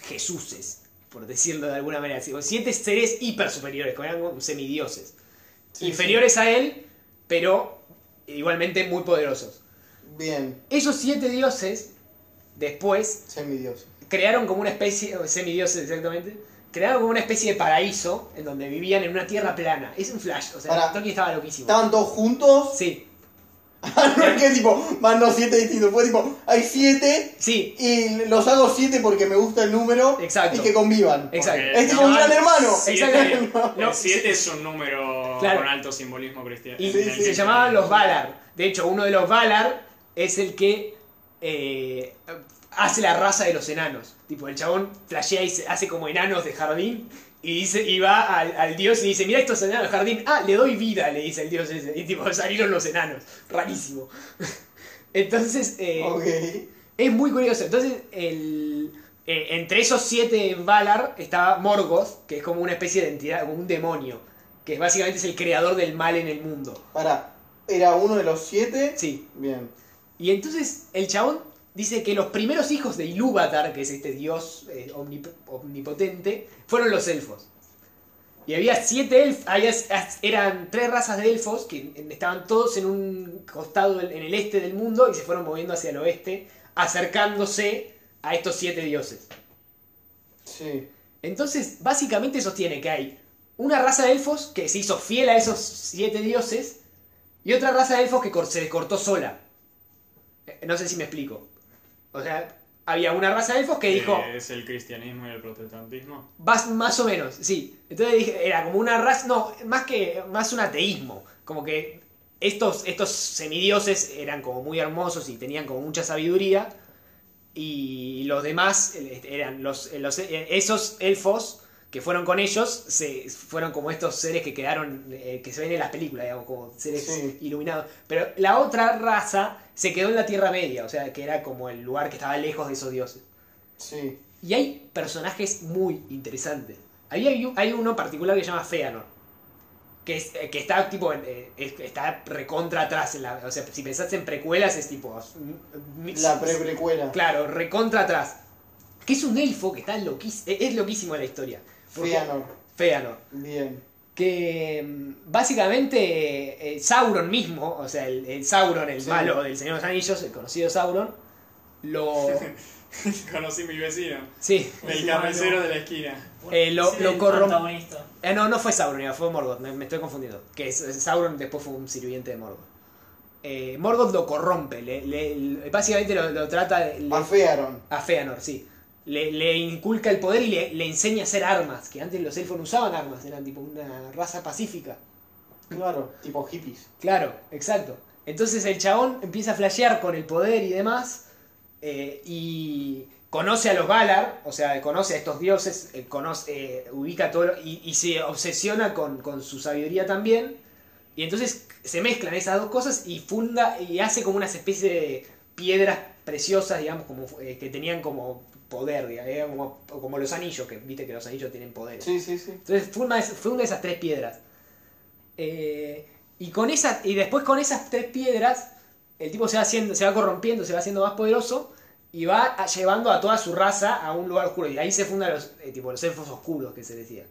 Jesuses, por decirlo de alguna manera. Tipo, siete seres hiper superiores, como eran como semidioses. inferiores a él, pero igualmente muy poderosos.
Bien,
Esos siete dioses, después,
semidios.
crearon como una especie, o semidioses exactamente, crearon como una especie de paraíso en donde vivían en una tierra plana. Es un flash, o sea,
Pará.
Tolkien estaba loquísimo.
Estaban todos juntos.
Sí.
no es que tipo, van los siete distintos. Fue tipo, hay siete
Sí,
y los hago siete porque me gusta el número
Exacto. Eh,
y que convivan.
exacto.
Porque-
Es tipo un gran hermano.
Exactamente. No,
El 7 es un número
Claro.
con alto simbolismo cristiano.
Y
Sí, sí.
se llamaban los Valar. De hecho, uno de los Valar es el que eh, hace la raza de los enanos. Tipo, el chabón flashea y se hace como enanos de jardín. Y, dice, y va al, al dios y dice, mira estos enanos de jardín. Ah, le doy vida, le dice el dios ese. Y tipo, [laughs] salieron los enanos. Rarísimo. [laughs] Entonces, eh,
Ok.
es muy curioso. Entonces, el, eh, entre esos siete Valar estaba Morgoth, que es como una especie de entidad, como un demonio. Que básicamente es el creador del mal en el mundo.
Pará. Era uno de los siete.
Sí.
Bien.
Y entonces el chabón dice que los primeros hijos de Ilúvatar, que es este dios eh, omnip- omnipotente, fueron los elfos. Y había siete elfos, eran tres razas de elfos que estaban todos en un costado del- en el este del mundo y se fueron moviendo hacia el oeste, acercándose a estos siete dioses.
Sí.
Entonces, básicamente sostiene que hay una raza de elfos que se hizo fiel a esos siete dioses y otra raza de elfos que cor- se cortó sola. Eh, No sé si me explico. O sea, había una raza de elfos que dijo,
Eh, Es el cristianismo y el
[laughs]
protestantismo.
vas más o menos, sí. Entonces dije, era como una raza, no, más que más un ateísmo, como que estos estos semidioses eran como muy hermosos y tenían como mucha sabiduría y los demás eh, eran los, los- eh, esos elfos que fueron con ellos se fueron como estos seres que quedaron eh, que se ven en las películas digamos como seres
Sí.
iluminados pero la otra raza se quedó en la Tierra Media o sea que era como el lugar que estaba lejos de esos dioses
Sí.
y hay personajes muy interesantes. Ahí hay, un- hay uno particular que se llama Feanor. Que, es- eh, que está tipo en- eh, es- está recontra atrás. en la- o sea, si pensás en precuelas es tipo... mm, mm,
La pre-precuela.
Claro, recontra atrás. Que es un elfo que está loquísimo. Es loquísimo la historia. Porque-
Feanor.
Feanor
Bien.
que mm, básicamente eh, Sauron mismo, o sea, el, el Sauron, el
Sí.
malo del Señor de los Anillos, el conocido Sauron, lo... [laughs]
Conocí a mi vecino,
sí,
el
Sí,
carnicero
bueno.
de la esquina.
Eh, lo-
Sí,
lo
el
corrom- [laughs]
antagonista.
Eh, no, no fue Sauron, era- fue Morgoth, me, me estoy confundiendo. Que es- es Sauron después fue un sirviente de Morgoth. Eh, Morgoth lo corrompe, le, le- le- básicamente lo, lo trata de, le-
A Fearon.
a Feanor, sí. Le, le inculca el poder y le, le enseña a hacer armas, que antes los elfos no usaban armas, eran tipo una raza pacífica.
Claro. Tipo hippies.
Claro, exacto. Entonces el chabón empieza a flashear con el poder y demás. eh, y conoce a los Valar, o sea, conoce a estos dioses, eh, conoce, eh, ubica todo. lo- y, y se obsesiona con, con su sabiduría también. Y entonces se mezclan esas dos cosas y funda y hace como unas especies de piedras preciosas, digamos, como eh, que tenían como poder, digamos, eran como, como los anillos, que viste que los anillos tienen poder.
Sí, sí, sí.
Entonces fue una, de es- fue una de esas tres piedras. Eh, y, con esa, y después con esas tres piedras, el tipo se va, haciendo, se va corrompiendo, se va haciendo más poderoso y va a- llevando a toda su raza a un lugar oscuro. Y ahí se fundan los, eh, tipo, los elfos oscuros que se decía.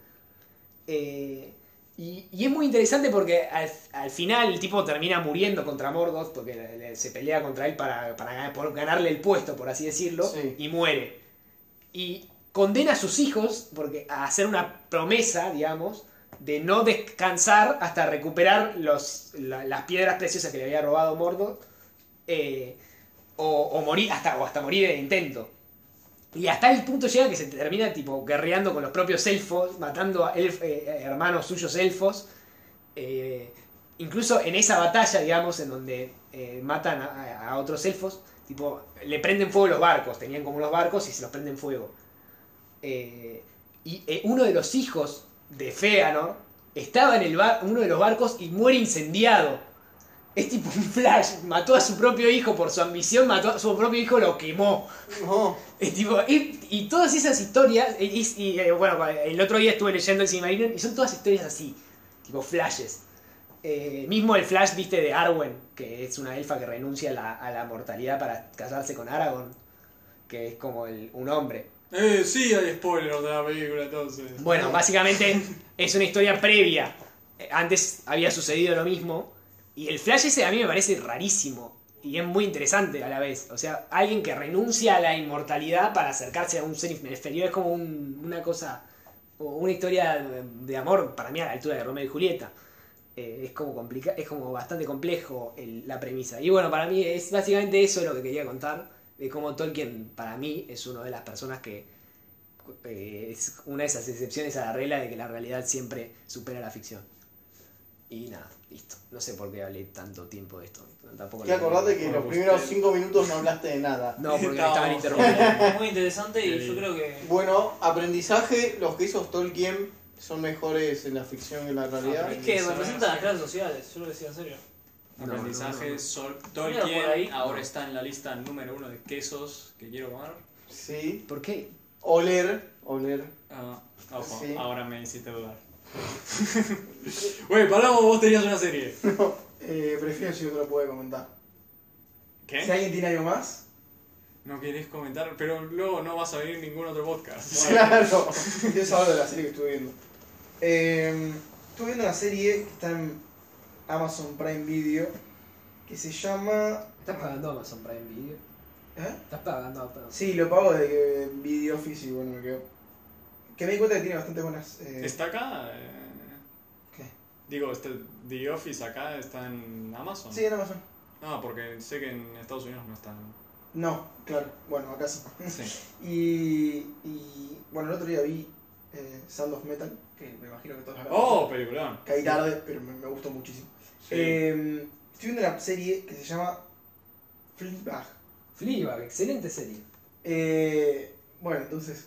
Eh, y, y es muy interesante porque al, al final el tipo termina muriendo contra Morgoth porque le- le- se pelea contra él para, para ganar- por ganarle el puesto, por así decirlo,
Sí.
y muere. Y condena a sus hijos porque, a hacer una promesa, digamos, de no descansar hasta recuperar los, la- las piedras preciosas que le había robado Morgoth eh, o, o morir hasta, o hasta morir en el intento. Y hasta el punto llega que se termina tipo guerreando con los propios elfos, matando a elf- eh, eh, hermanos suyos elfos. Eh, incluso en esa batalla, digamos, en donde eh, matan a, a otros elfos, tipo, le prenden fuego los barcos, tenían como unos barcos y se los prenden fuego. Eh, y eh, uno de los hijos de Feanor estaba en el bar- uno de los barcos y muere incendiado. Es tipo un flash, mató a su propio hijo por su ambición, mató a su propio hijo, lo quemó.
No.
Es tipo, y, y todas esas historias, y, y- y, eh, bueno, el otro día estuve leyendo el Silmarillion y son todas historias así, tipo flashes. Eh, mismo el flash, viste, de Arwen, que es una elfa que renuncia a la, a la mortalidad para casarse con Aragorn, que es como el- un hombre.
Eh, sí, hay spoilers de la película entonces.
Bueno, básicamente es una historia previa. Eh, Antes había sucedido lo mismo. Y el flash ese a mí me parece rarísimo. Y es muy interesante a la vez. O sea, alguien que renuncia a la inmortalidad para acercarse a un ser inferior es como un- una cosa. o Una historia de amor para mí a la altura de Romeo y Julieta. eh, es, como complica es como bastante complejo el- la premisa. Y bueno, para mí es básicamente eso lo que quería contar, de cómo Tolkien para mí es una de las personas que eh, es una de esas excepciones a la regla de que la realidad siempre supera la ficción. Y nada, listo. No sé por qué hablé tanto tiempo de esto. Tampoco
Que
lo-
acordate que
Por
los
usted.
primeros 5 minutos no hablaste de nada.
[laughs] No, porque me
No.
estaban
[laughs]
interrumpiendo.
Eh, Muy interesante y
Sí.
yo creo que
Bueno, aprendizaje, los que hizo Tolkien son mejores en la ficción que en la
Ah,
realidad.
es que representa las clases sociales, yo lo decía
[laughs]
en serio.
No, no,
Aprendizaje,
no, no.
Sol-
Mira, por ahí.
Tolkien, ahora está en la lista número uno de quesos que quiero comer.
Sí.
¿Por qué?
Oler, oler.
Ah, ojo,
Sí.
ahora me hiciste dudar. [laughs] Wey, Palomo, vos tenías una serie.
Eh, prefiero si otro lo puede comentar. Si
¿Qué?
alguien tiene algo más, [laughs]
No querés comentar, pero luego no vas a venir ningún otro podcast.
Claro, quiero saber de la serie que estuve viendo. Eh, estuve viendo una serie que está en Amazon Prime Video que se llama.
¿Estás pagando Amazon Prime Video?
¿Eh?
¿Estás pagando Amazon
Sí, lo pago de que Video Office y bueno, me quedo. Que me di cuenta que tiene bastante buenas. eh,
¿Está acá? eh,
¿Qué?
Digo, este, The Office acá está en Amazon.
Sí, en Amazon.
No, porque sé que en Estados Unidos no está.
[laughs] No, claro, bueno, acá sí. [laughs]
Sí.
Y, y bueno, el otro día vi eh, Sound of Metal, que me imagino que todos la conocen.
¡Oh, peliculón!
Caí tarde, pero me, me gustó muchísimo.
Sí.
Eh, estoy viendo una serie que se llama Fleabag.
Fleabag, excelente serie.
Eh, bueno, entonces.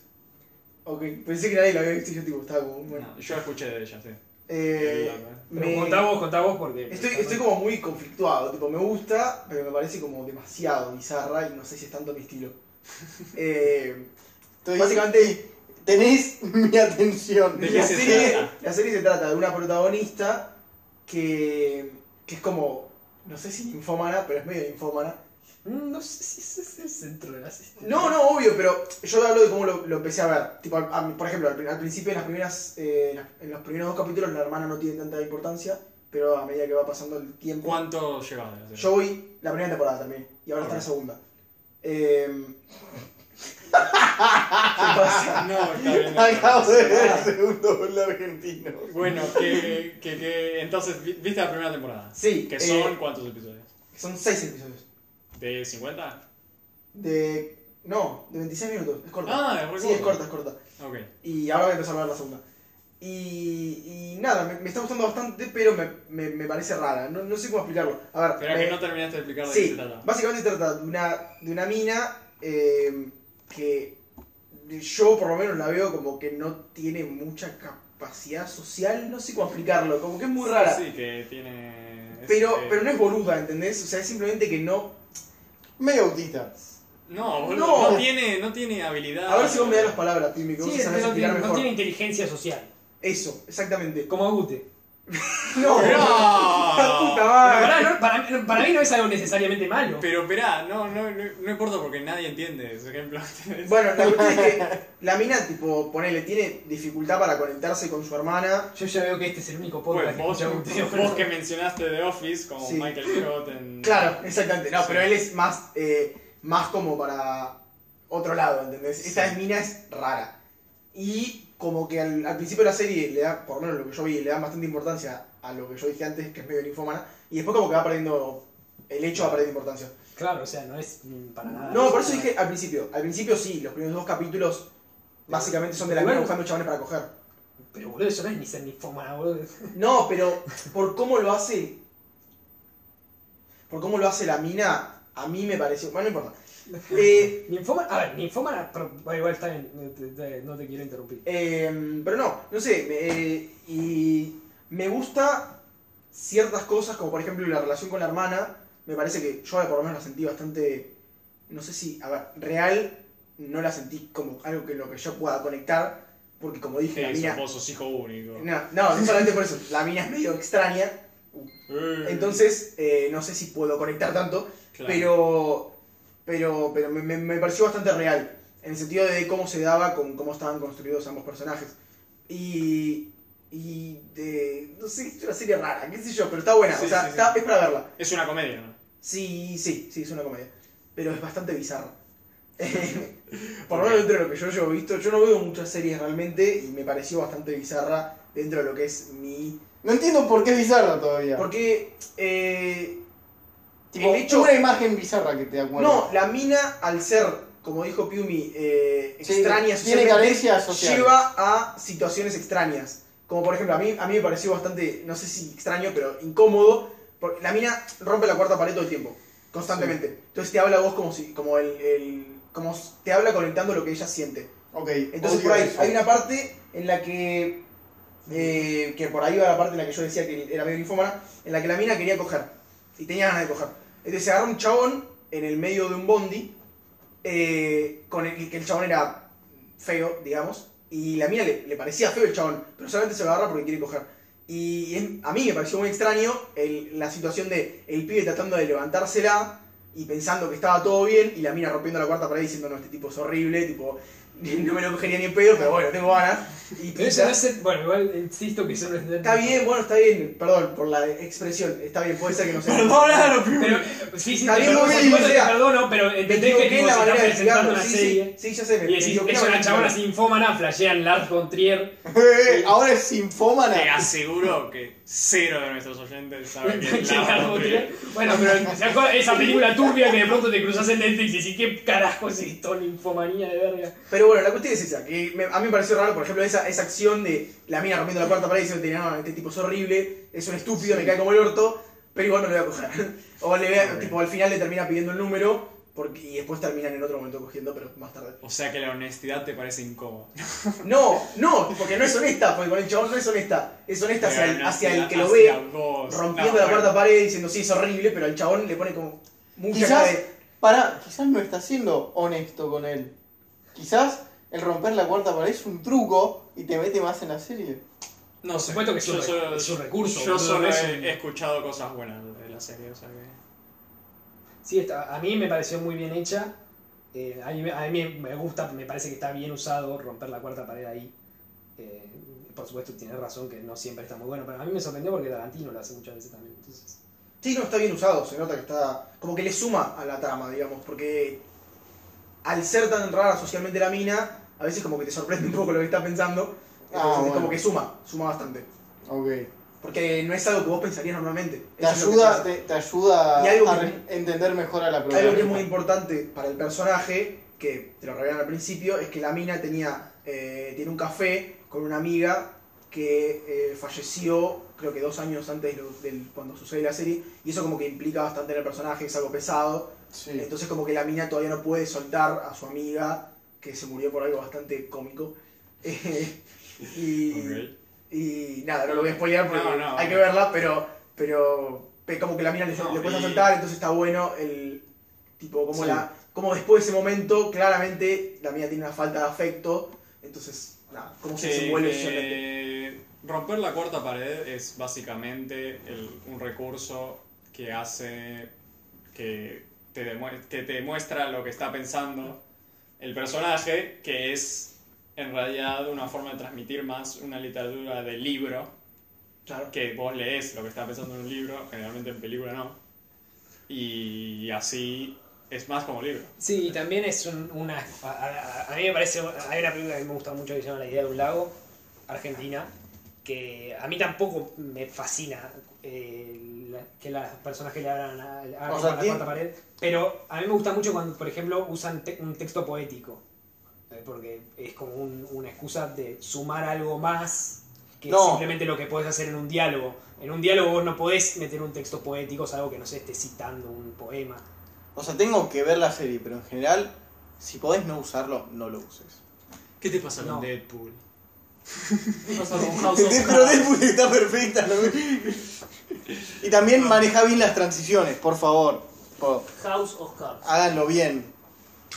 Ok, pensé que nadie lo había visto y yo tipo, estaba como. Bueno.
No, Ah, yo escuché de ella, sí.
Eh,
Pero
me-
contá vos, contá vos porque...
Estoy, estoy como muy conflictuado, tipo, me gusta, pero me parece como demasiado bizarra y no sé si es tanto mi estilo. Eh,
Estoy-
Básicamente-
tenés mi atención.
¿De
la,
qué se
serie,
trata?
la serie se trata de una protagonista que, que es como, no sé si infómana, pero es medio infómana.
Mm, No sé si ese es el centro de la serie.
No, no, obvio, pero yo hablo de cómo lo, lo empecé a ver. Tipo, al- a- por ejemplo, al, pri- al principio, en, las primeras, eh, en las- en los primeros dos capítulos, la hermana no tiene tanta importancia, pero a medida que va pasando el tiempo...
¿Cuánto llevas de la serie?
Yo voy la primera temporada también, y ahora está la segunda. Eh,
[laughs]
[laughs]
No, está bien. no,
Acabo
no.
de ver el segundo gol argentino.
Bueno, que, que, que- entonces, vi- ¿viste la primera temporada?
sí,
¿Que
eh,
son cuántos episodios?
son seis episodios.
¿De 50?
De... No, de 26 minutos, es corta.
Ah, es re
sí, es
corto.
corta, es corta.
Ok.
Y ahora voy a empezar a ver la segunda. Y, y nada, me, me está gustando bastante, pero me, me- me parece rara. No, no sé cómo explicarlo. A ver,
Espera
me-
que no terminaste de explicar de qué se
Eh, Sí,
trata.
básicamente se trata de una, de una mina eh, que yo por lo menos la veo como que no tiene mucha capacidad social, no sé cómo explicarlo, como que es muy rara.
Sí, que tiene... es,
Pero,
eh,
pero no es boluda, ¿entendés? O sea, es simplemente que no...
Medio autista.
No, boludo,
No.
no. tiene, no tiene habilidad.
A ver si vos me das las palabras, Timmy, que vos
Sí,
sabés
no,
explicar
tiene, no
mejor.
tiene inteligencia social.
Eso,
[laughs]
exactamente.
Como Agute.
No, [laughs] la
[laughs] ¡No!
puta madre.
Para, no- para, no- para mí no es algo necesariamente malo.
Pero espera, no, no, no, no importa porque nadie entiende ese ejemplo. [laughs]
Bueno, la cuestión es que la mina, tipo, ponele, tiene dificultad para conectarse con su hermana.
Yo ya veo que este es el único podcast
Bueno, vos,
que escucha Agute.
vos que mencionaste The Office como
Sí.
Michael Scott en...
[laughs] Claro, exactamente. No,
Sí.
pero él es más, eh, más como para otro lado, ¿entendés? Esta mina es rara. Y como que al, al principio de la serie le da, por lo menos lo que yo vi, le da bastante importancia a lo que yo dije antes, que es medio ninfómana. Y después como que va perdiendo, el hecho va perdiendo importancia.
Claro, o sea, no es mm, para
Ah,
nada.
No, por eso dije al principio. Al principio sí, los primeros dos capítulos básicamente son de la mina
Igual-
buscando chavales para coger.
Pero boludo, eso no es ni ser ni foma, boludo.
No, pero por cómo lo hace. Por cómo lo hace la mina, a mí me pareció. Bueno, no importa. Eh,
Ninfoma, a ver, Ninfoma, pero bueno, igual está bien, no te, te- no te quiero interrumpir.
Eh, pero no, no sé. me- eh, y me gusta ciertas cosas, como por ejemplo la relación con la hermana. Me parece que yo por lo menos la sentí bastante. No sé si. A ver, real. No la sentí como algo que lo que yo pueda conectar. Porque como dije,
Sí,
la
sos-
mina.
vos sos hijo único.
No, no, no solamente por eso. La mina es medio extraña.
Eh,
Entonces, eh, no sé si puedo conectar tanto.
claro.
Pero, pero, pero me, me- me pareció bastante real, en el sentido de cómo se daba con cómo estaban construidos ambos personajes. Y, y de, no sé, es una serie rara, qué sé yo, pero está buena,
Sí,
o sea,
sí, sí.
está- es para verla.
Es una comedia, ¿no?
Sí, sí, sí, es una comedia, pero es bastante bizarra. [laughs] Por lo menos dentro de lo que yo llevo visto, yo no veo muchas series realmente y me pareció bastante bizarra dentro de lo que es mi
No entiendo por qué es bizarra todavía.
Porque eh,
Tipo,
el hecho-
una imagen bizarra que te acuerdas.
No, la mina, al ser, como dijo Piumi, eh,
Sí,
extraña
tiene
socialmente,
carencias sociales.
lleva a situaciones extrañas. Como por ejemplo, a mí, a mí me pareció bastante, no sé si extraño, pero incómodo. Porque la mina rompe la cuarta pared todo el tiempo, constantemente. Entonces te habla a vos como si, como el, el- como s- te habla conectando lo que ella siente.
Ok,
Entonces
odio
por ahí,
eso. [laughs]
hay una parte en la que, eh, que por ahí va la parte en la que yo decía que era medio ninfómana, en la que la mina quería coger. Y tenía ganas de coger. Entonces se agarra un chabón en el medio de un bondi, eh, con el que el chabón era feo, digamos, y la mina le, le parecía feo el chabón, pero solamente se lo agarra porque quiere coger. Y es- a mí me pareció muy extraño el- la situación de el pibe tratando de levantársela y pensando que estaba todo bien y la mina rompiendo la cuarta pared diciendo, no, este tipo es horrible, tipo, [laughs] no me lo cogería ni en pedo, pero bueno, tengo ganas. Y
Pero eso no es. Bueno, igual insisto que eso no es.
Está bien, bueno, está bien, perdón por la expresión, está bien, puede ser que
[laughs]
no sea...
Perdónalo, Piumi.
Pero, sí, sí,
Está
te
bien,
perdono,
muy
por
bien,
supuesto, te
idea.
perdono, pero
Me
entendés que
equivoqué
tipo,
en
se
la
está
manera de
presentando
explicarlo,
una
sí,
serie.
sí, sí, ya sé, me
Y decís,
equivoqué
es
en
una
la manera de
chabona
explicarlo.
sinfómana, flashean Lars von Trier.
Eh, Ahora es sinfómana.
Te aseguro que cero de nuestros oyentes saben
[laughs]
que es [laughs]
Lars von Trier. Bueno, pero ¿se acuerdan esa película turbia que de pronto te cruzas en Netflix y decís, ¿qué carajo es esto? Ninfomanía de verga.
Pero bueno, la cuestión es esa, que me- a mí me pareció raro, por ejemplo, esa, esa acción de la mina rompiendo la cuarta pared y diciendo, no, este tipo es horrible, es un estúpido, me cae como el orto, pero igual no le voy a coger. [laughs] O le voy a- tipo, al final le termina pidiendo el número, porque, y después terminan en otro momento cogiendo, pero más tarde.
O sea que la honestidad te parece incómoda.
No, no, porque no es honesta, porque con el chabón no es honesta, es honesta hacia el,
Pero
hacia el que lo
hacia
ve,
vos.
rompiendo
No,
la
bueno.
cuarta pared diciendo, sí, es horrible, pero al chabón le pone como mucha cara
Quizás,
de...
para, quizás no está siendo honesto con él. Quizás el romper la cuarta pared es un truco y te mete más en la serie.
No sé.
supuesto que es un
Yo
re-
solo-
es un recurso,
Yo eh.
boludo,
solo
no es
he,
un-
he escuchado cosas buenas de la serie, o sea que.
Sí, está, a mí me pareció muy bien hecha. Eh, a, mí, a mí me gusta, me parece que está bien usado romper la cuarta pared ahí. Eh, por supuesto, tienes razón que no siempre está muy bueno, pero a mí me sorprendió porque Tarantino lo hace muchas veces también. Entonces,
Sí, no, está bien usado, se nota que está. Como que le suma a la trama, digamos, porque al ser tan rara socialmente la mina, a veces como que te sorprende un poco lo que está pensando.
Ah,
entonces
bueno.
Como que suma, suma bastante.
Ok.
Porque no es algo que vos pensarías normalmente.
Te
Eso es lo que
ayuda,
pasa.
te, te ayuda
Y algo
a
que-
re- entender mejor a la
Algo que es muy
protagonista.
importante para el personaje, que te lo revelan al principio, es que la mina tenía eh, tiene un café con una amiga que eh, falleció creo que dos años antes de, lo- del- cuando sucede la serie, y eso como que implica bastante en el personaje, es algo pesado.
Sí.
Entonces como que la mina todavía no puede soltar a su amiga, que se murió por algo bastante cómico. [laughs] Eh, y,
Ok.
y nada, no lo voy a spoilear porque
No, no,
hay que
ok.
verla, pero, pero pe- como que la mina le,
No,
le cuesta
y-
soltar, entonces está bueno el tipo como
Sí.
la como después de ese momento claramente la mina tiene una falta de afecto, entonces nada, cómo se
Que-
desenvuelve
que
socialmente.
eh, romper la cuarta pared es básicamente el- un recurso que hace que te, demue- que te muestra lo que está pensando el personaje, que es en realidad una forma de transmitir más una literatura de libro,
Claro.
que vos lees lo que está pensando en un libro, generalmente en película no, y así es más como libro.
Sí, y también es un- una. A, a- a mí me parece. Hay una película que me gusta mucho que se llama La idea de un lago, argentina, que a mí tampoco me fascina eh, la- que las personas que le abran a, hagan
O sea,
la
ti-
cuarta pared, pero a mí me gusta mucho cuando, por ejemplo, usan te- un texto poético, eh, porque es como un- una excusa de sumar algo más que
No.
simplemente lo que podés hacer en un diálogo. En un diálogo vos no podés meter un texto poético, salvo que no se esté citando un poema.
O sea, tengo que ver la serie, pero en general, si podés no usarlo, no lo uses.
¿Qué te pasa
con No.
Deadpool? ¿Qué pasa con
[laughs]
House of
Pero Deadpool está perfecta. ¿no? Y
Ah.
también maneja bien las transiciones, por favor. Por-
House of Cards.
háganlo bien.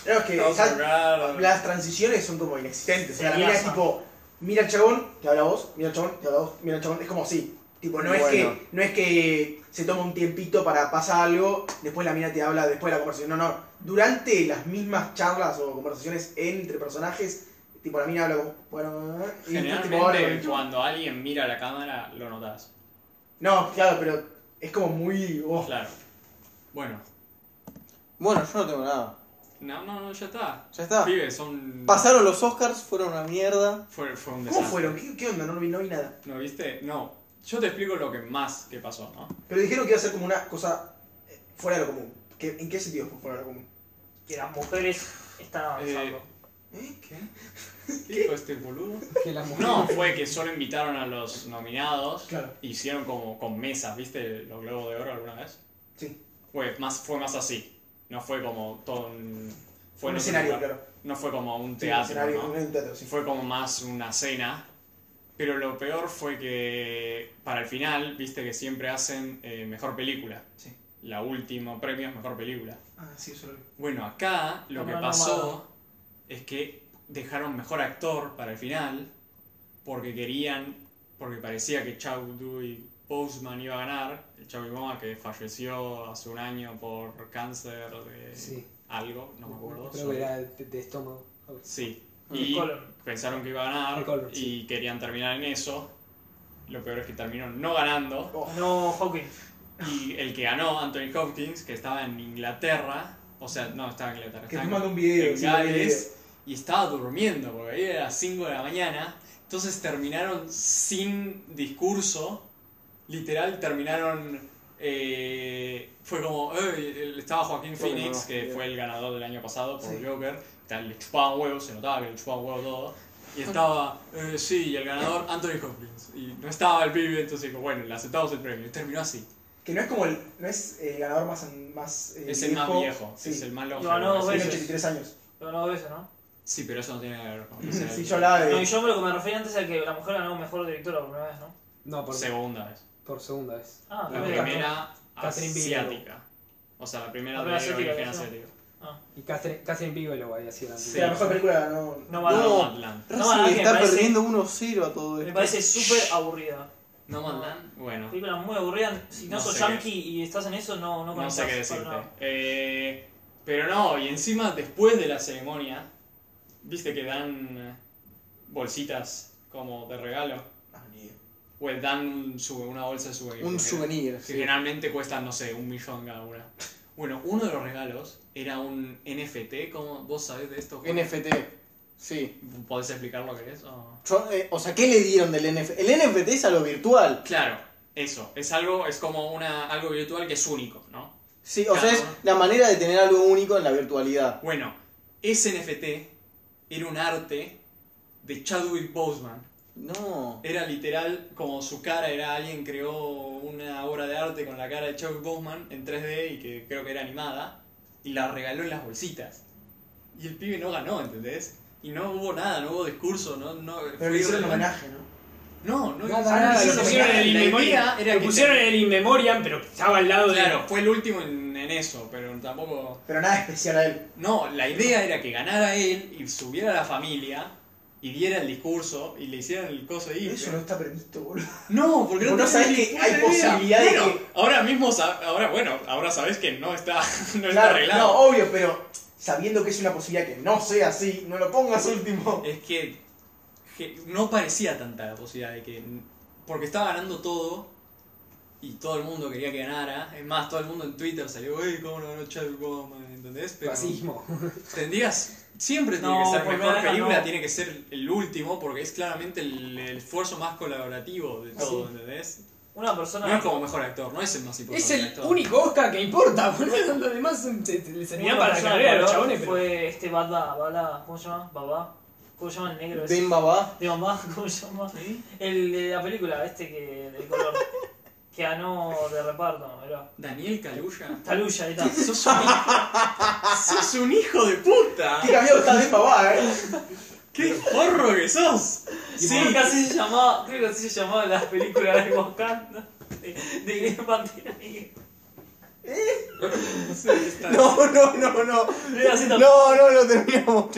Claro, es que
House
ya-
of Cards?
Las transiciones son como inexistentes. O sea, la
Sí,
mina es
pasa.
tipo, mira al chabón, te habla vos, mira al chabón, te habla vos, mira al chabón. Es como así. Tipo, no, es
Bueno.
que, no es que se toma un tiempito para pasar algo, después la mina te habla, después de la conversación. No, no. Durante las mismas charlas o conversaciones entre personajes, tipo, la mina habla como, bueno, eh", y después, tipo, habla con el
Generalmente
chabón.
cuando alguien mira la cámara lo notas.
No, claro, pero es como muy. oh.
Claro. Bueno.
Bueno, yo no tengo nada.
No, no, no, ya está.
Ya
Ah.
está.
Pibes, son...
Pasaron los Oscars, fueron una mierda.
Fue, fue un
¿Cómo
desastre.
fueron? ¿Qué, qué onda? No, vi, no vi nada.
¿No viste? No. Yo te explico lo que más que pasó, ¿no?
Pero dijeron que iba a ser como una cosa eh, fuera de lo común. ¿Qué- ¿En qué sentido fue fuera de lo común?
Que las mujeres están avanzando.
Eh, ¿Qué dijo este boludo?
Que las mujeres-
No, fue que solo invitaron a los nominados.
Claro.
Hicieron como con mesas, ¿viste? Los globos de oro alguna vez.
Sí.
Fue más, fue más así. No fue como todo un. Fue
un
en otro
escenario,
lugar.
claro.
No fue como un
Sí,
teatro.
un escenario,
¿no?
un teatro, sí.
Fue como más una cena. Pero lo peor fue que para el final, viste que siempre hacen eh, mejor película.
Sí.
La última premio es mejor película.
Ah, sí, eso lo vi.
Bueno, acá lo
No,
que
no, no,
pasó es que dejaron mejor actor para el final porque querían, porque parecía que Chadwick Boseman iba a ganar, el Chadwick Boseman que falleció hace un año por cáncer de
Sí.
algo, no me acuerdo.
Creo que era de, de estómago. algo así.
Sí.
El
Y
colon.
pensaron que iba a ganar
El colon,
y
sí.
querían terminar en eso. Lo peor es que terminó no ganando.
No, Hawking.
Y el que ganó, Anthony Hopkins, que estaba en Inglaterra, o sea, no estaba en Inglaterra,
Que
estaba
te
en-
mando un video.
en
sí, lo vi el
Gales, y estaba durmiendo, porque ahí era las 5 de la mañana. Entonces terminaron sin discurso, literal terminaron... eh, fue como, eh, estaba Joaquín
Creo que
Phoenix,
no,
que
no.
fue el ganador del año pasado por
Sí.
Joker, tal, le chupaban huevos, se notaba que le chupaban huevos todo. Y estaba, eh, sí, y el ganador Anthony Hopkins. Y no estaba el pibe, entonces dijo, bueno, le aceptamos el premio. Y terminó así.
video. Que no es como el. No es el ganador más. más eh,
Es el más viejo,
Sí.
es el más
ganó
longevo.
dos
Tiene
así que-
veces.
83 años.
Pero no veces, ¿no?
Sí, pero eso no tiene que ver con que sea
Sí,
el
yo hablaba
Eh.
de.
No, y yo lo que me refería antes a que la mujer ganó mejor directora por primera vez, ¿no?
No, por,
segunda vez.
por segunda vez.
Ah,
La
me
primera
Catherine Bigelow.
asiática. O sea, la primera
La
de
primera asiática,
origen
¿no?
asiático.
Y Catherine, Catherine Bigelow había sido la
de la mejor
anterior.
película no.
No va a
No,
No.
Madland.
Racing
No, no, que
está
parece-
perdiendo 1-0 a todo
Me
esto.
parece súper aburrida.
No Madland. Bueno,
Película muy aburrida. Si no,
No
sos
sé
yankee y estás en eso, no, no
no sé
conectás
qué
con
decirte.
nada.
Eh, pero no, y encima después de la ceremonia, viste que dan eh, bolsitas como de regalo.
Ah, ni idea.
Pues dan un sou- una bolsa de souvenirs.
Un
porque-
souvenir.
que generalmente cuestan, no sé, un millón cada una. Bueno, uno de los regalos era un NFT, ¿cómo vos sabés de esto? Jorge?
NFT. Sí.
¿Podés explicar lo que es? o?
Yo, eh, o sea, ¿qué le dieron del NFT? El NFT es a lo virtual.
Claro, eso, es algo, es como una, algo virtual que es único, ¿no?
Sí, o sea, es
Claro.
la manera de tener algo único en la virtualidad.
Bueno, ese NFT era un arte de Chadwick Boseman.
No.
Era literal como su cara, era alguien creó una obra de arte con la cara de Chadwick Boseman en 3D y que creo que era animada y la regaló en las bolsitas. Y el pibe no ganó, ¿entendés? Y no hubo nada, no hubo discurso, no no
Pero le hicieron un
irrelevante.
homenaje, ¿no?
No, no
Nada,
hicieron-
nada,
no hicieron homenaje.
lo pusieron en
La
el
idea era
Lo
que
pusieron en el In Memoriam, pero estaba al lado de...
Claro, fue el último en, en eso, pero tampoco.
Pero nada especial a él.
No, la idea era que ganara él y subiera a la familia y diera el discurso y le hicieran el coso ahí.
Eso no está permitido, boludo.
No, porque
Vos no
tenés
sabés
ni
que
puta
hay
idea.
posibilidad de
Bueno,
que-
ahora mismo, sa- ahora bueno, ahora sabés que no está, [laughs] no está
no,
arreglado.
obvio, pero sabiendo que es una posibilidad que no sea así, no lo pongas último.
[laughs] Es que, que no parecía tanta la posibilidad de que. Porque estaba ganando todo y todo el mundo quería que ganara. Es más, todo el mundo en Twitter salió, ¡Ey, cómo no ganó Chadwick Boseman", ¿Entendés? Pero.
Fascismo.
Tendrías, siempre tiene
No,
que ser
porque
mejor
ahora
película,
no.
tiene que ser el último porque es claramente el, el esfuerzo más colaborativo de todo, ¿entendés?
Una persona.
No es como mejor actor, no es el más importante.
Es el
actor.
único Oscar que importa, [laughs] boludo. Los demás son- te- te- les
una
servían para la
persona
carrera a
de
los
color
chabones, pero...
Fue este Bada, Bada, ¿cómo se llama? Baba. ¿Cómo se llama el negro? ese?
Ben Babá.
De mamá, [laughs] ¿cómo se llama?
¿Sí?
El de la película, este que. del color. que ganó de reparto, ¿verdad?
Daniel Caluya.
Taluya, ahí está.
sos, un hijo, sos un hijo de puta.
Qué cambiado está Ben Babá, eh.
¡Qué forro que sos!
Sí, creo que así se llamaba, creo que así se llamaba la película de Wakanda de, de Pantera Negra.
Sí, está- [laughs]
No, no, no, no.
Era así también.
No, no, lo terminamos.